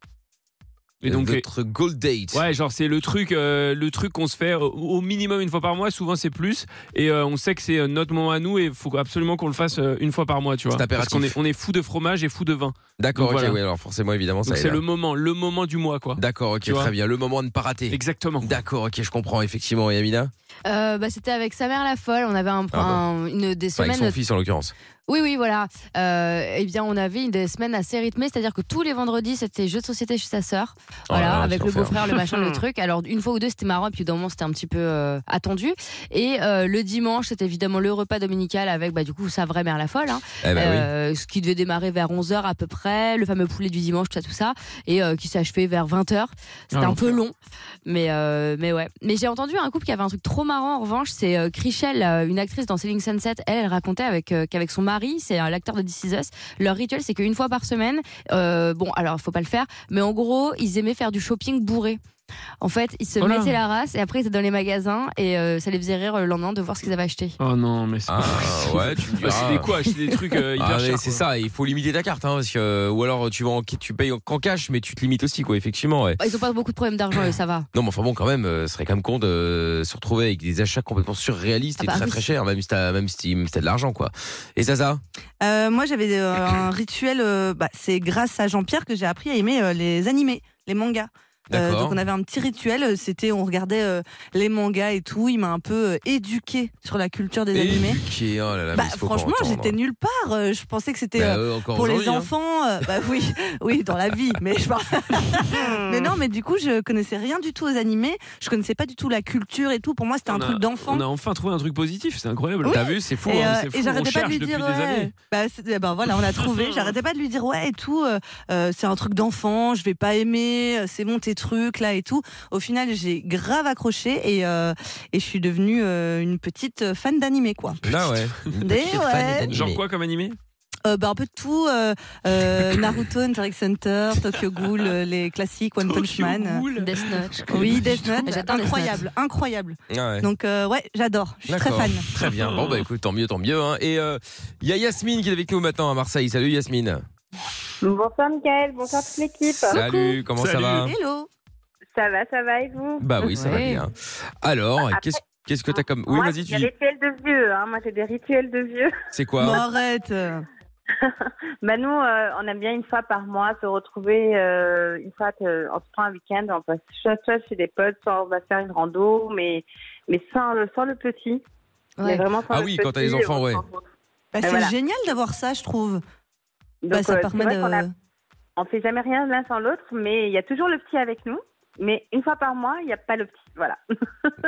Et donc,
notre gold date.
Ouais, genre c'est le truc, euh, le truc qu'on se fait au, au minimum une fois par mois. Souvent c'est plus, et euh, on sait que c'est euh, notre moment à nous et faut absolument qu'on le fasse euh, une fois par mois, tu vois.
C'est impératif.
Parce qu'on est, on est fou de fromage et fou de vin.
D'accord, ok,
Donc, voilà.
oui, alors forcément, évidemment, ça
Donc
est
c'est
là.
le moment, le moment du mois, quoi.
D'accord, ok,
Tu vois
très bien. Le moment à ne pas rater.
Exactement.
D'accord, ok, je comprends, effectivement. Et Amina
Euh, bah, c'était avec sa mère la folle. On avait un,
Ah bon.
un- une des
Enfin,
semaines.
Avec son fils, en l'occurrence.
Oui, oui, voilà. Euh, eh bien, on avait une des semaines assez rythmées, c'est-à-dire que tous les vendredis, c'était jeu de société chez sa sœur.
Oh
Voilà,
là là,
avec
quel
le
enfer.
beau-frère, le machin, le truc. Alors, une fois ou deux, c'était marrant, et puis d'un moment, c'était un petit peu euh, attendu. Et euh, le dimanche, c'était évidemment le repas dominical avec, bah, du coup, sa vraie mère la folle. hein.
Eh ben oui.
Ce qui devait démarrer vers 11h à peu près, le fameux poulet du dimanche, tout ça, tout ça, et euh, qui s'achevait vers 20h. C'était
Ah,
un peu long, mais, euh, mais ouais. Mais j'ai entendu un couple qui avait un truc trop marrant en revanche, c'est euh, Chrishell, euh, une actrice dans Selling Sunset. Elle, elle racontait avec, euh, qu'avec son mari, c'est euh, l'acteur de This Is Us, leur rituel c'est qu'une fois par semaine, euh, bon, alors faut pas le faire, mais en gros, ils aimaient faire du shopping bourré. En fait, ils se
Oh là.
mettaient la race et après ils étaient dans les magasins et euh, ça les faisait rire le lendemain de voir ce qu'ils avaient acheté.
Oh non, mais c'est.
Ah, ouais, tu me
Bah, c'est
diras.
des quoi Acheter des trucs euh, hyper
Ah, mais
chers,
c'est
quoi.
ça, il faut limiter ta carte, hein, parce que, ou alors tu, vas en- tu payes en- qu'en cash, mais tu te limites aussi, quoi, effectivement. ouais.
Bah, Ils ont pas beaucoup de problèmes d'argent, eux, ça va.
Non, mais enfin bon, quand même, euh, ce serait quand même con de euh, se retrouver avec des achats complètement surréalistes
Ah bah
et très
oui.
très chers, même si t'as même si, même si t'as de l'argent, quoi. Et ça, ça
Euh, moi, j'avais euh, un rituel. euh, bah, c'est grâce à Jean-Pierre que j'ai appris à aimer euh, les animés, les mangas. Euh,
D'accord.
donc on avait un petit rituel, euh, c'était on regardait euh, les mangas et tout. Il m'a un peu euh, éduqué sur la culture des animés.
Éduqué, oh là là,
Bah,
mais il faut qu'on
franchement,
entende.
j'étais nulle part. Euh, Je pensais que c'était
Bah,
euh,
euh, encore
pour les
aujourd'hui, hein.
enfants. Euh, bah oui, oui, dans la vie. Mais je parle- mais non, mais du coup, je connaissais rien du tout aux animés. Je connaissais pas du tout la culture et tout. Pour moi, c'était un
On a-
truc d'enfant.
On a enfin trouvé un truc positif, c'est incroyable.
Oui.
T'as vu, c'est fou,
Et,
hein,
euh,
c'est fou.
et
on
j'arrêtais pas de
cherche
lui
depuis
dire
des années.
ouais. Bah, c'est- eh ben voilà, on a trouvé. j'arrêtais pas de lui dire ouais et tout. euh, euh, c'est un truc d'enfant. Je vais pas aimer. euh, C'est mon tes trucs là et tout. Au final, j'ai grave accroché et euh, et je suis devenue euh, une petite fan d'animé quoi.
Là, ouais. Une
Mais
petite fan
ouais.
d'animé.
Genre quoi comme animé
Euh, bah, un peu de tout. euh, euh, Naruto, Hunter x Hunter, Tokyo Ghoul, euh, les classiques, One Punch Man. euh.
Death Note.
Oui, Death Note,
J'adore Death
incroyable, incroyable.
Ah ouais.
Donc euh, ouais, j'adore. Je suis très
hein. D'accord.
fan.
Très bien. Bon, bah écoute, tant mieux, tant mieux. hein. Et euh, il y a Yasmine qui est avec nous maintenant à Marseille. Salut Yasmine.
Bonsoir Mickaël, bonsoir toute l'équipe.
Salut, comment ça va
Hello.
Ça va, ça va et vous
Bah oui, ça va bien. Alors,
Bah, Après-
qu'est-ce qu'est-ce que t'as comme. Oui,
Moi,
vas-y, tu
J'ai des
dis.
rituels de vieux, hein. moi j'ai des rituels de vieux.
C'est quoi
Bon, arrête.
Bah nous, euh, on aime bien une fois par mois se retrouver, euh, une fois qu'on se prend un week-end, on passe soit, soit chez des potes, soit on va faire une rando, mais, mais sans, le, sans le petit. Mais
Ouais.
vraiment sans
Ah
le
oui, quand t'as les
petit,
enfants,
on
ouais.
se rencontre.
Bah,
Et
c'est
voilà.
génial d'avoir ça, je trouve.
Donc,
Bah, ça
euh, c'est
permet
vrai qu'on
de-
a- on fait jamais rien l'un sans l'autre, mais il y a toujours le petit avec nous. Mais une fois par mois, il n'y a pas le petit. Voilà.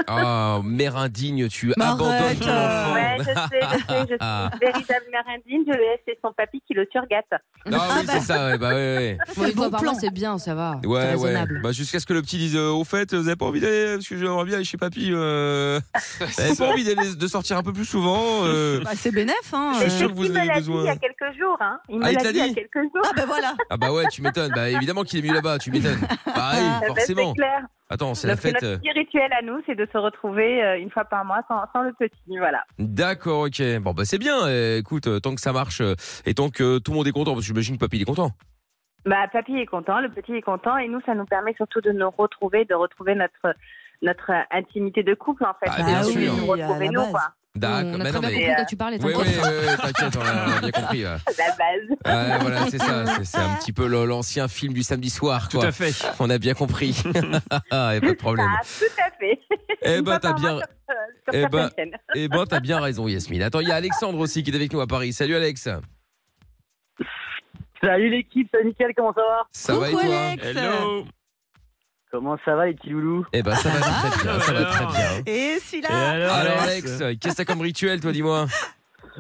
Ah, mère indigne, tu
Arrête,
abandonnes ton
euh,
enfant. Ah.
Ouais, je sais, je sais, je suis une véritable mère indigne. Je le laisse chez son papy qui le surgate.
Non, Ah
Ah,
oui, c'est ça, ouais, bah ouais, ouais.
Bon, une fois par mois, c'est bien, ça va. c'est
Ouais, ouais.
raisonnable.
Bah, jusqu'à ce que le petit dise euh, Au fait, vous avez pas envie d'aller euh, Parce que j'aimerais bien aller chez papy. Euh... Vous avez pas envie d'aller- de sortir un peu plus souvent euh...
Bah, c'est bénef, hein.
Je suis sûr que vous
il
avez
me l'a dit
besoin.
il y a quelques jours. Hein. Il me
Ah, il
l'a
te l'a
dit il y
dit
a quelques jours.
Ah, ben voilà.
Ah, bah ouais, tu m'étonnes. Bah, évidemment qu'il est mieux là-bas, tu m'étonnes. Bah,
Ah,
oui,
ben,
forcément.
C'est clair.
Attends, c'est la
Donc,
fête. euh.
Notre petit rituel à nous, c'est de se retrouver euh, une fois par mois sans, sans le petit. Voilà.
D'accord, ok. Bon, bah, c'est bien. euh, Écoute, euh, tant que ça marche euh, et tant que euh, tout le monde est content, parce que j'imagine que papy il est content.
Bah, papy est content, le petit est content, et nous, ça nous permet surtout de nous retrouver, de retrouver notre notre euh, intimité de couple en fait.
Ah, bien
Nous
sûr.
nous
Oui, à la
retrouver nous
base.
quoi. euh,
D'accord,
On a
mais
très
non,
bien
mais-
compris de quoi tu parlais,
Oui, oui,
t'inquiète.
oui, oui, t'inquiète, on a on a bien compris. ouais.
La base.
Ouais, voilà, c'est ça. c'est- C'est un petit peu le- l'ancien film du samedi soir. Quoi.
Tout à fait.
On a bien compris. Il n'y a pas de problème.
Ah, tout à fait.
Eh
Une
ben,
fois
t'as
par
bien-
mois sur, euh, sur
Eh ben,
certaines chaînes.
eh ben, t'as bien raison, Yasmine. Attends, il y a Alexandre aussi qui est avec nous à Paris. Salut, Alex.
Salut l'équipe, salut Mickaël, comment ça va
Ça va et toi Hello.
Comment ça va les petits loulous
Eh ben, ça va très bien. Ça va très bien.
Et ah, celui-là
Ah.
Alors, Alex, qu'est-ce que t'as comme rituel, toi, dis-moi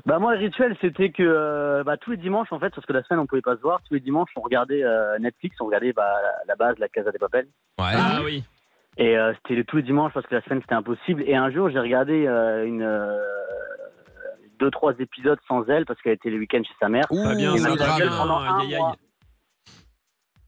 Bah moi le rituel c'était que euh, bah, tous les dimanches en fait, parce que la semaine on pouvait pas se voir, tous les dimanches on regardait euh, Netflix, on regardait bah, la, la base, la Casa des Papel.
Ah oui.
Et euh, c'était le- tous les dimanches parce que la semaine c'était impossible. Et un jour j'ai regardé euh, une euh, deux trois épisodes sans elle parce qu'elle était le week-end chez sa mère.
Ouh,
Pas Ah, bien,
Elle m'a
le
fait la gueule
drame.
pendant un
Aïe, aïe, aïe.
mois.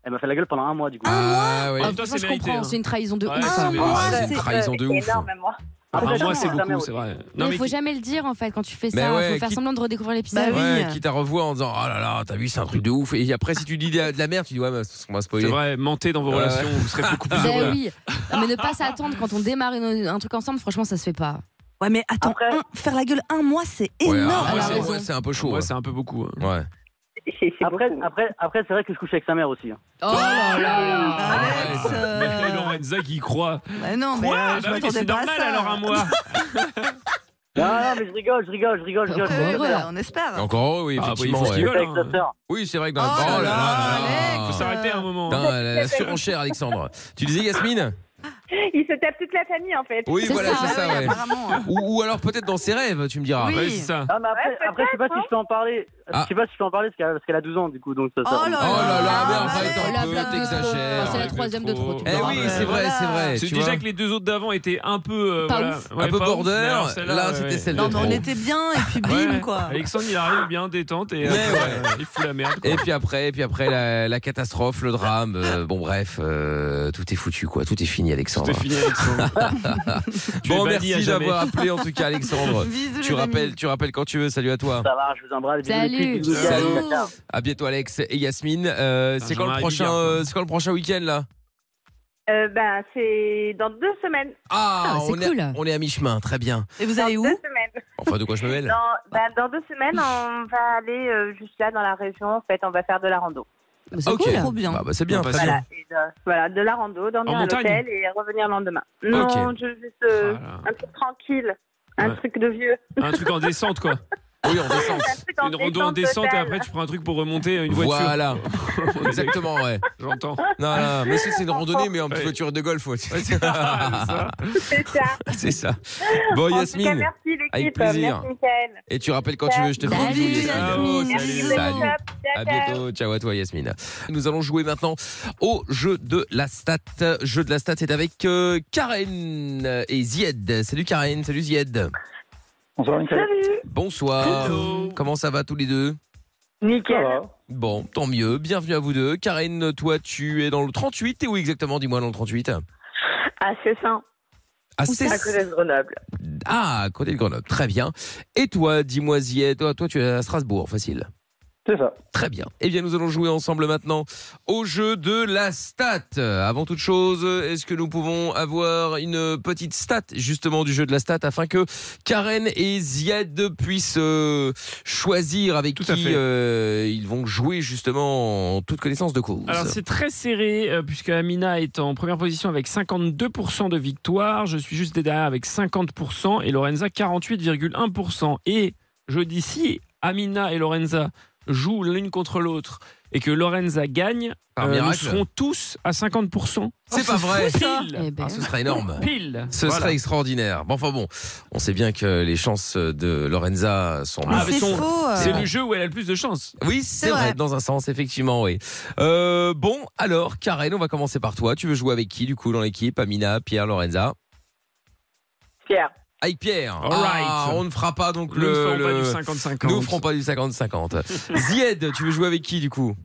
Elle m'a fait la gueule pendant un mois du coup.
Ah, ouais.
Ah,
toi,
franchement,
c'est
je
mérité,
comprends,
hein.
c'est une trahison de
Ouais,
ouf.
c'est
Ah,
mérité.
moi,
C'est Ah, une
euh,
c'est-
trahison de ouf.
énorme, moi.
Un mois,
Ah, jamais,
c'est
jamais,
beaucoup,
ouais.
c'est vrai. Non,
Mais
mais
faut jamais le dire en fait quand tu fais
Mais
ça.
ouais,
faut faire
quitte-
semblant de redécouvrir l'épisode.
Bah
Ouais,
oui.
qui t'a revoit en disant Oh là là, t'as vu, c'est un truc de ouf. Et après, si tu dis de la merde, tu dis Ouais, mais on va
c'est
spoiler.
vrai, mentez dans vos
Ouais,
relations, vous serez beaucoup
Ah,
plus
Bah
heureux.
oui. Non, mais ne pas s'attendre quand on démarre une- un truc ensemble, franchement, ça se fait pas.
Ouais, mais attends,
Après-
un- faire la gueule un mois, c'est
Ouais,
énorme.
ah,
elle
ouais,
a
c'est-
raison.
ouais, c'est un peu chaud.
Moi,
Ouais.
c'est un peu beaucoup. hein.
Ouais.
C'est- c'est
Après,
beaucoup.
après, après c'est vrai que je couchais avec sa mère aussi. hein.
Oh là là
Alex,
Et
euh,
Lorenza qui y croit.
bah non, mais
Quoi
euh, je
Bah oui, mais
m'attendais
c'est
pas à
normal
ça.
alors un mois.
Non, non, mais je rigole, je rigole, je rigole, je rigole.
Heureux,
Je rigole.
là, Ah, on espère.
Encore, oh oui,
Ah, bah, il
effectivement.
faut ce
ouais.
qu'ils
J'étais
veulent.
avec sa
hein.
sœur.
Oui, c'est vrai que dans
Oh là là,
Faut
Alex.
s'arrêter à un moment. hein.
Putain, Ah. la, la surenchère, Alexandre. Tu disais Yasmine
Il se tape toute la famille en fait.
Oui,
C'est
voilà,
ça,
c'est ça,
oui,
ouais.
apparemment, hein.
Ou, ou alors peut-être dans ses rêves, tu me diras.
Oui.
Ouais, c'est ça.
Ah, mais après, après je sais pas si je peux en parler.
Ah.
Je sais pas si je peux en parler parce qu'elle parce qu'elle a 12 ans, du coup, donc ça. ça
Oh
va.
là
Oh là là, mais
Ah,
arrête
ouais,
un
la
peu,
blague de
t'exagères.
Ah, c'est la
Arrête
troisième
le
de trop. tu
trop.
Eh
vois.
oui,
ouais,
c'est vrai,
Euh, voilà.
c'est vrai.
C'est
tu
déjà
vois.
que les deux autres d'avant étaient un peu. euh,
Pas
voilà.
ouf.
Ouais,
un peu
pas ouf, mais
border.
alors celle-là,
Là,
ouais,
c'était
ouais.
celle
Non,
de
mais on
trop.
était bien, et puis
Ouais,
bim,
ouais.
quoi.
Alexandre, il arrive bien détente
Ouais,
et après,
ouais.
euh, il fout la merde. quoi.
Et puis après, et puis après la, la catastrophe, le drame. euh, bon, bref, euh, tout est foutu, quoi. Tout est fini, Alexandre.
C'était fini, Alexandre. Tu es
Bon,
banni à
merci
jamais.
d'avoir appelé, en tout cas, Alexandre.
Bisous,
tu
les amis.
rappelles, tu rappelles quand tu veux. Salut à toi.
Ça va, je vous embrasse. bisous,
Salut.
les filles, bisous, les gars,
Salut.
ciao, ciao.
À bientôt, Alex et Yasmine. Euh, c'est quand le
Jean-Marie
prochain,
Bigard, quoi.
euh, c'est quand le prochain week-end là
Euh, ben, c'est dans deux semaines.
Ah,
bah,
Ah, c'est
on, est,
cool.
on est à mi-chemin, très bien.
Et vous
Dans
allez où
deux semaines.
Enfin, de quoi je me mêle
Dans, ben, dans deux semaines, on va aller euh, juste là dans la région. En fait, on va faire de la rando.
Mais C'est
Ok.
cool.
Trop bien.
Bah, bah, c'est bien.
Bah,
très
voilà.
bien.
Voilà, et de, voilà, de la rando, dormir
En
à
montagne
l'hôtel et revenir le lendemain. Non,
Ok.
je veux juste euh,
Voilà.
un truc tranquille, un
Ouais.
truc de vieux.
Un truc en descente, quoi.
Oui, en descente.
Un truc en
Une rando en descente et
totale.
après, tu prends un truc pour remonter une voiture.
Voilà, exactement, ouais.
J'entends.
Non, non, non, mais c'est c'est une randonnée, mais en petite
Ouais.
voiture de golf. ouais.
Ah,
C'est ça.
c'est ça. Bon,
En tout cas,
Yasmine,
merci l'équipe.
avec plaisir.
Merci, Mickaël.
et tu rappelles quand tu veux, je te fais
Salut,
des bisous, Yasmine.
Ciao,
Yasmine.
salut.
Bisous,
Salut.
top, ciao, ciao.
À bientôt, ciao à toi Yasmine. Nous allons jouer maintenant au jeu de la stat. Jeu de la stat, c'est avec euh, Karen et Zied. Salut Karen, salut Zied.
Bonsoir, Mickaël.
Salut.
Bonsoir. Comment ça va tous les deux
Ça
Nickel.
va.
Bon, tant mieux. Bienvenue à vous deux. Karen, toi, tu es dans le 38. Et où exactement Dis-moi dans le 38.
À Cessin,
Ah,
à côté de Grenoble.
ah, à côté de Grenoble. Très bien. Et toi, dis-moi, Ziet, toi, toi, tu es à Strasbourg. Facile.
C'est ça.
Très bien. Eh bien, nous allons jouer ensemble maintenant au jeu de la stat. Avant toute chose, est-ce que nous pouvons avoir une petite stat, justement, du jeu de la stat, afin que Karen et Ziad puissent euh, choisir avec
Tout à
qui
fait.
euh, ils vont jouer, justement, en toute connaissance de cause.
Alors c'est très serré euh, puisque Amina est en première position avec 52% de victoire, je suis juste derrière avec 50% et Lorenza 48,1%. Et je dis si Amina et Lorenza jouent l'une contre l'autre et que Lorenza gagne, euh,
Par
nous
miracle.
serons tous à 50%.
C'est pas vrai.
Pile.
Ah, ce serait énorme.
Pile.
Ce
Voilà.
serait extraordinaire. Bon, enfin bon, on sait bien que les chances de Lorenza sont.
Ah, mais son-
euh.
C'est le jeu où elle a le plus de chance.
Oui, euh. c'est vrai. dans un sens, effectivement, oui. Euh, bon, alors, Karen, on va commencer par toi. Tu veux jouer avec qui, du coup, dans l'équipe Amina, Pierre, Lorenza
Pierre.
Avec Pierre.
All right.
Ah, on ne fera pas donc
Nous
le.
ne ferons pas
le-
du 50-50.
Nous ne ferons pas du 50-50. Zied, tu veux jouer avec qui, du coup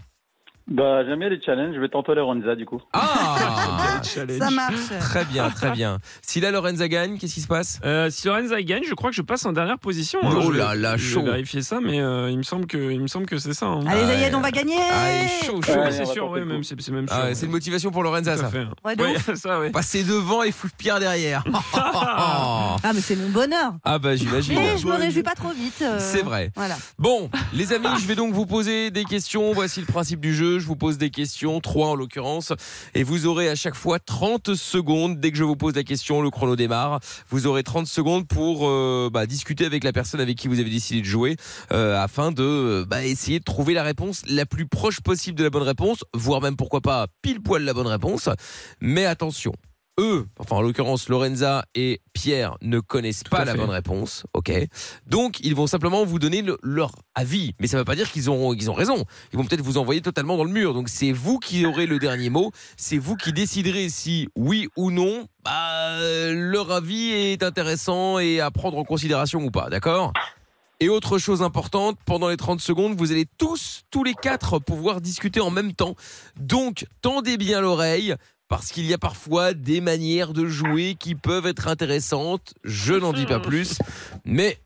Bah, j'aime bien les challenges, je vais tenter Lorenza du coup.
Ah
Ça marche.
Très bien, très bien. Si la Lorenza gagne, qu'est-ce qui se passe
Euh, Si Lorenza gagne, je crois que je passe en dernière position. hein.
Oh
Je-
là là,
je vais
chaud.
vérifier ça, mais euh, il me semble que, il me semble que c'est ça. hein.
Allez, Zayed, on va gagner
Ah, chaud,
Ouais, c'est sûr, ouais, même, c'est c'est même sûr.
Ah ouais, c'est une motivation pour Lorenza,
Tout à
ça.
fait. hein.
Ouais, de ouf.
ça, ouais.
Passer devant et foutre Pierre derrière. ah
Ah, mais c'est mon bonheur.
bah j'imagine.
Mais je me réjouis pas trop vite. euh,
C'est vrai.
Voilà.
Bon, les amis, je vais donc vous poser des questions. Voici le principe du jeu. Je vous pose des questions, trois en l'occurrence, et vous aurez à chaque fois 30 secondes. Dès que je vous pose la question, le chrono démarre. Vous aurez 30 secondes pour euh, bah, discuter avec la personne avec qui vous avez décidé de jouer, euh, afin de euh, bah, essayer de trouver la réponse la plus proche possible de la bonne réponse, voire même pourquoi pas pile poil la bonne réponse. Mais attention, eux, enfin en l'occurrence Lorenza et Pierre, ne connaissent pas
à
la
fait.
bonne réponse, ok Donc ils vont simplement vous donner le- leur avis, mais ça ne veut pas dire qu'ils auront- qu'ils ont raison. Ils vont peut-être vous envoyer totalement dans le mur. Donc c'est vous qui aurez le dernier mot, c'est vous qui déciderez si oui ou non bah, euh, leur avis est intéressant et à prendre en considération ou pas, d'accord et autre chose importante, pendant les 30 secondes, vous allez tous, tous les quatre, pouvoir discuter en même temps. Donc, tendez bien l'oreille, parce qu'il y a parfois des manières de jouer qui peuvent être intéressantes. Je n'en dis pas plus, mais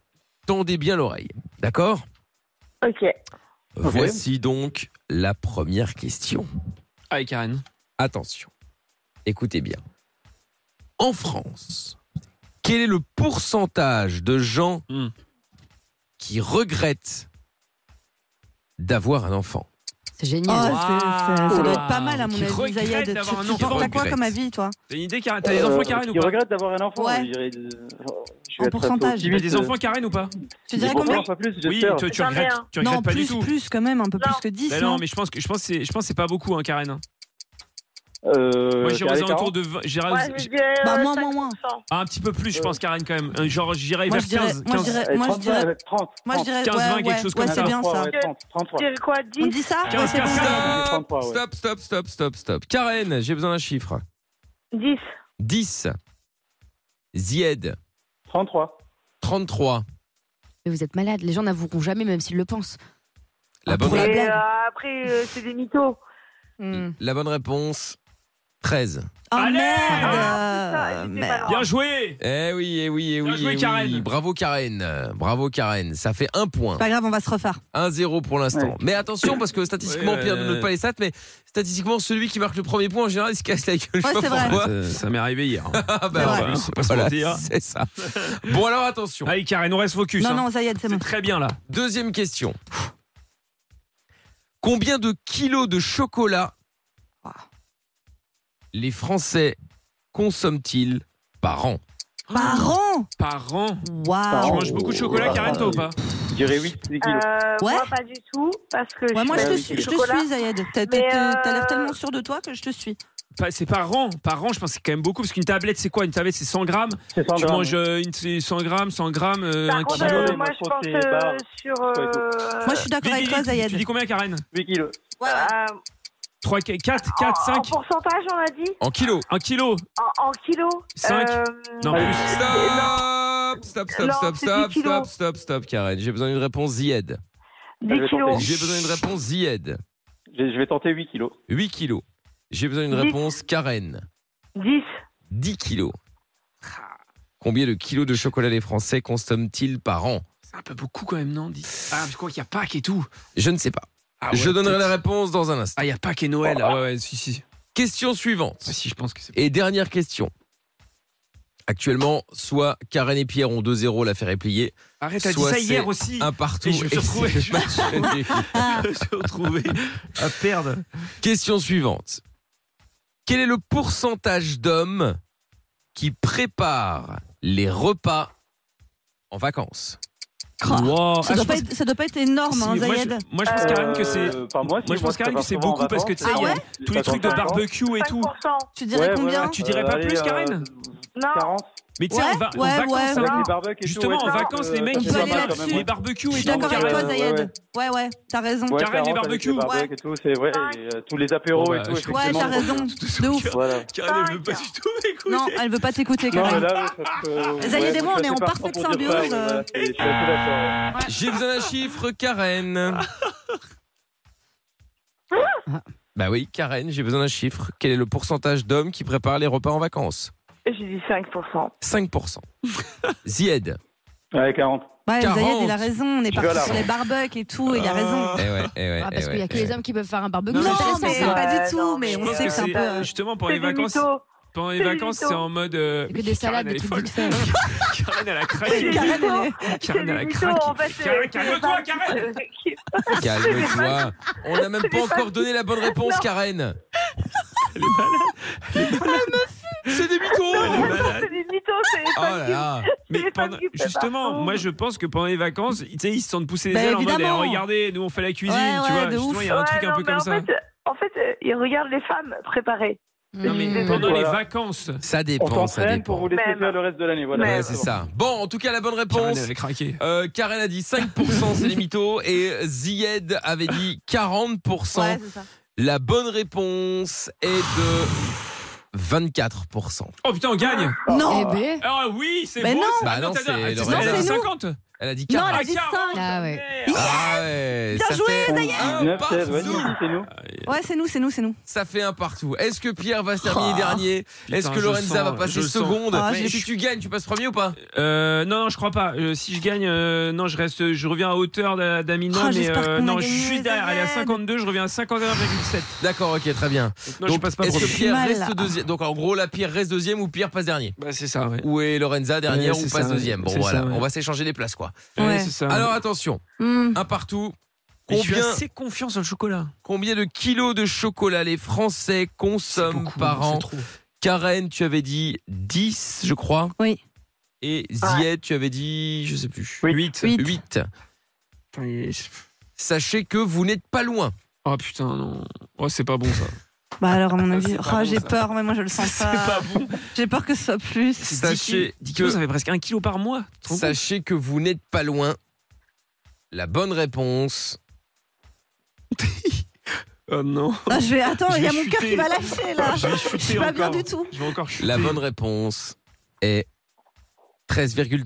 tendez bien l'oreille. D'accord
Ok.
Voici donc la première question.
Allez, Karen.
Attention, écoutez bien. En France, quel est le pourcentage de gens
Hmm.
qui regrettent d'avoir un enfant
C'est
Oh,
génial.
ça, fait- ça- ça doit être pas mal à mon
Qui
avis,
regrette
Zayed. Tu,
d'avoir un
tu penses à
enfant.
quoi comme avis, toi
T'as une idée,
Ah,
Karen T'as des
Euh,
enfants, Karen ou
Je
pas
regrette d'avoir un enfant.
Ouais.
je dirais,
En
euh, je vais être assez
pourcentage.
Tu mets
optimiste.
des enfants, Karen ou pas
Tu dirais combien
pas plus,
Oui,
j'espère.
tu, tu regrettes, tu regrettes
Non,
pas
plus,
du tout.
plus quand même, un peu plus que hein. 10.
Bah non, mais je pense que je pense que c'est je pense que c'est pas beaucoup hein, Karen. hein.
Euh,
Moi j'irais
allez,
aux
40.
alentours de 20, j'irais aux- j'-
euh,
Bah, moins, moins, moins.
ah, un petit peu plus je pense Karen quand même. Euh, Genre j'irais
Moi,
vers
je dirais-
15.
moi, je dirais-
Allez,
moi, je
30,
dirais-
ouais, 30.
Moi, je dirais.
15, 20, quelque chose comme
ouais,
ça.
C'est bien ça.
Ouais, 30, 30, ouais.
quoi, 10
On dit ça Ouais,
15,
c'est bon.
15,
Stop, stop, stop, stop, stop, stop. Karen, j'ai besoin d'un chiffre.
10.
10. Zied.
33.
33.
Mais vous êtes malade, les gens n'avoueront jamais, même s'ils le pensent. Ah,
La bonne,
Et
réponse-
euh, après, euh, c'est des mythos.
la bonne réponse, 13.
Oh
Allez
merde Merde.
Bien joué.
Eh oui, eh oui, eh oui.
Bien joué,
eh oui.
Karen.
Bravo Karen. Euh, Bravo Karen. Ça fait un point.
Pas grave, on va se refaire.
1-0 pour l'instant. Mais attention, parce que statistiquement,
Ouais,
Pierre
ouais.
ne note pas les stats, mais statistiquement, celui qui marque le premier point, en général, il se casse la gueule. je sais
Ouais,
pas
c'est vrai.
pourquoi.
Ça, ça m'est arrivé hier. hein.
Ah bah,
C'est
en
vrai.
plus,
Faut pas se
voilà,
mentir.
c'est ça. Bon, alors attention.
Allez Karen, on reste focus.
Non,
hein.
non, Zayed, c'est bon.
Très bien là.
Deuxième question. Combien de kilos de chocolat les Français consomment-ils par an
Par an
Par an. Tu
Waouh
manges beaucoup de chocolat Karen toi ou pas
Je dirais 8 kilos.
Euh,
Ouais.
Moi, pas du tout, parce que
Ouais, moi, je te
pas
suis,
du
je te
chocolat.
suis Zayed. T'as t'as-
Mais,
t'as l'air
euh,
tellement sûr de toi que je te suis.
Pas- C'est par an. Par an, je pense que c'est quand même beaucoup parce qu'une tablette c'est quoi Une tablette c'est 100 grammes.
C'est 100
Tu
grammes.
manges euh, une, c'est 100 grammes, 100 grammes, euh,
Par
un
contre,
kilo.
euh,
même
moi, je pense
protéine,
euh,
barre,
sur.
tout.
euh,
Moi, je suis d'accord avec toi,
Vivi, Tu
Zayed.
dis combien Karen
8 kilos.
euh,
3, 4, 4,
en
5,
pourcentage, on a dit
En kilos
1 kilo.
En, en kilos
Cinq.
euh,
Non,
Allez.
plus.
Stop Stop, stop,
Non,
stop,
c'est
stop,
10 kilos.
stop, stop, stop, Karen. J'ai besoin d'une réponse Zied.
10 kilos.
J'ai besoin d'une réponse Zied.
Je je vais tenter 8 kilos.
8 kilos. J'ai besoin d'une
Dix.
réponse Karen.
10.
10 kilos. Combien de kilos de chocolat les Français consomment-ils par an
C'est un peu beaucoup quand même, non dit Ah, parce quoi qu'il y a Pâques et tout.
Je ne sais pas.
Ah
Je
ouais,
donnerai
peut-être.
la réponse dans un instant. Oh.
Ah, il y a Pâques et Noël. Ah ouais, ouais, si, si.
Question suivante.
Ah, si, je pense que c'est.
Et dernière question. Actuellement, soit Karen et Pierre ont 2-0, l'affaire est pliée.
Arrête, t'as dit
Soit
ça
c'est
hier aussi.
Un partout.
Et je me suis
et
retrouvé.
c'est le match nul.
Je me suis retrouvé à perdre.
Question suivante. Quel est le pourcentage d'hommes qui préparent les repas en vacances
Wow.
Oh, Ça
Ah, je
doit, pas
pense-
être, ça doit pas être énorme, hein,
Si, moi,
Zayed.
je, moi, je pense Karine que c'est.
Euh, pas moi, si,
moi, je
moi,
pense
je
Karine que
pars
c'est
souvent en
beaucoup parce que tu sais,
vacances.
il y a
Ah ouais
tous les trucs de
50%.
barbecue et tout.
Tu dirais
Ouais,
combien
voilà.
Tu dirais pas
Euh,
plus,
allez,
Karine
Non.
Mais tu sais,
Ouais,
en va-
ouais,
en
ouais,
vacances,
ouais.
hein.
Les barbecues et tout,
justement,
ouais,
en
ça,
vacances,
euh,
les mecs,
on
ils
peut
vont
aller
faire
là-dessus.
les barbecues et
Je suis
tout.
d'accord avec toi,
Karine.
Zayed. Ouais, ouais, t'as raison.
Ouais, Karine, les barbecues. Les barbecues et tout, c'est vrai. et, euh, tous les apéros et tout.
Ouais,
effectivement.
t'as raison. De ouf.
Voilà.
Karine, elle veut pas du tout m'écouter.
Non, elle veut pas t'écouter,
Non, mais
Karine.
là, oui, parce que-
Zayed
ouais,
Ah, et moi, on est
je suis
en
assez
parfaite
partant pour dire ça,
symbiose, euh.
ouais, voilà, c'est- je suis assez d'accord. hein.
J'ai besoin d'un chiffre, Karen. Bah oui, Karen, j'ai besoin d'un chiffre. Quel est le pourcentage d'hommes qui préparent les repas en vacances
J'ai dit 5%.
5%. Zied.
Ouais, 40.
Ouais, Zayed, il a
40.
raison. On est
Je vais
parti
là.
sur les barbecues et tout, et il a raison.
Eh ouais, eh ouais,
Ah,
eh
parce qu'il y a
ouais.
que les hommes qui peuvent faire un barbecue.
Non,
c'est intéressant,
mais
ça.
pas du tout, mais on
pense
sait
que
que c'est un
c'est-
peu.
Justement, pendant les
C'est des
vacances,
mythos.
pendant les
C'est des
vacances,
mythos.
c'est en mode. euh,
que des salades,
Karen,
des
elle est
trucs vite
folle. Karen, elle a craqué.
Karen, elle
Karen, elle a
mythos,
craqué.
en fait, c'est-
Karen,
c'est
calme-toi,
des
Karen.
Calme-toi. On n'a même
C'est
pas
des
encore donné la bonne réponse,
Non.
Karen.
C'est des mythos.
C'est des mythos, c'est des
Oh
femmes
là
qui-
là.
c'est des
Mais
femmes
pendant-
qui préparent.
justement, moi je pense que pendant les vacances, tu sais, ils se sentent pousser les
Bah,
ailes en mode
évidemment.
eh, regardez, nous on fait la cuisine,
Ouais,
tu
ouais,
vois.
de
Justement,
ouf.
il y a un
Ouais,
truc un
non,
peu
mais
comme
en
ça.
fait, en fait, euh, ils regardent les femmes préparer.
Non,
mais
Mmh.
pendant les
Voilà.
vacances.
Ça
On
dépend, ça
s'entraîne pour
dépend.
vous laisser
Même.
faire le reste de l'année. Voilà.
Ouais,
Même.
c'est ça. Bon, en tout cas, la bonne
Karen,
réponse.
elle a craqué.
Euh, Karen a dit 5%, c'est les mythos. Et Zied avait dit 40%.
Ouais, c'est ça.
La bonne réponse est de 24%.
Oh putain, on gagne.
Non
Eh ben.
Ah oui, c'est
Mais
beau.
non.
ça.
Bah
Attends,
non,
t'as-
c'est
attends,
le
elle a
reste.
50.
Elle a dit
Non,
40.
elle a dit
Ah,
5.
Ah ouais.
Ah ouais,
Bien
ça
joué,
fait
ça y est.
un
19, 16, ouais,
partout.
c'est nous.
Ouais, c'est nous, c'est nous, c'est nous.
Ça fait un partout. Est-ce que Pierre va se terminer
Oh.
dernier
Ah, Putain,
Est-ce que
je
Lorenza
sens,
va
je
passer
le sens.
seconde
Ah, j'ai-
Et Si tu gagnes, tu passes premier ou pas
Euh, non, non, je crois pas. Euh, si je gagne, euh, non, je reste, je reviens à hauteur d'A- d'Amina,
Oh,
mais euh,
j'espère
euh,
qu'on a
non, je
gagné,
suis derrière. Elle est à
Zayed.
52, je reviens à 51,7.
D'accord, ok, très bien.
Donc, non, je passe pas
est-ce que
premier.
Pierre
Mal,
reste
là.
deuxième Donc en gros, la Pierre reste deuxième ou Pierre passe dernier
Bah, c'est ça, ouais.
Ou est Lorenza dernière
Ouais,
ou
c'est
passe
ça,
deuxième Bon
c'est
voilà,
ça, ouais.
on va s'échanger les places quoi.
Ouais,
Ouais.
c'est ça.
Alors attention,
Hmm.
un partout.
Mais je suis
Combien,
assez confiant sur le chocolat.
combien de kilos de chocolat les Français
C'est
consomment
beaucoup,
par
c'est
an
trop.
Karen, tu avais dit 10, je crois.
Oui.
Et
Ouais.
Ziet, tu avais dit, je sais plus.
8.
Huit.
8.
Putain, il est-
Sachez que vous n'êtes pas loin.
Oh putain, non. Oh, c'est pas bon ça.
Bah alors, à mon avis,
c'est pas
oh,
bon,
j'ai
ça.
peur, mais moi je le sens
C'est
pas.
pas bon.
J'ai peur que ce soit plus.
C'est
Sachez
10 kilos,
que-
ça fait presque 1 kilo par mois. Tu te rends compte
Sachez que vous n'êtes pas loin. La bonne réponse.
Oh non.
Ah, je vais... Attends,
Je
il y a
vais
mon cœur
chuter.
qui va lâcher là.
Je vais
Je
chuter
suis pas bien
encore.
du tout.
Je vais encore chuter.
La bonne réponse est 13,2.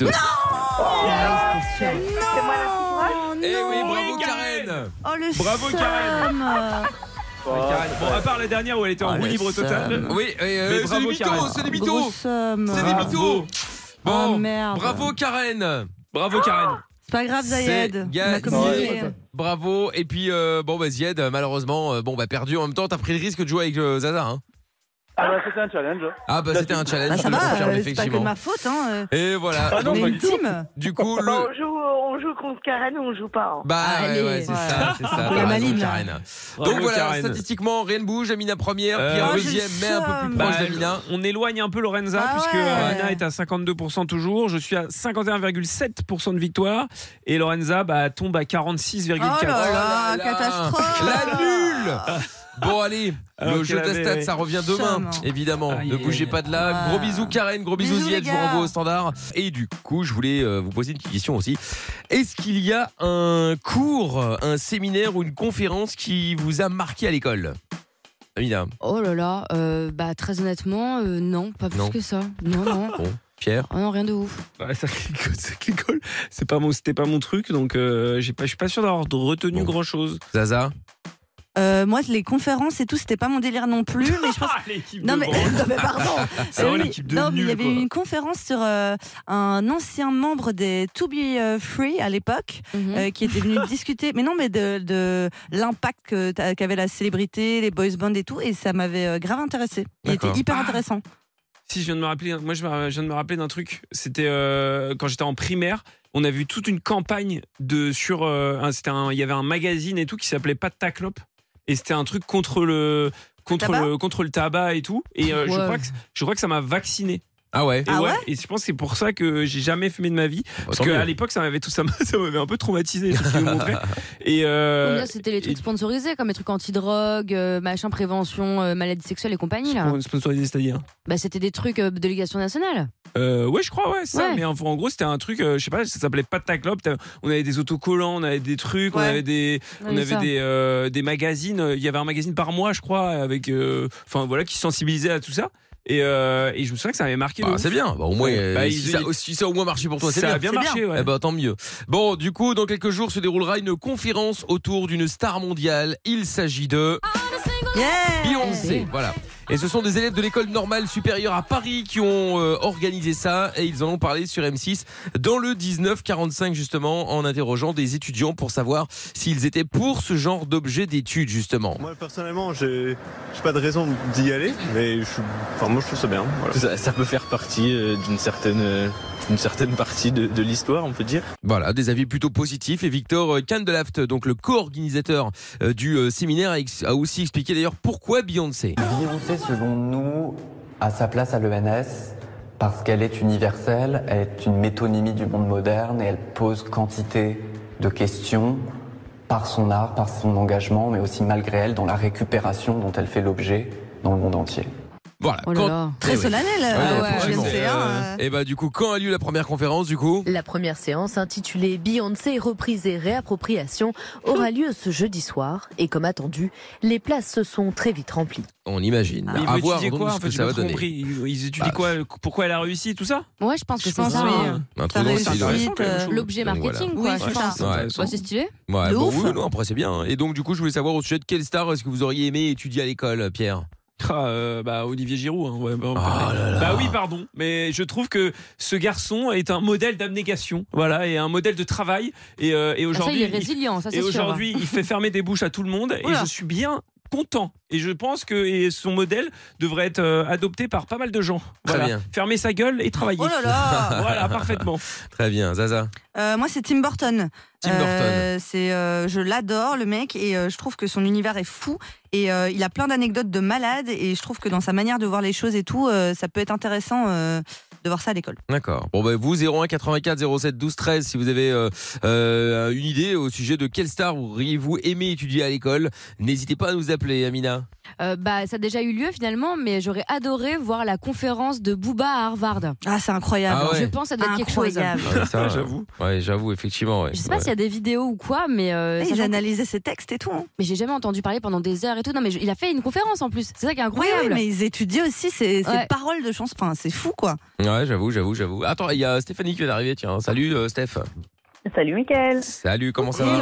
C'est moi la
Oh,
Eh oui,
non.
bravo
Oui, Karen.
Karen.
Oh le
Bravo, Karen.
seum.
Karen,
Bon, à part la dernière où elle était en
Ah,
roue
le
libre totale.
seum.
Oui, et, euh,
Mais
c'est des
bravo,
mythos,
Karen.
c'est des
Gros
mythos,
seum.
c'est des
Oh
mythos. Bon,
merde.
bravo Karen.
Bravo, Karen.
C'est pas grave,
C'est
Zayed. On
gagné.
a communiqué.
Ouais.
Bravo. Et puis, euh, bon, bah, Zied, euh, malheureusement, euh, bon, bah, perdu. En même temps, t'as pris le risque de jouer avec euh, Zaza. hein.
Ah, bah, c'était un challenge.
Ah, bah, c'était un challenge,
Bah,
je
ça
te le
va,
confirme,
euh, c'est pas que de
effectivement.
ma faute. Hein.
Et voilà.
On est
Donc,
une team.
Ah, du coup,
Bah,
le.
on, joue, on joue contre Karen ou on joue pas. hein.
Bah, ouais,
Allez.
ouais, c'est ça, c'est ça.
Un peu
T'as
la
raison,
maligne, là.
Karen.
Bravo,
Donc voilà,
Karen.
statistiquement, rien ne bouge. Amina première,
Euh,
Pierre
oh, j'ai
le
deuxième, mais un peu plus
seum.
proche
Bah,
d'Amina.
on éloigne un peu Lorenza
Ah
puisque
ouais.
Amina est à 52% toujours. Je suis à 51,7% de victoire et Lorenza bah, tombe à 46,4%.
Oh là
Oh là
là,
là.
catastrophe.
La nulle Bon allez,
Alors
le
qu'elle
jeu de
avait-
stats, ça revient demain,
Charmant.
évidemment.
Aïe,
ne
aïe,
bougez
aïe.
pas de là. Gros
Ah.
bisous Karen, gros bisous
Bisous, les
Ziad, je vous
gars.
renvoie au standard. Et du coup, je voulais euh, vous poser une petite question aussi. Est-ce qu'il y a un cours, un séminaire ou une conférence qui vous a marqué à l'école Amina,
Oh là là, euh, bah très honnêtement, euh, non, pas plus
Non.
que ça. Non, non.
bon, Pierre
Oh non, rien de ouf.
Ouais, ça clicote, ça clicote. C'est pas mon, c'était pas mon truc, donc euh, j'ai pas, je suis pas sûr d'avoir retenu
Bon.
grand chose.
Zaza
Euh, moi, les conférences et tout, c'était pas mon délire non plus, mais je pense.
Ah, l'équipe
Non
de
mais,
bande.
non mais pardon.
C'est vraiment
Oui,
Ah, l'équipe de
non, mais Il y
nuls,
avait
quoi.
eu une conférence sur euh, un ancien membre des To Be euh, Free à l'époque
Mhm.
euh, qui était venu discuter. Mais non, mais de, de l'impact que t'a- qu'avait la célébrité, les boys bands et tout, et ça m'avait euh, grave intéressé. Il
D'accord.
était hyper
Ah.
intéressant.
Si je viens de me rappeler, hein. moi je, me- je viens de me rappeler d'un truc. C'était euh, quand j'étais en primaire, on a vu toute une campagne de sur. euh, un- c'était un- il y avait un magazine et tout qui s'appelait pas ta clope et c'était un truc contre le contre
Tabac
le contre le tabac et tout. Et euh, je
Ouais.
crois que je crois que ça m'a vacciné.
Ah ouais. Bah,
Et, ouais, et je pense que c'est pour ça que j'ai jamais fumé de ma vie. Parce
tant
qu'à
mieux.
l'époque, ça m'avait tout ça, m'a- ça m'avait un peu traumatisé. les trucs qu'ils me montraient. Et euh,
Combien c'était les trucs sponsorisés, comme les trucs anti-drogue, euh, machin, prévention, euh, maladie sexuelle et compagnie, là
spon- sponsorisé, c'est-à-dire
Bah, c'était des trucs euh, délégation nationale.
Euh, ouais, je crois, ouais, c'est ça.
Ouais.
Mais en, en gros, c'était un truc, euh, je sais pas, ça s'appelait Pataclop. On avait des autocollants, on avait des trucs, on
Ouais.
avait des, on
Ouais,
avait
ça.
des, euh, des magazines. euh, Il y avait un magazine par mois, je crois, avec, euh, enfin voilà, qui sensibilisait à tout ça. Et, euh, et je me souviens que ça m'avait marqué. de
Bah,
ouf.
c'est bien. Bah, au moins,
Ouais.
euh,
Bah,
si,
ils-
ça, si ça a au moins marché pour toi, c'est
Ça
bien.
a bien
C'est
marché, ouais.
Eh ben, tant mieux. Bon, du coup, dans quelques jours se déroulera une conférence autour d'une star mondiale. Il s'agit de Beyoncé. Voilà. Et ce sont des élèves de l'école normale supérieure à Paris qui ont euh, organisé ça et ils en ont parlé sur M6 dans le 1945 justement en interrogeant des étudiants pour savoir s'ils étaient pour ce genre d'objet d'étude justement.
Moi personnellement, j'ai j'ai pas de raison d'y aller, mais je suis- enfin, moi je trouve ça bien. voilà.
Ça, ça peut faire partie euh, d'une certaine, euh, d'une certaine partie de, de l'histoire, on peut dire.
Voilà, des avis plutôt positifs. Et Victor euh, Candelaft, donc le co-organisateur euh, du euh, séminaire, a ex- a aussi expliqué d'ailleurs pourquoi
Euh,
Beyoncé.
Beyoncé, selon nous, a sa place à l'ENS parce qu'elle est universelle, elle est une métonymie du monde moderne et elle pose quantité de questions par son art, par son engagement, mais aussi malgré elle dans la récupération dont elle fait l'objet dans le monde entier.
Voilà.
Oh là là.
Très
solennel, euh, ouais, Beyoncé, hein,
Euh,
Et bah du coup, quand a lieu la première conférence du coup
La première séance intitulée Beyoncé, reprise et réappropriation aura lieu ce jeudi soir et comme attendu, les places se sont très vite remplies.
On imagine.
Mais ils
à
vont
voir
étudier
donc
quoi,
ce
en
que ça
fait, j'ai
va
pas trop
donner. Bah,
compris. Ils, ils étudient quoi euh, Pourquoi elle a réussi, tout ça
Ouais, je pense que
Je
c'est
pense
ça.
oui.
hein.
Un truc dans le style, ouais.
L'objet
Donc, voilà.
marketing,
Ouais,
quoi, je
c'est
pense.
ça. Ouais.
Bah, c'est stylé.
Ouais,
De
bon,
ouf.
oui, non, après c'est bien. hein. Et donc du coup, je voulais savoir au sujet de quelle star est-ce que vous auriez aimé étudier à l'école, Pierre
Ah, euh, bah Olivier Giroud. hein, ouais, bah, on
Ah
parlait. Bah oui, pardon. Mais je trouve que ce garçon est un modèle d'abnégation, voilà, et un modèle de travail. Et, euh,
Ah,
et
ça,
aujourd'hui,
il est résilient, ça, c'est
Et
sûr.
aujourd'hui, il fait fermer des bouches à tout le monde. Et
Oula.
je suis bien content. Et je pense que et son modèle devrait être euh, adopté par pas mal de gens.
Très
Voilà.
bien.
Fermer sa gueule et travailler.
Oh là là
Voilà, parfaitement.
Très bien, Zaza.
Euh, moi, c'est Tim Burton.
Tim
Euh, c'est, euh, je l'adore, le mec, et euh, je trouve que son univers est fou. Et euh, il a plein d'anecdotes de malade, et je trouve que dans sa manière de voir les choses et tout, euh, ça peut être intéressant euh, de voir ça à l'école.
D'accord. Bon ben vous 01 84 07 12 13 si vous avez euh, euh, une idée au sujet de quelle star auriez-vous aimé étudier à l'école, n'hésitez pas à nous appeler Amina.
Euh, bah, ça a déjà eu lieu finalement, mais j'aurais adoré voir la conférence de Booba à Harvard.
Ah, c'est incroyable.
Ah ouais.
Je pense que ça doit être quelque chose.
Incroyable.
Ouais, ça, euh, Ouais, j'avoue effectivement, ouais.
Je sais pas
Ouais.
s'il y a des vidéos ou quoi, mais.
Et ils analysaient
ses textes et tout.
hein.
Mais j'ai jamais entendu parler pendant des heures et tout. Non, mais je- il a fait une conférence en plus. C'est ça qui est
Oui,
incroyable.
oui, mais ils étudient aussi ces, ces
Ouais.
paroles de chansons. Enfin, c'est fou, quoi.
Ouais, j'avoue, j'avoue, j'avoue. Attends, il y a Stéphanie qui vient d'arriver, tiens. Salut euh, Steph.
Salut Mickaël.
Salut, comment ça va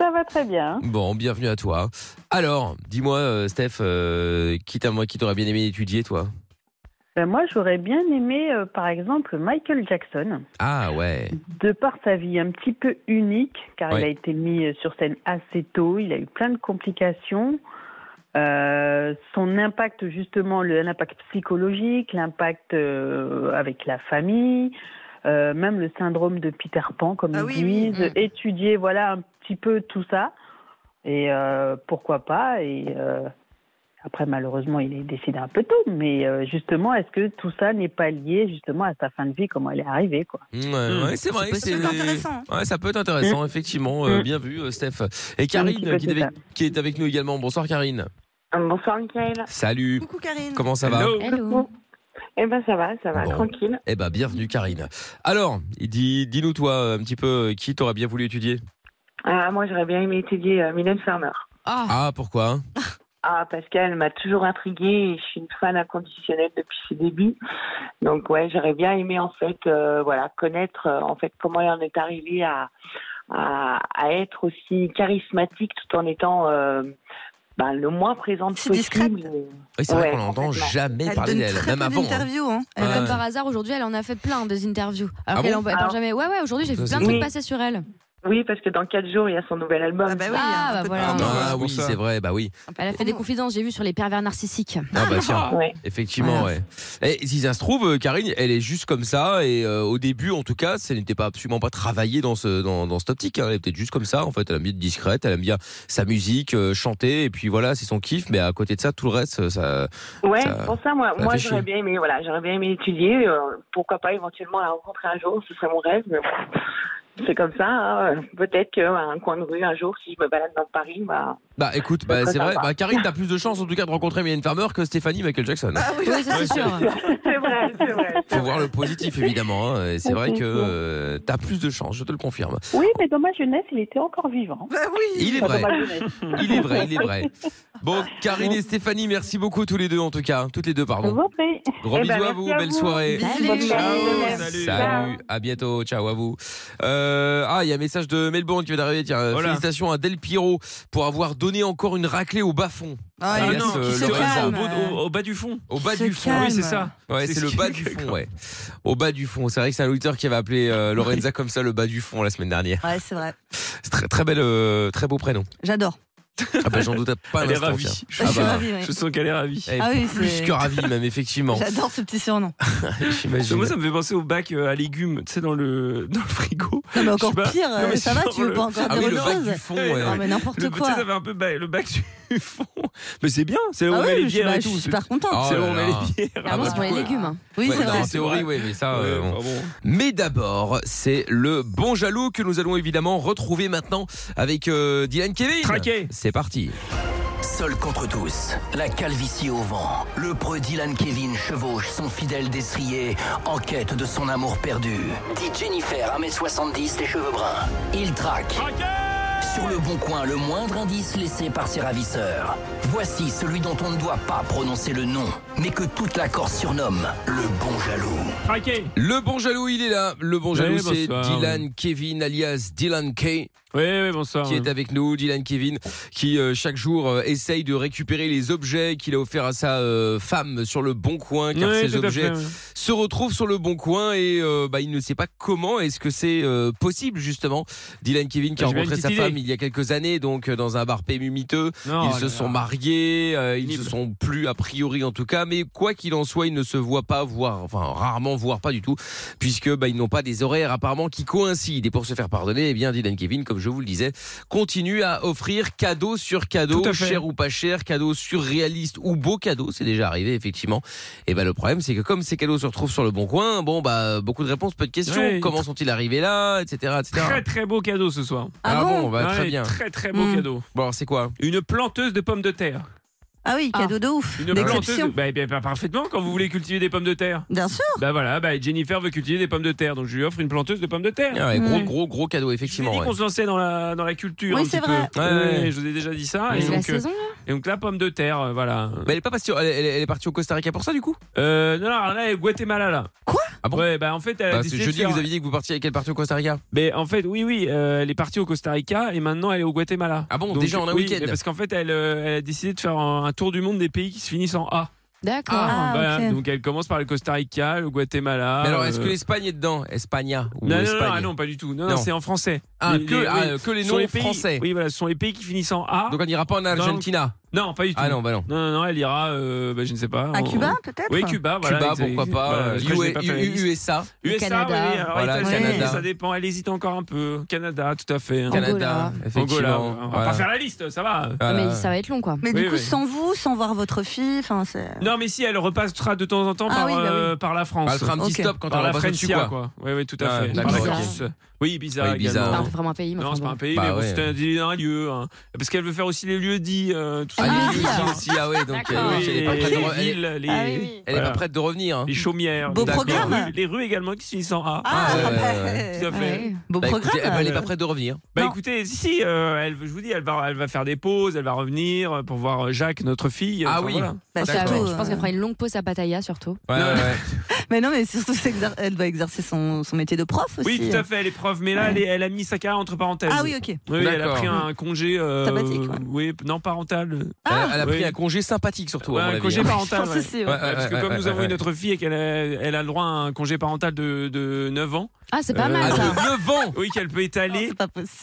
Ça va très bien.
Bon, bienvenue à toi. Alors, dis-moi euh, Steph, euh, qui t'a- moi qui t'aurais bien aimé étudier toi
Ben, moi, j'aurais bien aimé, euh, par exemple, Michael Jackson,
Ah ouais.
de par sa vie un petit peu unique, car il
Ouais.
a été mis euh, sur scène assez tôt, il a eu plein de complications. Euh, son impact, justement, le- l'impact psychologique, l'impact euh, avec la famille, euh, même le syndrome de Peter Pan, comme ils disent, étudier, voilà, un petit peu tout ça. Et euh, pourquoi pas et, euh, Après, malheureusement, il est décédé un peu tôt, mais euh, justement, est-ce que tout ça n'est pas lié justement à sa fin de vie, comment elle est arrivée quoi
Mmh, Ouais, ouais, c'est vrai. c'est- Ouais, ça peut être
Mmh.
intéressant, effectivement. euh, bien vu, euh, Steph. Et
petit
Karine,
peu
qui est,
c'est
avec, qui est avec nous également. Bonsoir, Karine.
Euh, Bonsoir Mickaël.
Salut. Comment ça va
Coucou. Eh ben ça va, ça va,
Bon.
tranquille.
Eh ben, bienvenue, Karine. Alors, dis- dis-nous, toi, euh, un petit peu, euh, qui t'aurais bien voulu étudier
Ah, moi j'aurais bien aimé étudier euh, Mylène Farmer.
Ah, pourquoi
Ah, parce qu'elle m'a toujours intriguée et je suis une fan inconditionnelle depuis ses débuts. Donc ouais, j'aurais bien aimé en fait, euh, voilà, connaître euh, en fait comment elle en est arrivée à, à, à être aussi charismatique tout en étant euh, ben, le moins présente possible.
Oui, c'est vrai
Ouais,
qu'on n'entend
complètement.
jamais parler d'elle, même avant. hein.
Elle,
Ouais.
Euh, Comme par hasard, aujourd'hui, elle en a fait plein des interviews. Alors
Ah
qu'elle
bon
en parle
Alors
jamais. Ouais, ouais, aujourd'hui, j'ai
Ça,
vu plein
c'est
de trucs
cool.
passer sur elle.
Oui, parce que dans 4 jours, il y a son nouvel album. Ah,
oui, Ah, bah voilà.
Ah oui, c'est vrai, bah oui.
Ah,
Elle a fait des confidences, j'ai vu sur les pervers narcissiques.
Ah bah tiens,
Ouais.
effectivement, ouais. Et si ça se trouve, euh, Karine, elle est juste comme ça. Et euh, au début, en tout cas, ça n'était pas absolument pas travaillé dans ce dans, dans cette optique. hein. Elle est peut-être juste comme ça. En fait, elle aime bien être discrète, elle aime bien sa musique, euh, chanter, et puis voilà, c'est son kiff. Mais à côté de ça, tout le reste, euh, ça.
Ouais,
ça-
pour ça, moi,
ça
moi j'aurais
fait chier.
bien aimé, voilà, j'aurais bien aimé étudier. euh, pourquoi pas éventuellement la rencontrer un jour, ce serait mon rêve. Mais bon, c'est comme ça. hein, euh, Peut-être qu'à un coin de rue, un jour, si je me balade dans Paris, bah,
Bah écoute, bah,
Très
c'est vrai.
sympa.
Bah, Karine, t'as plus de chance en tout cas de rencontrer Mylène Farmer que Stéphanie Michael Jackson.
oui,
c'est sûr.
c'est vrai, c'est vrai.
Faut voir le positif évidemment. hein. Et C'est vrai que euh, t'as plus de chance, je te le confirme.
Oui, mais dans ma jeunesse, il était encore vivant.
Ben
Il est
Dans
vrai.
ma jeunesse.
Il est vrai, il est vrai. Bon, Karine et Stéphanie, merci beaucoup tous les deux en tout cas, hein, toutes les deux
Je
pardon.
vous prie.
Gros
Eh ben,
bisous à
merci
vous, belle soirée.
Salut. Bonne soirée.
Salut,
Ciao.
à bientôt, ciao à vous. Euh, ah, il y a un message de Melbourne qui vient d'arriver. Tiens, euh,
Voilà.
félicitations à Del Piro pour avoir donné encore une raclée au bas fond.
Ah,
Alias,
non, qui
euh,
se
Lorenza.
calme. Au- au- au bas du fond.
Au bas
Qui se
du fond,
calme. Oui, c'est ça.
Ouais,
C'est
c'est
ce
le
qui-
bas du fond, ouais. Au bas du fond. C'est vrai que c'est un auditeur qui avait appelé euh, Lorenza comme ça, le bas du fond, la semaine dernière.
Ah.
Ouais, c'est vrai.
C'est très, très belle, euh, très beau prénom.
J'adore.
Ah bah j'en doute pas
Elle
un
est
instant,
ravie.
tiens.
Je
Ah
suis
bah,
ravie, ouais.
Je sens qu'elle est ravie.
elle est
Ah oui,
plus
c'est-
que ravie, même effectivement.
J'adore ce petit surnom.
J'imagine.
Moi, ça me fait penser au bac euh, à légumes, tu sais, dans le, dans le frigo.
Non, mais encore
Je sais pas.
pire,
Non, mais
euh, ça
c'est
va,
genre
tu veux
le-
pas encore
Ah
dire
oui, le
autre
bac
chose
du fond, ouais.
Non, mais n'importe
Le-
quoi.
Tu sais, ça fait un peu ba- le bac du fond. Mais c'est bien, c'est là où
Ah
on met
oui,
les
je suis-
bières
bah,
et
je
tout.
suis
c'est-
super contente.
Oh
C'est là où
là
on
là.
met les bières.
Ah bah,
Clairement, c'est pour les légumes. hein.
Oui,
Ouais,
c'est
dans
vrai.
la théorie, oui, mais ça. euh, bon. Mais d'abord, c'est le bon jaloux que nous allons évidemment retrouver maintenant avec euh, Dylan Kevin.
Traqué.
C'est parti.
Seul contre tous, la calvitie au vent, le preux Dylan Kevin chevauche son fidèle destrier en quête de son amour perdu. Dit Jennifer, 1m70, les cheveux bruns. Il traque. Sur le bon coin, le moindre indice laissé par ses ravisseurs. Voici celui dont on ne doit pas prononcer le nom, mais que toute la Corse surnomme le bon jaloux.
Traqué.
Le bon jaloux, il est là. Le bon
Oui,
jaloux, c'est
bonsoir.
Dylan Kevin, alias Dylan K.
Oui, oui, bonsoir.
Qui est avec nous, Dylan Kevin, qui euh, chaque jour euh, essaye de récupérer les objets qu'il a offerts à sa euh, femme sur le bon coin, car
Oui,
ces
tout à
objets
fait, oui.
se retrouvent sur le bon coin et euh, bah, il ne sait pas comment. Est-ce que c'est euh, possible justement Dylan Kevin qui a
J'ai bien une
rencontré sa
petite idée.
femme il y a quelques années, donc euh, dans un bar pémumiteux.
Non,
Ils se
là,
sont
là.
mariés, euh, ils ne se sont plus a priori en tout cas, mais quoi qu'il en soit, ils ne se voient pas, voire enfin rarement, voire pas du tout, puisque bah, ils n'ont pas des horaires apparemment qui coïncident. Et pour se faire pardonner, eh bien Dylan Kevin, comme je vous le disais, continue à offrir cadeau sur cadeau,
Tout à fait.
cher ou pas cher, cadeau surréaliste ou beau cadeau, c'est déjà arrivé effectivement. Et ben le problème, c'est que comme ces cadeaux se retrouvent sur le bon coin, bon bah beaucoup de réponses, peu de questions.
Ouais.
Comment sont-ils arrivés là, etc., etc.
Très très beau cadeau ce soir.
Ah Ah bon bon Bah, très
Ouais,
bien.
Très très beau
Hmm.
Mm.
cadeau.
Bon, alors, c'est quoi
Une planteuse de pommes de terre.
Ah oui, cadeau de ouf.
Une planteuse.
D'exception.
de- Bah, eh bien, bah, parfaitement quand vous voulez cultiver des pommes de terre.
Bien sûr.
Bah voilà, bah, Jennifer veut cultiver des pommes de terre, donc je lui offre une planteuse de pommes de terre.
Ah ouais, gros, gros, gros cadeau, effectivement.
dit
ouais.
qu'on se lançait dans la, dans la culture.
Oui,
un
c'est
petit peu.
vrai. Ouais, ouais.
je vous ai déjà dit ça.
Mais
et,
c'est
donc, euh,
la saison, là.
et donc la pomme de terre, euh, voilà.
Mais elle est pas partie, elle, elle- elle est partie au Costa Rica pour ça du coup
Euh, non, non, là, elle est au Guatemala, là.
Quoi
Ah bon
Ouais, bah en fait, elle a
Bah, c'est
décidé de
jeudi,
faire-
vous aviez dit que vous partiez avec elle partie au Costa Rica
Mais en fait, oui, oui, euh, elle est partie au Costa Rica et maintenant elle est au Guatemala.
Ah bon, déjà en un
oui,
week-end
mais Parce qu'en fait, elle, euh, elle a décidé de faire un, un tour du monde des pays qui se finissent en A.
D'accord.
Voilà, Donc elle commence par le Costa Rica, le Guatemala.
Mais alors, est-ce
euh,
que l'Espagne est dedans Espagna ou
non, non, non,
Espagne
ah non, pas du tout. Non,
Non.
non, c'est en français.
Ah, que-
oui,
ah, que les
ce sont
noms
pays-
français.
Oui, voilà, ce sont les pays qui finissent en A.
Donc on n'ira pas en Argentina
Non, pas du tout.
Ah non, bah non.
Non, non, non, elle ira, euh, bah, je ne sais pas.
À
en-
Cuba, peut-être
Oui, Cuba, voilà.
Cuba,
exact-
pourquoi pas,
voilà,
euh,
parce que je n'ai pas
U-
fait la
U-
liste.
USA.
USA,
Canada.
oui, alors,
Voilà,
États-Unis,
Canada.
ça dépend. Elle hésite encore un peu. Canada, tout à fait.
Canada,
Angola.
effectivement.
Angola, On va
Voilà.
pas faire la liste, ça va.
Mais ça va être long, quoi.
Mais
Oui,
du coup,
oui.
sans vous, sans voir votre fille, enfin, c'est.
Euh,
Non, mais si, elle repassera de temps en temps
Ah
par,
oui, bah oui.
euh, par la France.
Elle fera un petit Ok. stop quand
par
elle
la
repasse au-dessus,
Francia,
quoi.
quoi. Oui, oui, tout à
Ouais,
fait.
d'accord,
Par la
ok.
Corse. Oui, bizarre.
Oui, Ibiza.
également.
Non,
c'est vraiment un pays, mais
Non,
enfin
c'est pas
bon.
un pays,
Bah
mais bon,
ouais.
c'est un, il y a un lieu. hein. Parce qu'elle veut faire aussi les lieux dits, euh, tout ça.
Ah, les lieux dits aussi, ah ouais, donc euh,
Oui,
elle est pas prête de re-
les
elle est-
villes, les-
elle est
Voilà.
pas prête de revenir. hein.
Les chaumières.
Beau
les-
programme.
Les rues, les rues également qui se finissent en A.
Ah, ouais, ouais, ouais.
Tout à fait.
Bah, écoutez, eh ben, elle est pas prête de revenir.
Bah écoutez, si, si, euh, elle, je vous dis, elle va, elle va faire des pauses, elle va revenir euh, pour voir Jacques, notre fille.
Ah
enfin,
oui.
voilà.
Bah,
Ça,
surtout,
Je
euh,
pense qu'elle fera une longue pause à Pattaya, surtout.
Ouais, ouais, ouais.
Mais non, mais surtout, c'est exer- elle doit exercer son, son métier de prof aussi. euh.
Oui, tout à fait, elle est prof, mais là, elle, est- elle a mis sa sa carrière entre parenthèses.
Ah oui, ok.
Oui, elle a
D'accord.
pris un congé. euh,
Sabbatique, ouais. Ah
Oui, non parental.
Elle, elle a pris
Oui.
un congé sympathique surtout.
Ouais,
à mon
un
avis,
congé
hein.
parental. ouais.
Ouais,
Ouais, parce que
ouais,
comme nous
ouais,
avons
ouais.
une autre fille et qu'elle a, elle a le droit à un congé parental de, de 9 ans.
Ah, c'est pas
Euh,
mal, ça.
de 9 ans Oui, qu'elle peut étaler.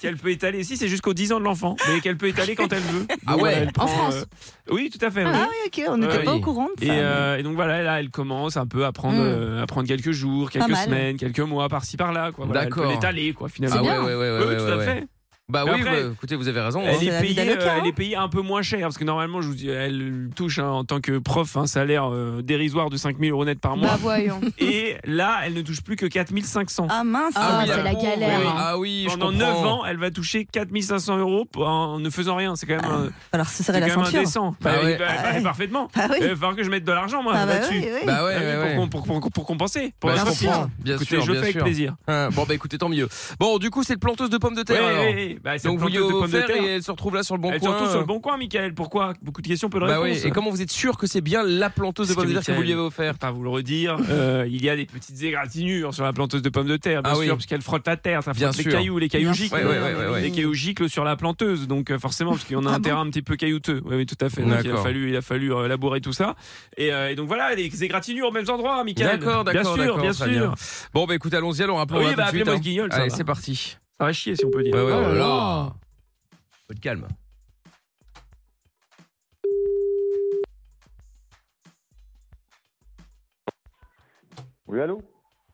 Qu'elle peut étaler. Si, c'est jusqu'aux 10 ans de l'enfant, mais qu'elle peut étaler quand elle veut.
Ah
Donc,
ouais.
elle
En
prend,
France.
euh, Oui, tout à fait.
Ah oui, ok, on n'était
Ouais.
pas au courant de
Et,
ça.
euh, et donc voilà, là, elle commence un peu à prendre,
Mm.
euh, à prendre quelques jours,
Pas
quelques
mal.
semaines, quelques mois, par-ci par-là. quoi. Voilà, elle peut
D'accord.
l'étaler, quoi, finalement.
Ah ouais, ouais, ouais,
Oui,
ouais,
tout
ouais,
à
ouais.
fait.
Bah
Mais
oui,
après,
bah, écoutez, vous avez raison. hein.
Elle est, payée, euh, elle est payée un peu moins cher parce que normalement, je vous dis, elle touche hein, en tant que prof un salaire euh, dérisoire de 5000 euros net par mois.
Bah voyons.
Et là, elle ne touche plus que 4500.
Ah mince,
Ah, c'est la
pauvre,
galère.
oui.
Ah oui, je
Pendant
comprends.
9 ans, elle va toucher 4500 euros pour- en ne faisant rien. C'est quand même. un-
Alors, ce serait
c'est
la
quand même
ceinture.
indécent.
Bah
Bah,
ouais.
il va-
Ah
bah,
ouais.
Parfaitement.
Bah oui.
Il va falloir que je mette de l'argent, moi,
Ah bah
là-dessus.
oui, oui. Bah ouais,
Ah oui,
ouais,
pour, com- pour- pour- pour compenser. Pour
Bah,
la
je
sortie.
comprends. Bien
Écoutez,
sûr,
je le
bien
fais avec
sûr.
plaisir.
Hein, bon, bah écoutez, tant mieux. Bon, du coup, c'est le planteuse de pommes de terre.
Ouais,
alors.
ouais, ouais. Bah, c'est
Donc,
une
vous lui
planteuse de pommes de
offert
terre.
et elle se retrouve là sur le bon
Elle se
coin. euh.
retrouve sur le bon coin, Michael. Pourquoi Beaucoup de questions, peu de
Bah oui,
réponses.
et comment vous êtes sûr que c'est bien la planteuse de pommes de terre que vous lui avez offert
Pas vous le redire. euh, il y a des petites égratignures sur la planteuse de pommes de terre, bien
Ah oui.
sûr, parce qu'elle frotte la terre, ça frotte
Bien
les
sûr.
cailloux, les cailloux
Bien
gicles,
sûr. Ouais, ouais, ouais, ouais,
les
ouais.
cailloux gicles sur la planteuse, donc euh, forcément, parce qu'on a
Ah
un
bon
terrain un petit peu caillouteux. Oui, oui, tout à fait. Donc, il a
D'accord.
fallu, il a fallu euh, labourer tout ça. Et, euh, et donc voilà, les égratignures aux mêmes endroits, Michael.
D'accord,
Bien
d'accord,
sûr,
d'accord,
bien
très
sûr.
bien. Bon, bah écoute, allons-y, alors un peu.
Ah oui,
on va
bah,
tout de suite,
appelez-moi
hein.
ce guignol, ça
Allez,
va.
c'est parti.
Ça va chier si on peut dire.
Ouais, ouais,
Oh là
oh là
là.
là. Un peu de calme.
Oui, allô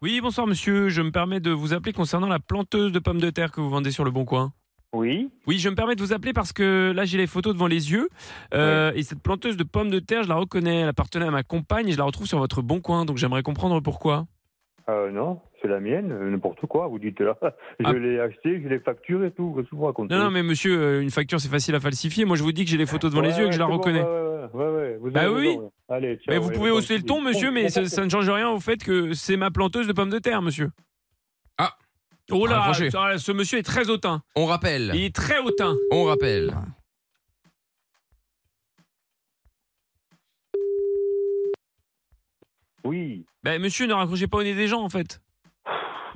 Oui, bonsoir monsieur, je me permets de vous appeler concernant la planteuse de pommes de terre que vous vendez sur le Bon Coin.
Oui.
Oui, je me permets de vous appeler parce que là j'ai les photos devant les yeux Euh, et cette planteuse de pommes de terre, je la reconnais, elle appartenait à ma compagne et je la retrouve sur votre Bon Coin, donc j'aimerais comprendre pourquoi.
Euh, non, c'est la mienne, euh, n'importe quoi, vous dites là. Je
Ah.
l'ai acheté, je l'ai facturé et tout, qu'est-ce que vous racontez
Non, non, mais monsieur, euh, une facture c'est facile à falsifier, moi je vous dis que j'ai les photos devant les
Ouais,
yeux et que je la
c'est bon,
reconnais.
ouais, ouais, ouais, ouais, vous
Bah
avez
oui.
raison, ouais. Allez, ciao,
mais vous
ouais,
pouvez
bon,
hausser le ton monsieur, mais ça, ça ne change rien au fait que c'est ma planteuse de pommes de terre monsieur.
Ah
Oh
Ah,
là,
franchi.
ça, ce monsieur est très hautain.
On rappelle.
Il est très hautain.
On rappelle.
Oui.
Ben, monsieur, ne raccrochez pas au nez des gens, en fait.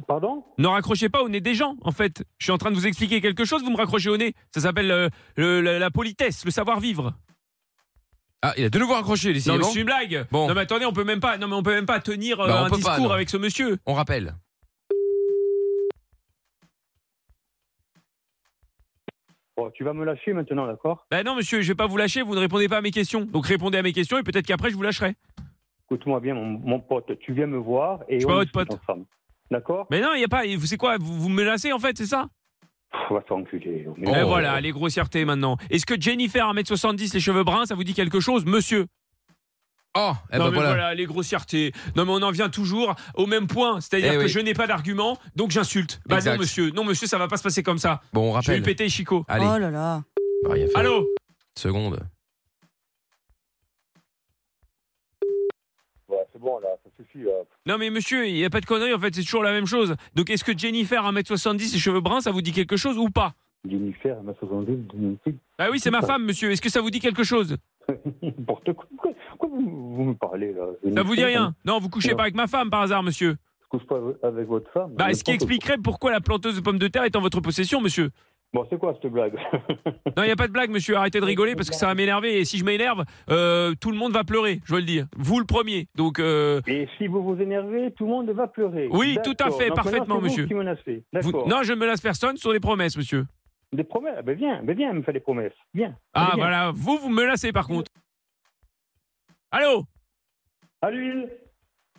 Pardon
Ne raccrochez pas au nez des gens, en fait. Je suis en train de vous expliquer quelque chose, vous me raccrochez au nez. Ça s'appelle euh, le- la, la politesse, le savoir-vivre.
Ah, il a de nouveau raccroché,
Non,
décidément.
mais c'est une blague.
Bon.
Non, mais attendez, on peut même pas, non, mais on peut même pas tenir euh,
Bah, on
un
peut pas,
discours
non.
avec ce monsieur.
On rappelle.
Bon, tu vas me lâcher maintenant, d'accord
Ben non, monsieur, je vais pas vous lâcher, vous ne répondez pas à mes questions. Donc répondez à mes questions et peut-être qu'après je vous lâcherai.
Écoute-moi bien, mon, mon pote, tu viens me voir et
Je suis
on
pas votre
discute
pote.
ensemble. D'accord
Mais non, il y a pas, vous c'est quoi, vous, vous me menacez en fait, c'est ça
Pff, On va s'enculer. on est-
Oh.
Et Eh voilà, les grossièretés maintenant. Est-ce que Jennifer 1m70, les cheveux bruns, ça vous dit quelque chose, monsieur
Oh, eh
non,
ben
mais voilà.
voilà.
les grossièretés. Non, mais on en vient toujours au même point. C'est-à-dire
Eh
que
oui.
je n'ai pas d'argument, donc j'insulte. Bah
Exact.
non, monsieur. Non, monsieur, ça va pas se passer comme ça.
Bon, on
Je vais lui
rappelle.
péter Chico.
Allez.
Oh là là.
On va rien faire.
Allô
Seconde.
Ouais, c'est bon, là, ça suffit. là.
Non, mais monsieur, il n'y a pas de conneries, en fait, c'est toujours la même chose. Donc est-ce que Jennifer, 1m70, les cheveux bruns, ça vous dit quelque chose ou pas
Jennifer, elle m'a 72, Jennifer.
Bah oui, c'est ma femme, monsieur. Est-ce que ça vous dit quelque chose
N'importe quoi. Pourquoi pourquoi vous, vous me parlez, là
Ça vous dit rien Non, vous couchez pas avec ma femme par hasard, monsieur.
Je couche pas avec- avec votre femme.
Bah, ce qui
N'importe quoi.
expliquerait pourquoi la planteuse de pommes de terre est en votre possession, monsieur.
Bon, c'est quoi Ah, cette blague
Non, il n'y a pas de blague, monsieur. Arrêtez de rigoler parce que ça va m'énerver. Et si je m'énerve, euh, tout le monde va pleurer, je veux le dire. Vous le premier. Donc, euh,
Et si vous vous énervez, tout le monde va pleurer.
Oui,
D'accord.
tout à fait,
Donc maintenant,
parfaitement,
c'est vous
monsieur.
qui menacez.
vous-
D'accord.
non, je ne me lasse personne sur des promesses, monsieur.
Des promesses. Ah Ben viens, ben viens, me fais des promesses. Viens.
Ah,
Viens.
voilà. Vous, vous me lassez, par contre. Allô
À l'huile.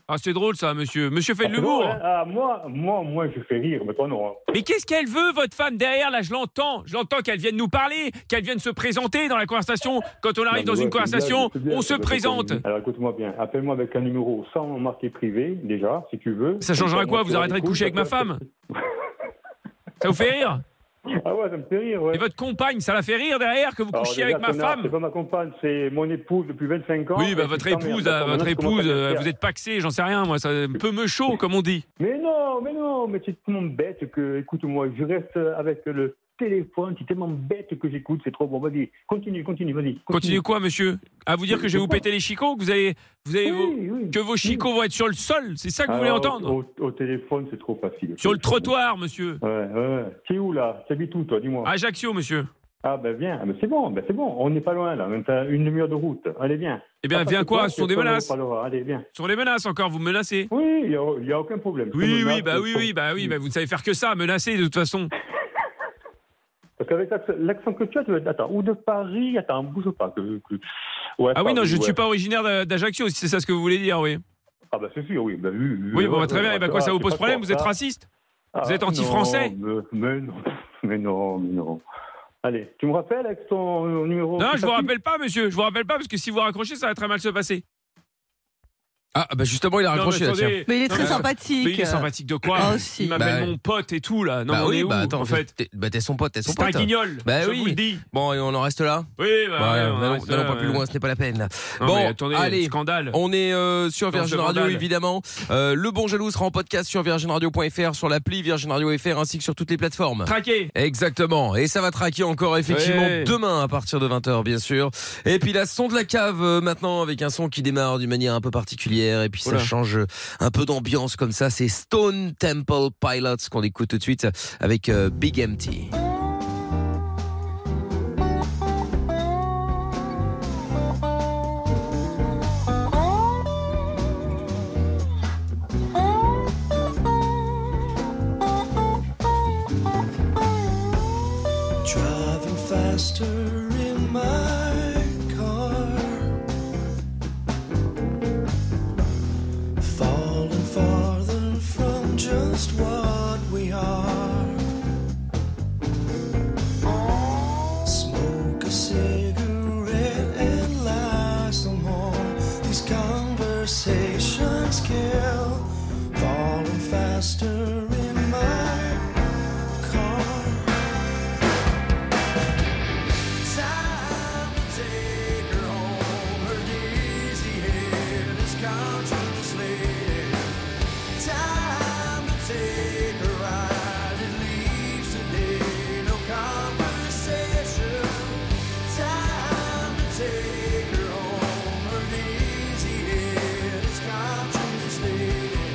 Ah, c'est drôle, ça, monsieur. Monsieur fait de
Ah, c'est drôle,
l'humour.
hein. Ah, moi, moi, moi, je fais rire, mais toi non. hein.
Mais qu'est-ce qu'elle veut, votre femme derrière Là, je l'entends. Je l'entends qu'elle vienne nous parler, qu'elle vienne se présenter dans la conversation. Quand on arrive
Non,
dans
mais
une
ouais, c'est bien,
conversation,
c'est bien,
on
c'est
se
bien.
présente.
Alors écoute-moi bien, appelle-moi avec un numéro sans marqué privé, déjà, si tu veux.
Ça changera
Comme
quoi
ça,
Vous
moi,
arrêterez de coucher avec ma
j'écoute,
femme Ça vous fait rire
Ah ouais, ça me fait rire, ouais.
Et votre compagne, ça la fait rire derrière que vous
Alors,
couchiez
déjà,
avec ma
connard,
femme
C'est pas ma compagne, c'est mon épouse depuis 25 ans.
Oui, bah
Et
votre
tu t'emmerdes,
épouse,
d'accord,
euh,
maintenant,
votre
tu commences à
épouse, euh,
faire.
vous êtes paxé, j'en sais rien, moi, ça peut me chaud, comme on dit.
Mais non, mais non, mais c'est tellement bête que, écoute-moi, je reste avec le téléphone, c'est tellement bête que j'écoute, c'est trop bon, vas-y, continue, continue, vas-y.
Continue quoi, monsieur À vous dire que je vais vous péter les chicots, que vous allez, vous allez vos- que vos chicots vont être sur le sol. C'est ça que vous voulez
Alors,
entendre
au, au téléphone, c'est trop facile.
Sur le trottoir, monsieur.
Ouais, ouais, ouais. T'es où là T'habites où toi Dis-moi.
Ajaccio, monsieur.
Ah ben viens, Ah, ben, c'est bon, ben, c'est bon. On n'est pas loin là, même t'as une demi-heure de route. Allez viens.
Eh bien,
Ah,
viens
parce que
quoi
toi,
Ce sont des
personne ne
menaces.
parlera. Allez viens.
Ce sont les menaces encore, vous me menacez.
Oui, il n'y a, il y a aucun problème. Je te
Oui,
menace,
oui, bah
je
oui,
te-
oui, bah oui, bah vous ne savez faire que ça, menacer de toute façon.
Parce qu'avec l'accent- l'accent que tu as, tu vas être- attends, ou de Paris, attends, bouge pas. Que, que- Ouais,
Ah oui, non,
Paris,
je ne
ouais.
suis pas originaire d'A- d'Ajaccio, si c'est ça ce que vous voulez dire, oui.
Ah bah c'est sûr, oui. Bah, oui,
Oui,
ouais,
bon, bah,
ouais,
très bien,
ouais,
et bah quoi, ça
ah,
vous
c'est
pose
pas
problème
fort,
Vous êtes
ça.
raciste
Ah,
Vous êtes anti-français
non, mais, mais non, mais non, mais non. Allez, tu me rappelles avec ton euh, numéro
Non,
qui
je vous
s'affiche
rappelle pas, monsieur, je vous rappelle pas, parce que si vous raccrochez, ça va très mal se passer.
Ah, bah justement, il a
Non,
raccroché
mais
là,
attendez.
tiens.
Mais il est très
Non, mais-
sympathique.
Mais il est sympathique de quoi
Ah, aussi.
Il m'appelle
Bah,
mon pote et tout, là. Non,
bah
mais on
oui,
est où,
bah attends,
en fait
t'es- bah t'es son pote, t'es son
C'est un
pote.
guignol,
Bah
je
oui.
vous le dis.
Bon, et on en reste là
Oui, bah,
Bah,
ouais, on
n'allons-
reste
n'allons
là,
pas plus
ouais.
loin, ce n'est pas la peine. là.
Non,
bon,
mais attendez,
allez,
scandale.
on est euh, sur
Dans ce
Virgin Radio,
vandale.
évidemment. Euh, le Bon Jaloux sera en podcast sur virginradio.fr, sur l'appli Virgin Radio FR, ainsi que sur toutes les plateformes.
Traqué
Exactement. Et ça va traquer encore, effectivement,
Ouais.
demain à partir de 20h, bien sûr. Et puis, la son de la cave, euh, maintenant, avec un son qui démarre d'une manière un peu particulière. Et puis, ça
Oula.
change un peu d'ambiance comme ça. C'est Stone Temple Pilots qu'on écoute tout de suite avec euh, Big Empty.
Driving faster in my car. Falling farther from just what we are. Smoke a cigarette and lie some more. These conversations kill. Falling faster in my car. Time to take her home. Her dizzy head is conscience laden. Time to take her ride. It leaves today. No conversation. Time to take her home. Her dizzy head is conscience laden.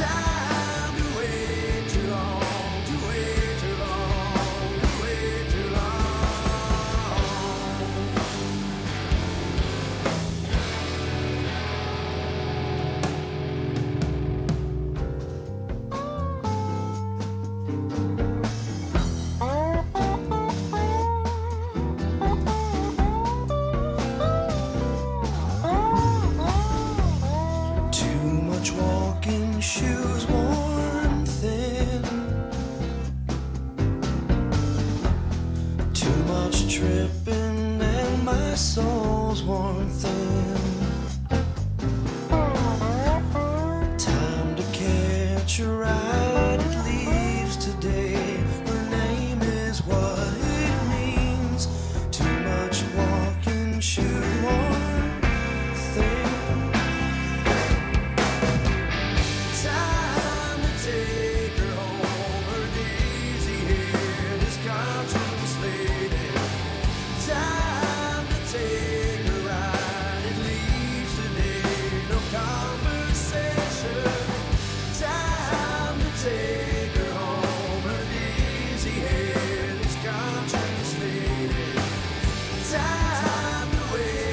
Time to wait too long. To wait too long. To wait too long. Too much walking, shoes worn thin. Too much tripping, and my soul's worn thin. Time to catch a ride, it leaves today. Her name is what it means. Too much walking, shoes worn thin. Time to take her home. Her dizzy head is contemplating. Time to take her ride. It leaves today. No conversation. Time to take her home. Her dizzy head is contemplating. Time to wait.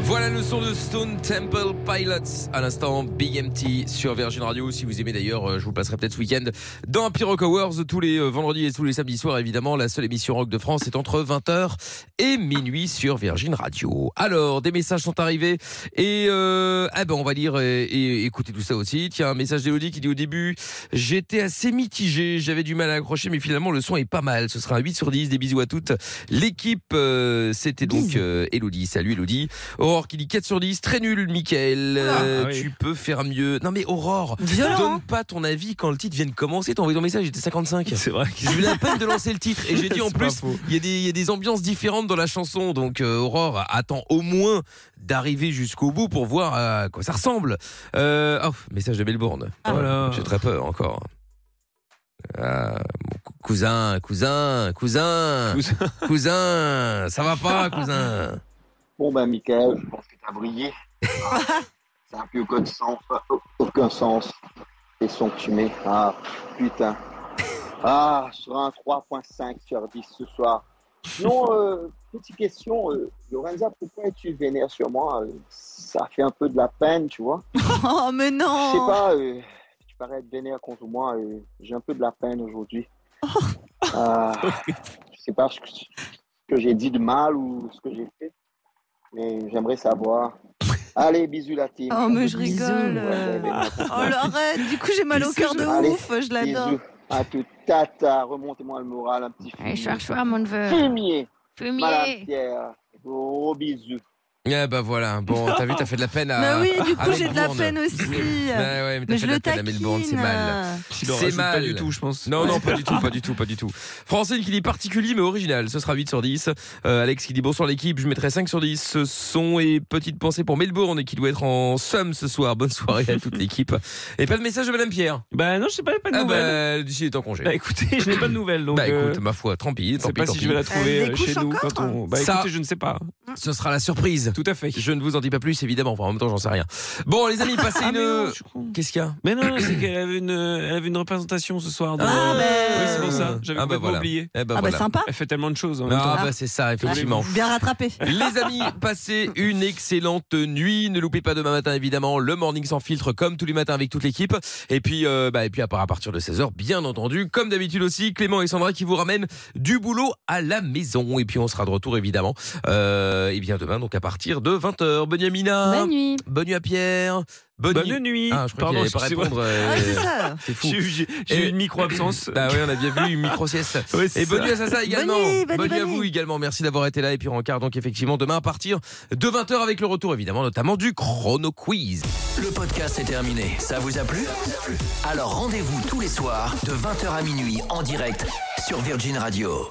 Voilà le son de Stone Temple Pilots. À l'instant, Big MT sur Virgin Radio. Si vous aimez d'ailleurs, euh, je vous passerai peut-être ce week-end dans Happy Rock Hours tous les euh, vendredis et tous les samedis soirs. Évidemment, la seule émission rock de France est entre 20h et minuit sur Virgin Radio. Alors, des messages sont arrivés et euh, ah ben on va lire et, et écouter tout ça aussi. Tiens, un message d'Elodie qui dit au début, j'étais assez mitigé, j'avais du mal à accrocher, mais finalement le son est pas mal. Ce sera un 8 sur 10. Des bisous à toutes. L'équipe, euh, c'était donc euh, Elodie. Salut Elodie. Aurore qui dit 4 sur 10, très nul Michael. Euh,
Ah oui.
Tu peux faire mieux. Non mais Aurore,
Violent,
donne
hein.
pas ton avis quand le titre vient de commencer. T'as envoyé ton message, j'étais 55. C'est vrai. J'ai eu la peine de lancer le titre et j'ai dit en
C'est
plus, il y, a des- il y a des ambiances différentes dans la chanson. Donc euh, Aurore attend au moins d'arriver jusqu'au bout pour voir à quoi ça ressemble. Euh, oh, message de Melbourne.
Ah.
Voilà. J'ai très peur encore. Ah, mon cou- cousin, cousin, cousin, cousin, ça va pas, cousin.
Bon, ben, Michael, je pense que t'as brillé. Ça n'a plus aucun sens, aucun sens. Les sons que tu mets. Ah, putain. Ah, sur un 3.5 sur 10 ce soir. Non, euh, petite question. euh, Lorenza, pourquoi es-tu vénère sur moi Euh, Ça fait un peu de la peine, tu vois.
Oh, mais non
Je sais pas, euh, tu parais être vénère contre moi. euh, j'ai un peu de la peine aujourd'hui.
Oh.
Euh, je sais pas ce que, ce que j'ai dit de mal ou ce que j'ai fait, mais j'aimerais savoir. Allez, bisous la team.
Oh, mais je rigole. euh. Oh, l'arrête. Du coup, j'ai mal au cœur de
Allez,
ouf. Je l'adore.
bisous. À tout tata, remontez-moi le moral un petit
Allez,
fumier.
cherche-toi, mon neveu.
Fumier.
Fumier.
Madame Pierre, gros bisous.
Eh ben voilà, bon, t'as vu, t'as fait de la peine à.
Bah
Mais Bah oui, du
à
coup, j'ai de la
Melbourne.
peine aussi. euh,
Ouais, Ben ouais, mais t'as
Mais
fait
je
de la
le euh.
peine à Melbourne, c'est mal.
Il en rajoute pas du tout, je pense.
Non, non, pas du tout, pas du tout, pas du tout. Francine qui dit particulier mais original, ce sera 8 sur 10. Euh, Alex qui dit bonsoir l'équipe, je mettrai 5 sur 10. Ce son et petite pensée pour Melbourne et qui doit être en somme ce soir. Bonne soirée à toute l'équipe. Et pas de message de Madame Pierre.
Bah non, je sais pas, pas de
Ah bah,
nouvelles.
Lucie est en congé.
Bah écoutez, je n'ai pas de nouvelles. Donc,
bah écoute,
euh,
ma foi, tant pis.
je
tant
sais
pis,
pas
tant
si
pis.
je vais la trouver euh, chez nous quand on. Bah
Ça-
écoutez, je ne sais pas.
Ce sera la surprise.
Tout à fait.
Je ne vous en dis pas plus, évidemment. Enfin, en même temps, j'en sais rien. Bon, les amis, passez
Ah, mais non,
une. euh,
je suis
Qu'est-ce qu'il y a
Mais non, c'est qu'elle avait une, euh, elle avait une représentation ce soir. donc- euh,
Ah, ben.
Oui, c'est pour ça. J'avais
Ah, bah,
complètement
voilà.
oublié.
Eh, bah, Ah, bah, voilà. sympa.
Elle fait tellement de choses. En même temps.
Ah, bah, c'est ça, effectivement.
Bien rattrapé.
Les amis, passez une excellente nuit. Ne loupez pas demain matin, évidemment, le morning sans filtre, comme tous les matins avec toute l'équipe. Et puis, euh, bah, et puis à, part- à partir de 16h, bien entendu, comme d'habitude aussi, Clément et Sandra qui vous ramènent du boulot à la maison. Et puis, on sera de retour, évidemment, euh, et bien demain, donc à partir de 20h. Bonne nuit, Amina.
Bonne nuit.
Bonne nuit à Pierre. Bonne,
Bonne nuit.
Ah, je crois
Pardon,
qu'il allait pas
excusez-moi.
répondre. euh,
Ah, c'est ça.
C'est fou.
J'ai eu- j'ai- j'ai eu
Et-
une micro-absence.
Bah oui, on a bien vu une micro-sieste.
Ouais, c'est
et bonne
ça.
nuit à Sasa également.
Bonne nuit, bonne nuit,
nuit à
bonne
vous
nuit.
également. Merci d'avoir été là. Et puis rencard donc effectivement demain à partir de 20h avec le retour évidemment notamment du chrono quiz.
Le podcast est terminé. Ça vous a plu Alors rendez-vous tous les soirs de 20h à minuit en direct sur Virgin Radio.